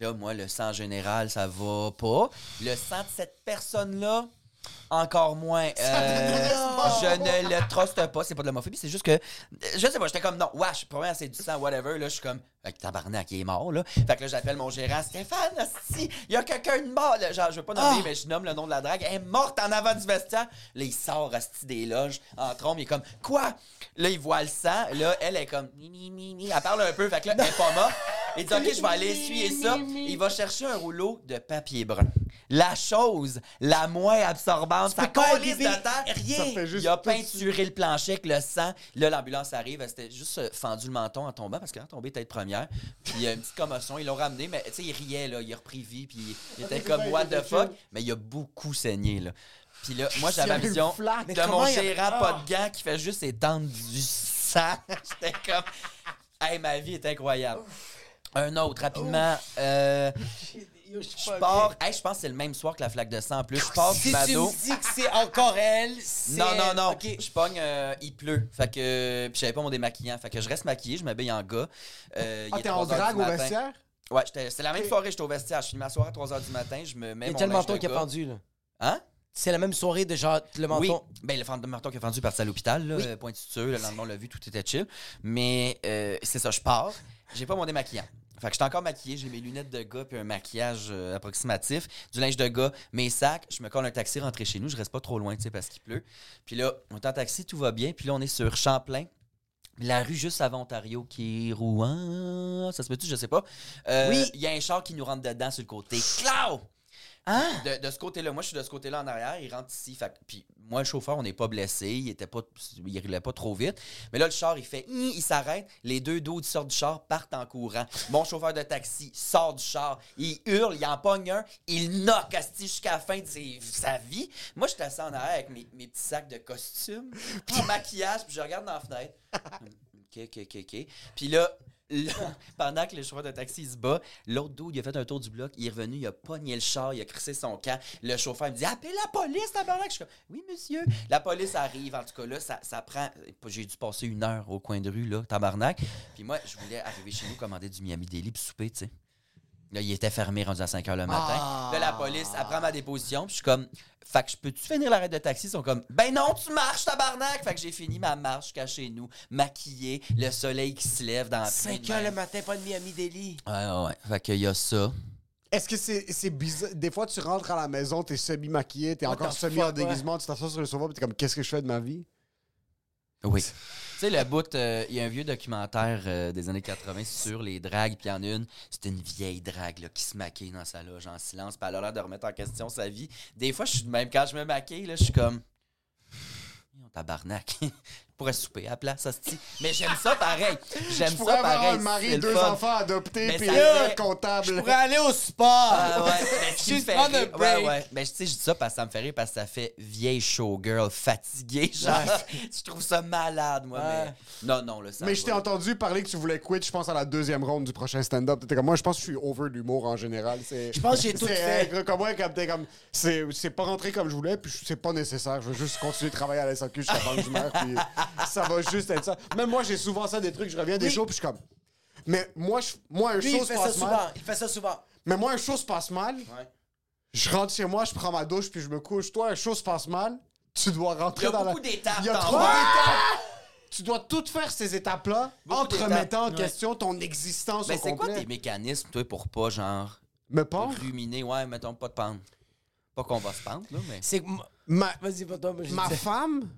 Là, moi, le sang général, ça va pas. Le sang de cette personne-là, encore moins. Euh, je ne le truste pas. C'est pas de l'homophobie, c'est juste que. Je sais pas, j'étais comme non, wesh, première, c'est du sang, whatever. Là, je suis comme. Fait que tabarnak, il est mort, là. Fait que là, j'appelle mon gérant, Stéphane, si, il y a quelqu'un de mort. Là, genre, je veux pas nommer, mais je nomme le nom de la drague. Elle est morte en avant du vestiaire. Là, il sort, asti, des loges, en trombe, il est comme, quoi? Là, il voit le sang. Là, elle est comme, ni, ni, ni, ni. Elle parle un peu, fait que là, elle est pas morte. Il dit, OK, je vais aller essuyer ça. Il va chercher un rouleau de papier brun. La chose la moins absorbante, ça peux pas colisse de arriver, terre. rien. Ça fait juste il a tout de suite. peinturé le plancher avec le sang. Là, l'ambulance arrive. Elle s'était juste euh, fendu le menton en tombant parce qu'elle a tombé tête première. Puis il y a une petite commotion. Ils l'ont ramené, mais tu sais, il riait, là. Il a repris vie. Puis il était comme, what the fuck. Mais il a beaucoup saigné, là. Puis là, moi, j'avais la Il y a eu vision une flaque. Mais de mon comment il y a- gérant Ah. pas de gants qui fait juste étendre du [laughs] sang. J'étais comme, hey, ma vie est incroyable. Un autre, rapidement. [laughs] Euh, Yo, je suis je pas Ah, pars. Hey, je pense que c'est le même soir que la flaque de sang en plus. Je pars Si du tu Mado. me dis que c'est encore elle, c'est. Non, non, non. Ok. Je pogne, euh, il pleut. Fait que. euh, Puis j'avais pas mon démaquillant. Fait que je reste maquillé, je m'habille en gars. Euh, il Ah, est t'es en 3 heures du drague au matin. vestiaire? Ouais, j'étais- c'est la même soirée, j'étais au vestiaire. Je finis ma soirée à 3 h du matin, je me mets. Il y a mon tellement linge de tôt qu'il a gars. pendu, là. Hein? C'est la même soirée de genre le menton. Oui. Ben, le fantôme marteau qui a fendu est parti à l'hôpital, là, Oui. euh, point de suture. Le lendemain, on l'a vu, tout était chill. Mais euh, c'est ça, je pars. J'ai pas mon démaquillant. Fait que j'étais encore maquillé, j'ai mes lunettes de gars puis un maquillage euh, approximatif, du linge de gars, mes sacs, je me colle un taxi rentré chez nous, je reste pas trop loin, tu sais, parce qu'il pleut. Puis là, on est en taxi, tout va bien, puis là, on est sur Champlain, la rue juste avant Ontario qui est Rouen, ça se peut-tu, je sais pas. Euh, Oui. Il y a un char qui nous rentre dedans sur le côté. Clau! Hein? De, de ce côté-là, moi je suis de ce côté-là en arrière, il rentre ici. Fait, que- puis moi, le chauffeur, on n'est pas blessé, il était pas, il roulait pas trop vite. Mais là, le char, il fait, Hi il s'arrête, les deux dos qui sortent du char partent en courant. Mon chauffeur de taxi sort du char, il hurle, il en pogne un, il knock asti jusqu'à la fin de ses- sa vie. Moi, je suis assis en arrière avec mes, mes petits sacs de costume, mon maquillage, puis je regarde dans la fenêtre. OK, OK, OK, OK. Puis là, là, [laughs] pendant que le chauffeur de taxi il se bat, l'autre dude, il a fait un tour du bloc, il est revenu, il a pogné le char, il a crissé son camp. Le chauffeur, il me dit Appelle la police, tabarnak. Je suis comme Oui, monsieur. La police arrive. En tout cas, là, ça, ça prend. J'ai dû passer une heure au coin de rue, là, tabarnak. Puis moi, je voulais arriver chez nous, commander du Miami Deli, puis souper, tu sais. Là, il était fermé, rendu à 5 h le matin. Ah. Là, la police, elle prend ma déposition. Puis je suis comme, fait que je peux-tu finir l'arrêt de taxi? Ils sont comme, ben non, tu marches, tabarnak! Fait que j'ai fini ma marche jusqu'à chez nous, maquillée, le soleil qui se lève dans la 5 pluie de heures le même. matin, pas de Miami Deli. Ouais, ouais, ouais. Fait qu'il y a ça. Est-ce que c'est c'est bizarre? Des fois, tu rentres à la maison, t'es semi-maquillé, t'es What encore the semi en fuck, ouais. déguisement, tu t'assois sur le sofa, pis t'es comme, qu'est-ce que je fais de ma vie? [laughs] Oui. tu sais, le bout, euh, il y a un vieux documentaire euh, des années 80 sur les dragues, puis il y en a une, c'est une vieille drague là, qui se maquille dans sa loge en silence, puis elle a l'air de remettre en question sa vie. Des fois, je suis de même, quand je me maquille, là, je suis comme. Voyons, Tabarnak. [laughs] je pourrais souper à la place, hostie. Mais j'aime ça pareil. J'aime Je pourrais ça avoir pareil. un c'est mari, le deux fun. enfants adoptés, Mais pis ça un fait- Ben, Je comptable. pourrais aller au sport. Ah, ouais. Mais ce qui me She's fait on a rire- break. ouais, ouais. Mais tu sais, je dis ça parce que ça me fait rire parce que ça fait vieille showgirl fatiguée. Genre, [laughs] je trouve ça malade, moi. Ouais. Mais... Non, non, là, ça. Mais va, je t'ai là. entendu parler que tu voulais quit, je pense, à la deuxième ronde du prochain stand-up. T'étais comme, moi, je pense que je suis over l'humour en général. Je pense [laughs] que j'ai tout fait. Comme moi, comme, t'es comme, c'est c'est pas rentré comme je voulais, puis c'est pas nécessaire. Je veux juste continuer de travailler à la SAQ jusqu'à la fin du maire, puis ça va juste être ça. Même moi, j'ai souvent ça, des trucs, je reviens des Oui. shows, puis je suis comme... Mais moi, je, moi un Lui, show il se fait ça passe mal. souvent. Il fait ça souvent. Mais moi, un show se passe mal. Je rentre chez moi, je prends ma douche, puis je me couche. Toi, un show se passe mal. Tu dois Il y rentrer a dans la. beaucoup d'étapes Il y a dans trois le- étapes. Tu dois toutes faire ces étapes-là, Beaucoup entremettant en d'étapes, ouais. question ton existence Mais au Ben, c'est quoi complet. tes mécanismes, toi, pour pas, genre, Me pendre? ruminer, ouais, mettons, pas de pendre. Pas qu'on va se pendre, là, mais. C'est que m- Ma, Vas-y, pas toi, moi, je ma dis- femme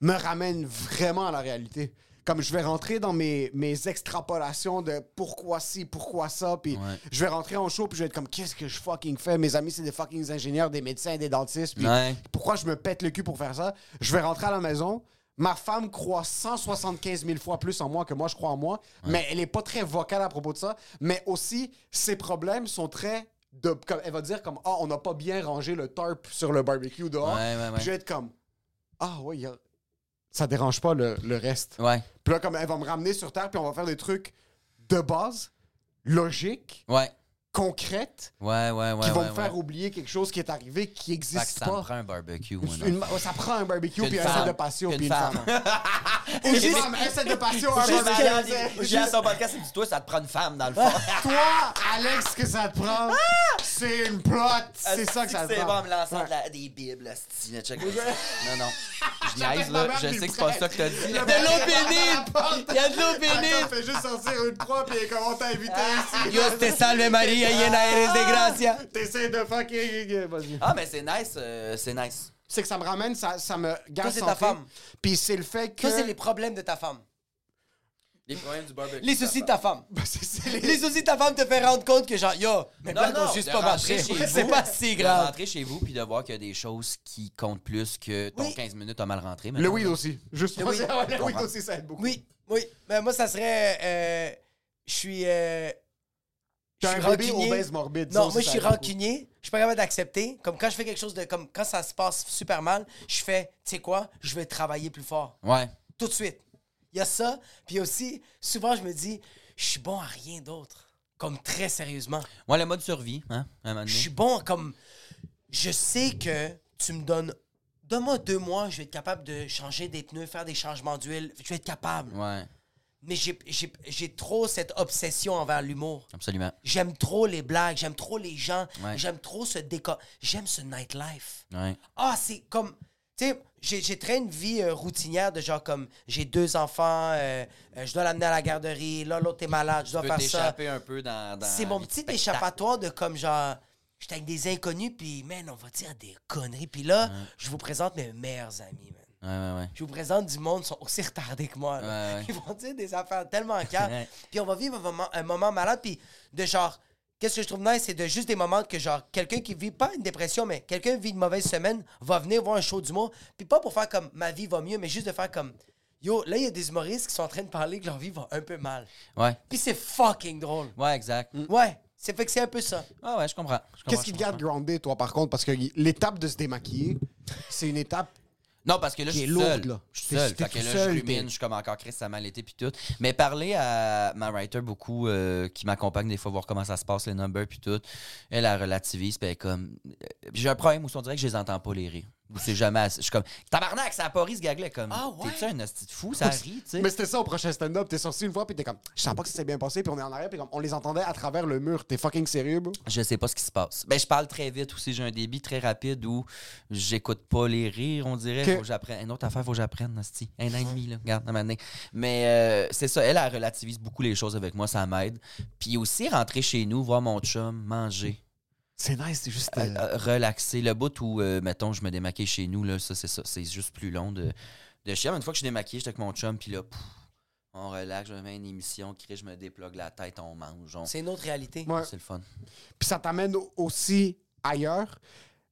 me ramène vraiment à la réalité. Comme je vais rentrer dans mes, mes extrapolations de pourquoi ci, pourquoi ça, puis Ouais. je vais rentrer en show, puis je vais être comme, qu'est-ce que je fucking fais? Mes amis, c'est des fucking ingénieurs, des médecins, des dentistes, puis Ouais. pourquoi je me pète le cul pour faire ça? Je vais rentrer à la maison. Ma femme croit 175 000 fois plus en moi que moi je crois en moi, mais elle est pas très vocale à propos de ça. Mais aussi, ses problèmes sont très. De, comme, elle va dire comme Ah, on n'a pas bien rangé le tarp sur le barbecue dehors. Ouais, ouais, ouais. Puis je vais être comme Ah, ouais, y a- ça dérange pas le, le reste. Ouais. Puis là, comme elle va me ramener sur terre, puis on va faire des trucs de base, logiques, Ouais. concrètes, Ouais, ouais, ouais. qui vont ouais, me faire ouais. oublier quelque chose qui est arrivé qui Fait que n'existe ça me pas. prend un barbecue, moi, non? Une- ouais, ça prend un barbecue Qu'une puis un femme. set de patio Qu'une puis une femme. [laughs] Ou juste un set de patio, un J'ai barbecue. malade, un j'ai à set. son podcast, il me dit Toi, ça te prend une [laughs] femme, dans le fond. Toi, Alex, ce que ça te prend, c'est une plot. C'est ça que ça te C'est prend. bon, me lançant de la- des bibles, là, style, check. Non, non. Je niaise, ma mère là. Je puis sais le que c'est pas prêtre. ça que t'as dit. Le là. mec, l'eau il est bénite. à la porte. Il y a de l'eau Attends, bénite. fais juste sortir une croix puis comment t'as invité ici. Dios te salve María, llena eres de Ah! gracia. T'essaies de fucking... Vas-y. Ah, mais c'est nice, euh, c'est nice. C'est que ça me ramène, ça, ça me garde c'est ta centré. femme. Puis c'est le fait que... Ça, c'est les problèmes de ta femme. Les problèmes du barbecue. Les soucis de ta femme. [laughs] C'est- c'est les- Les soucis de ta femme te fait rendre compte que genre, yo, mais Non, là, non, qu'on suce de pas rentrer marché. [laughs] chez C'est vous. pas si De grave. rentrer chez vous puis de voir qu'il y a des choses qui comptent plus que ton Oui. 15 minutes à mal rentré. Le weed aussi. Juste Le weed. Ah [laughs] ouais, le weed aussi, ça aide beaucoup. Oui, oui. Ben, moi, ça serait. euh, je suis. euh, T'as je suis un bébé rancunier. obèse morbide. ça Non, aussi, moi, ça je suis aide beaucoup. rancunier. Je suis pas capable d'accepter. Comme quand je fais quelque chose de. Comme quand ça se passe super mal, je fais, tu sais quoi, je vais travailler plus fort. Ouais. Tout de suite. Il y a ça. Puis aussi, souvent, je me dis, je suis bon à rien d'autre. Comme très sérieusement. Ouais, le mode survie, hein, à un moment Je suis donné. bon comme. Je sais que tu me donnes. Donne-moi deux mois, je vais être capable de changer des pneus, faire des changements d'huile. Je vais être capable. Ouais, Mais j'ai- j'ai j'ai trop cette obsession envers l'humour. absolument. J'aime trop les blagues, j'aime trop les gens, Ouais. j'aime trop ce décor. J'aime ce nightlife. Ouais. Ah, c'est comme. Tu sais, j'ai j'ai très une vie euh, routinière de genre comme j'ai deux enfants, euh, euh, je dois l'amener à la garderie, là, l'autre est malade, je dois Tu peux faire ça. t'échapper un peu dans. dans C'est mon les petit spectacles. échappatoire de comme genre. J'étais avec des inconnus, puis man, on va dire des conneries. Puis là, je vous présente mes meilleurs amis, man Ouais, ouais, ouais. je vous présente du monde qui sont aussi retardés que moi. là. Ouais, ouais. [laughs] Ils vont dire des affaires tellement calmes. Ouais. puis on va vivre un moment, un moment malade. Puis de genre, qu'est-ce que je trouve nice, c'est de juste des moments que genre, quelqu'un qui vit pas une dépression, mais quelqu'un qui vit une mauvaise semaine va venir voir un show d'humour. Puis pas pour faire comme ma vie va mieux, mais juste de faire comme yo, là, il y a des humoristes qui sont en train de parler que leur vie va un peu mal. Ouais, Puis c'est fucking drôle. ouais, exact. Ouais, c'est fait que c'est un peu ça. Ouais, ouais, je comprends. Je comprends, Qu'est-ce qui je te garde comprends. grounded, toi, par contre? Parce que y- l'étape de se démaquiller, c'est une étape. Non, parce que là, je qui est suis lourde, seul. là. Je suis T'es- seul. t'es Fait que tout là, seul, je rumine, t'es- je suis comme encore Chris, ça m'a l'été, puis tout. Mais parler à ma writer beaucoup, euh, qui m'accompagne des fois, voir comment ça se passe, les numbers, puis tout. Elle, elle relativise, puis elle est comme. euh, J'ai un problème où on dirait que je les entends pas les rires. Ou c'est jamais assez. Je suis comme. Tabarnak, ça a pas ri ce gag-là. Comme. Ah ouais? T'es-tu un hostie de fou, ça rit, tu sais. Mais c'était ça au prochain stand-up. T'es sorti une fois, puis t'es comme, je sais pas que ça s'est bien passé, puis on est en arrière, puis comme, on les entendait à travers le mur. T'es fucking sérieux, bro? je sais pas ce qui se passe. Ben, je parle très vite aussi. J'ai un débit très rapide où j'écoute pas les rires, on dirait. Que- Faut que j'apprenne. Une autre affaire, faut que j'apprenne, hostie. Un an et demi, là. Regarde, à un moment donné. Mais euh, c'est ça. Elle, elle relativise beaucoup les choses avec moi. Ça m'aide. Puis aussi, rentrer chez nous, voir mon chum, manger. C'est nice, c'est juste. euh, Euh, relaxer. Le bout où, euh, mettons, je me démaquais chez nous, là, ça, c'est ça. C'est juste plus long de, de chier. Mais Une fois que je suis démaquillé, j'étais avec mon chum, puis là, pff, on relaxe, je me mets une émission, crie, je me déplogue la tête, on mange. on- C'est une autre réalité. Ouais. C'est le fun. Puis ça t'amène au- aussi ailleurs.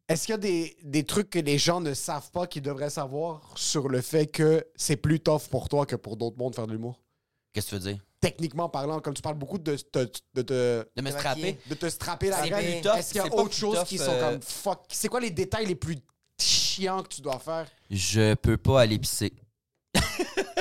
Est-ce qu'il y a des, des trucs que les gens ne savent pas qu'ils devraient savoir sur le fait que c'est plus tough pour toi que pour d'autres mondes faire de l'humour? Qu'est-ce que tu veux dire? Techniquement parlant, comme tu parles beaucoup de te, de te- De me Démaquiller. strapper? de te strapper la C'est gueule, plus tough, est-ce qu'il y c'est a pas autre plus chose tough, qui sont euh, comme fuck? C'est quoi les détails les plus chiants que tu dois faire? Je peux pas aller pisser.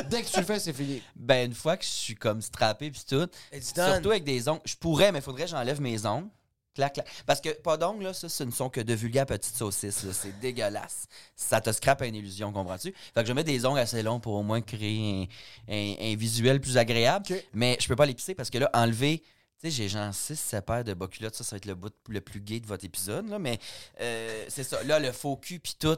Dès que tu le fais, c'est fini. Ben, une fois que je suis comme strappé pis tout, It's done. surtout avec des ongles, je pourrais, mais faudrait que j'enlève mes ongles. Clac, clac. Parce que pas d'ongles, là, ça, ce ne sont que de vulgaires petites saucisses. là. C'est dégueulasse. Ça te scrape à une illusion, comprends-tu? Fait que je mets des ongles assez longs pour au moins créer un, un- un visuel plus agréable. Ok. Mais je peux pas les pisser parce que là, enlever. Tu sais, j'ai genre 6, 7 paires de bas culottes. Ça, ça va être le bout le plus gay de votre épisode, là. Mais euh, c'est ça. Là, le faux cul, puis tout.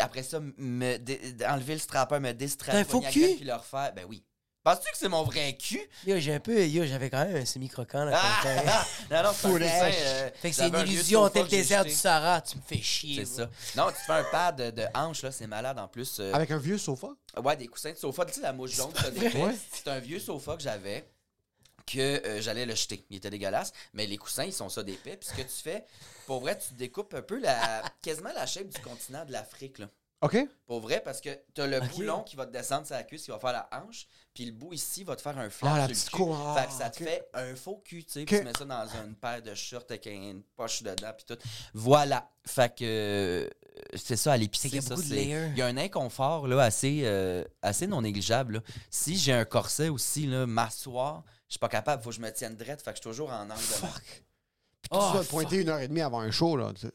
Après ça, me dé- enlever le strapper, me déstrapper. T'as un faux pogner la gueule, cul? Puis le refaire. Ben oui. Penses-tu que c'est mon vrai cul? Yo, j'ai un peu. Yo, j'avais quand même un semi-croquant, là. comme ça. hein. Ah! [laughs] non, non, c'est un coussin, euh, Fait que c'est j'avais une un vieux illusion, sofa tel que j'ai désert du jeté. Sahara. Tu me fais chier. C'est bro. ça. Non, tu fais un pad de, de hanche, là, c'est malade en plus. Ah euh, Avec un vieux sofa? Ouais, des coussins de sofa. Tu sais, la mouche jaune, t'as des vrai. C'est un vieux sofa que j'avais que euh, j'allais le jeter. Il était dégueulasse, mais les coussins, ils sont ça d'épais. Puis ce que tu fais, pour vrai, tu découpes un peu la quasiment la shape du continent de l'Afrique. là. OK. Pour vrai, parce que t'as le bout long qui va te descendre sur la cuisse, qui va faire la hanche, puis le bout ici va te faire un flash Ah, la sur le petite cul. cour- ah, fait que ça te ok. fait un faux cul, tu sais, puis Ok. tu mets ça dans une paire de shorts avec une poche dedans, puis tout. Voilà. Fait que euh, c'est ça, à C'est l'épicerie, qu'il y a ça, beaucoup de c'est... layers. Il y a un inconfort là, assez, euh, assez non négligeable. là. Si j'ai un corset aussi, là, m'asseoir, je suis pas capable, faut que je me tienne drette, fait que je suis toujours en angle de marque. Oh, tu dois te pointer une heure et demie avant un show, là. tu sais.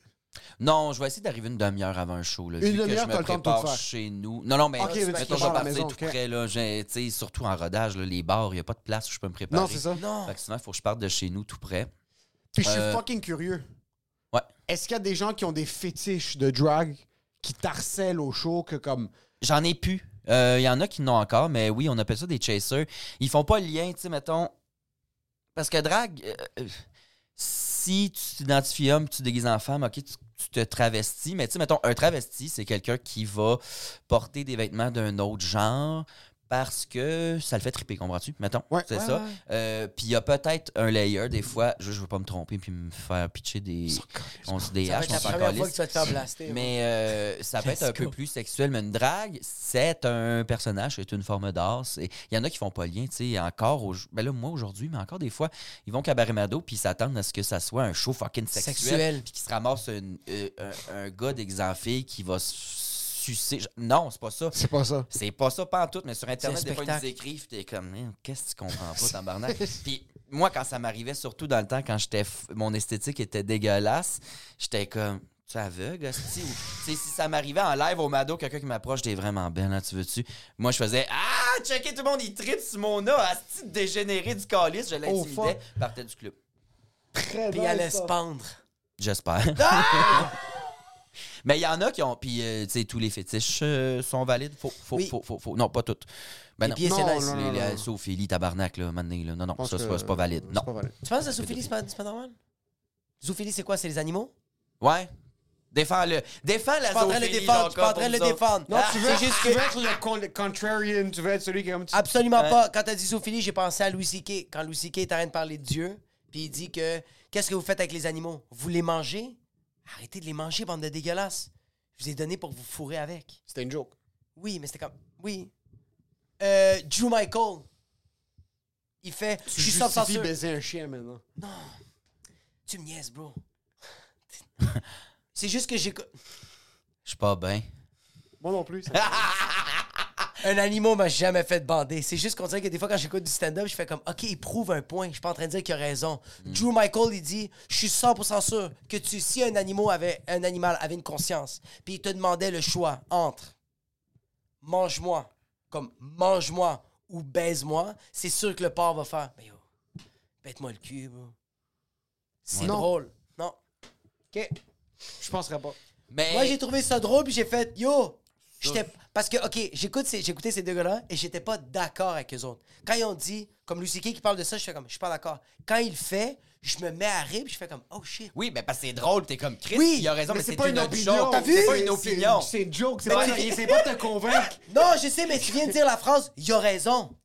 Non, je vais essayer d'arriver une demi-heure avant un show. Là, Une vu que demi-heure, je me t'as le temps de tout prépare faire. chez nous. Non, non, mais Ok, mais tu te mettons, je prépares vais à la partir maison, tout ok. près. Là, j'ai- tu sais, surtout en rodage, là, les bars, il n'y a pas de place où je peux me préparer. Non, c'est ça. Non. Fait que sinon, il faut que je parte de chez nous tout près. Puis je suis Euh, fucking curieux. ouais. Est-ce qu'il y a des gens qui ont des fétiches de drag qui t'harcèlent au show que comme... J'en ai plus. Euh, Il y en a qui n'ont encore, mais oui, on appelle ça des chasers. Ils font pas le lien, tu sais, mettons. Parce que drague, euh, euh, si tu t'identifies homme, tu te déguises en femme, ok, tu, tu te travestis. Mais tu sais, mettons, un travesti, c'est quelqu'un qui va porter des vêtements d'un autre genre parce que ça le fait triper, comprends-tu? Mettons, Ouais. c'est Ouais, ça. Euh, Puis il y a peut-être un layer, des fois, je, je veux pas me tromper puis me faire pitcher des. On se Ça va déhache, être on la s'en première fois calisse. que tu vas te faire blaster. ouais. Mais euh, ça peut être un Let's go. peu plus sexuel, mais une drague, c'est un personnage, c'est une forme d'art. c'est- Il y en a qui font pas le lien, tu sais, encore, au- ben là, moi aujourd'hui, mais encore des fois, ils vont au cabaret Mado puis ils s'attendent à ce que ça soit un show fucking sexuel, Sexuel. puis qu'ils se ramassent une- euh, un, un gars déguisé en fille qui va s- sucer. Je- Non, c'est pas ça. C'est pas ça. C'est pas ça, pas en tout, mais sur Internet, C'est un des fois, ils nous spectacle. écrivent, t'es comme, Man, qu'est-ce que tu comprends [laughs] pas, tabarnak? Puis moi, quand ça m'arrivait, surtout dans le temps, quand j'étais, f- mon esthétique était dégueulasse, j'étais comme, tu es aveugle, hostie? Ou, tu sais, si ça m'arrivait en live au Mado, quelqu'un qui m'approche, t'es vraiment belle, hein, tu veux-tu? Moi, je faisais, ah, checker tout le monde, il tripe sur mon nez, hostie, de dégénéré du calice, je fuck. l'intimidais, partait du club. Très Puis elle allait se pendre. [laughs] J'espère. Mais il y en a qui ont. Puis, euh, tu sais, tous les fétiches euh, sont valides. Faut, faut, Oui. faut, faut, faut- Non, pas toutes. Ben Les non. pieds, non, c'est non, nice. non, Les- non, les- non. Zoophilie, tabarnak, là, maintenant, là. Non, non, ça, c'est pas, c'est pas valide. Non. Tu penses à zoophilie, c'est pas, c'est pas normal? Zoophilie, c'est quoi? C'est les animaux? Ouais. Défends-le. Défends la Je suis pas en train de le zoophilie, défendre. Je suis pas en Jean-Claude, train de le pour nous défendre. autres. Ah, C'est juste que- être le con- contrarian, tu veux être celui qui est comme... Ah. Absolument Ouais. pas. Quand t'as dit zoophilie, j'ai pensé à Louis C.K. Quand Louis C.K. est en train de parler de Dieu, puis il dit que qu'est-ce que vous faites avec les animaux? Vous les mangez? Arrêtez de les manger, bande de dégueulasses. Je vous ai donné pour vous fourrer avec. C'était une joke. Oui, mais c'était comme. Oui. Euh, Drew Michael. Il fait. Je Tu suis sans justifies censure. baiser un chien, maintenant. Tu me niaises, bro. [laughs] C'est juste que j'ai. Je suis pas bien. Moi non plus. ça- Un animal m'a jamais fait bander. C'est juste qu'on dirait que des fois, quand j'écoute du stand-up, je fais comme, OK, il prouve un point. Je suis pas en train de dire qu'il a raison. Drew Michael, il dit, je suis 100% sûr que tu, si un, animal avait, un animal avait une conscience, puis il te demandait le choix entre mange-moi, comme mange-moi ou baise-moi, c'est sûr que le porc va faire, mais yo, bête-moi le cul, bro. C'est Ouais. Non. drôle. Non. OK. Je penserais pas. Mais. Moi, j'ai trouvé ça drôle, puis j'ai fait Yo! J'étais. Parce que, OK, j'écoute ces- j'écoutais ces, deux gars-là et j'étais pas d'accord avec eux autres. Quand ils ont dit, comme Lucie qui parle de ça, je fais comme, je suis pas d'accord. Quand il le fait, je me mets à rire, puis je fais comme, oh shit. Oui, mais parce que c'est drôle, t'es comme Chris. Oui, il a raison, mais, c'est une, autre chose. T'as vu? C'est pas une opinion. C'est une joke. C'est Mais pas, tu- c'est pas de te convaincre. Non, je sais, mais tu viens de dire la phrase, il a raison.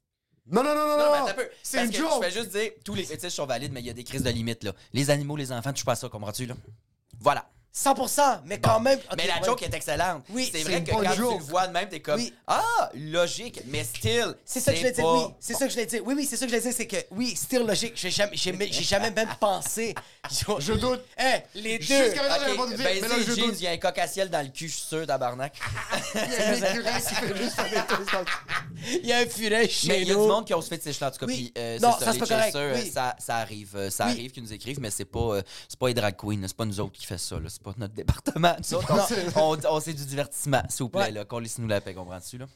Non, non, non, non, Non, mais non. attends un peu. C'est Parce une que joke. Je vais juste dire, tous les fétiches sont valides, mais il y a des crises de limite, là. Les animaux, les enfants, tu touches pas à ça, comprends-tu, là? Voilà. 100%, mais quand même. ok, mais la ouais. joke est excellente. Oui, c'est c'est vrai une que bonne quand joke. tu le vois de même, t'es comme Oui. Ah, logique, mais still. C'est ça que je voulais dire, pas- oui. C'est ça que je voulais dire. Oui, oui, c'est ça que je voulais dire, c'est que, oui, style logique, j'ai jamais, j'ai j'ai jamais même [laughs] pensé. Je doute. Hey, les deux. Jusqu'à maintenant, j'avais pas Ok, de dire. ben, Mais là, c'est je jeans, doute. il y a un coq à ciel dans le cul, je suis sûr, tabarnak. Il y a un écureuil qui fait juste faire des trucs dans le- Il y a un furet chez mais il y a du nous. monde qui a ce fétiche là, en tout cas. Oui. Puis, euh, Non, ça, c'est c'est ça, les pas correct, chasseurs, oui. ça, ça arrive. euh, ça Oui. arrive qu'ils nous écrivent, mais c'est pas, euh, c'est pas les drag queens, là, c'est pas nous autres qui fait ça, là, c'est pas notre département. [laughs] Nous autres, on, on- on- c'est du divertissement, s'il vous plaît, là, qu'on laisse nous la paix, comprends-tu, là?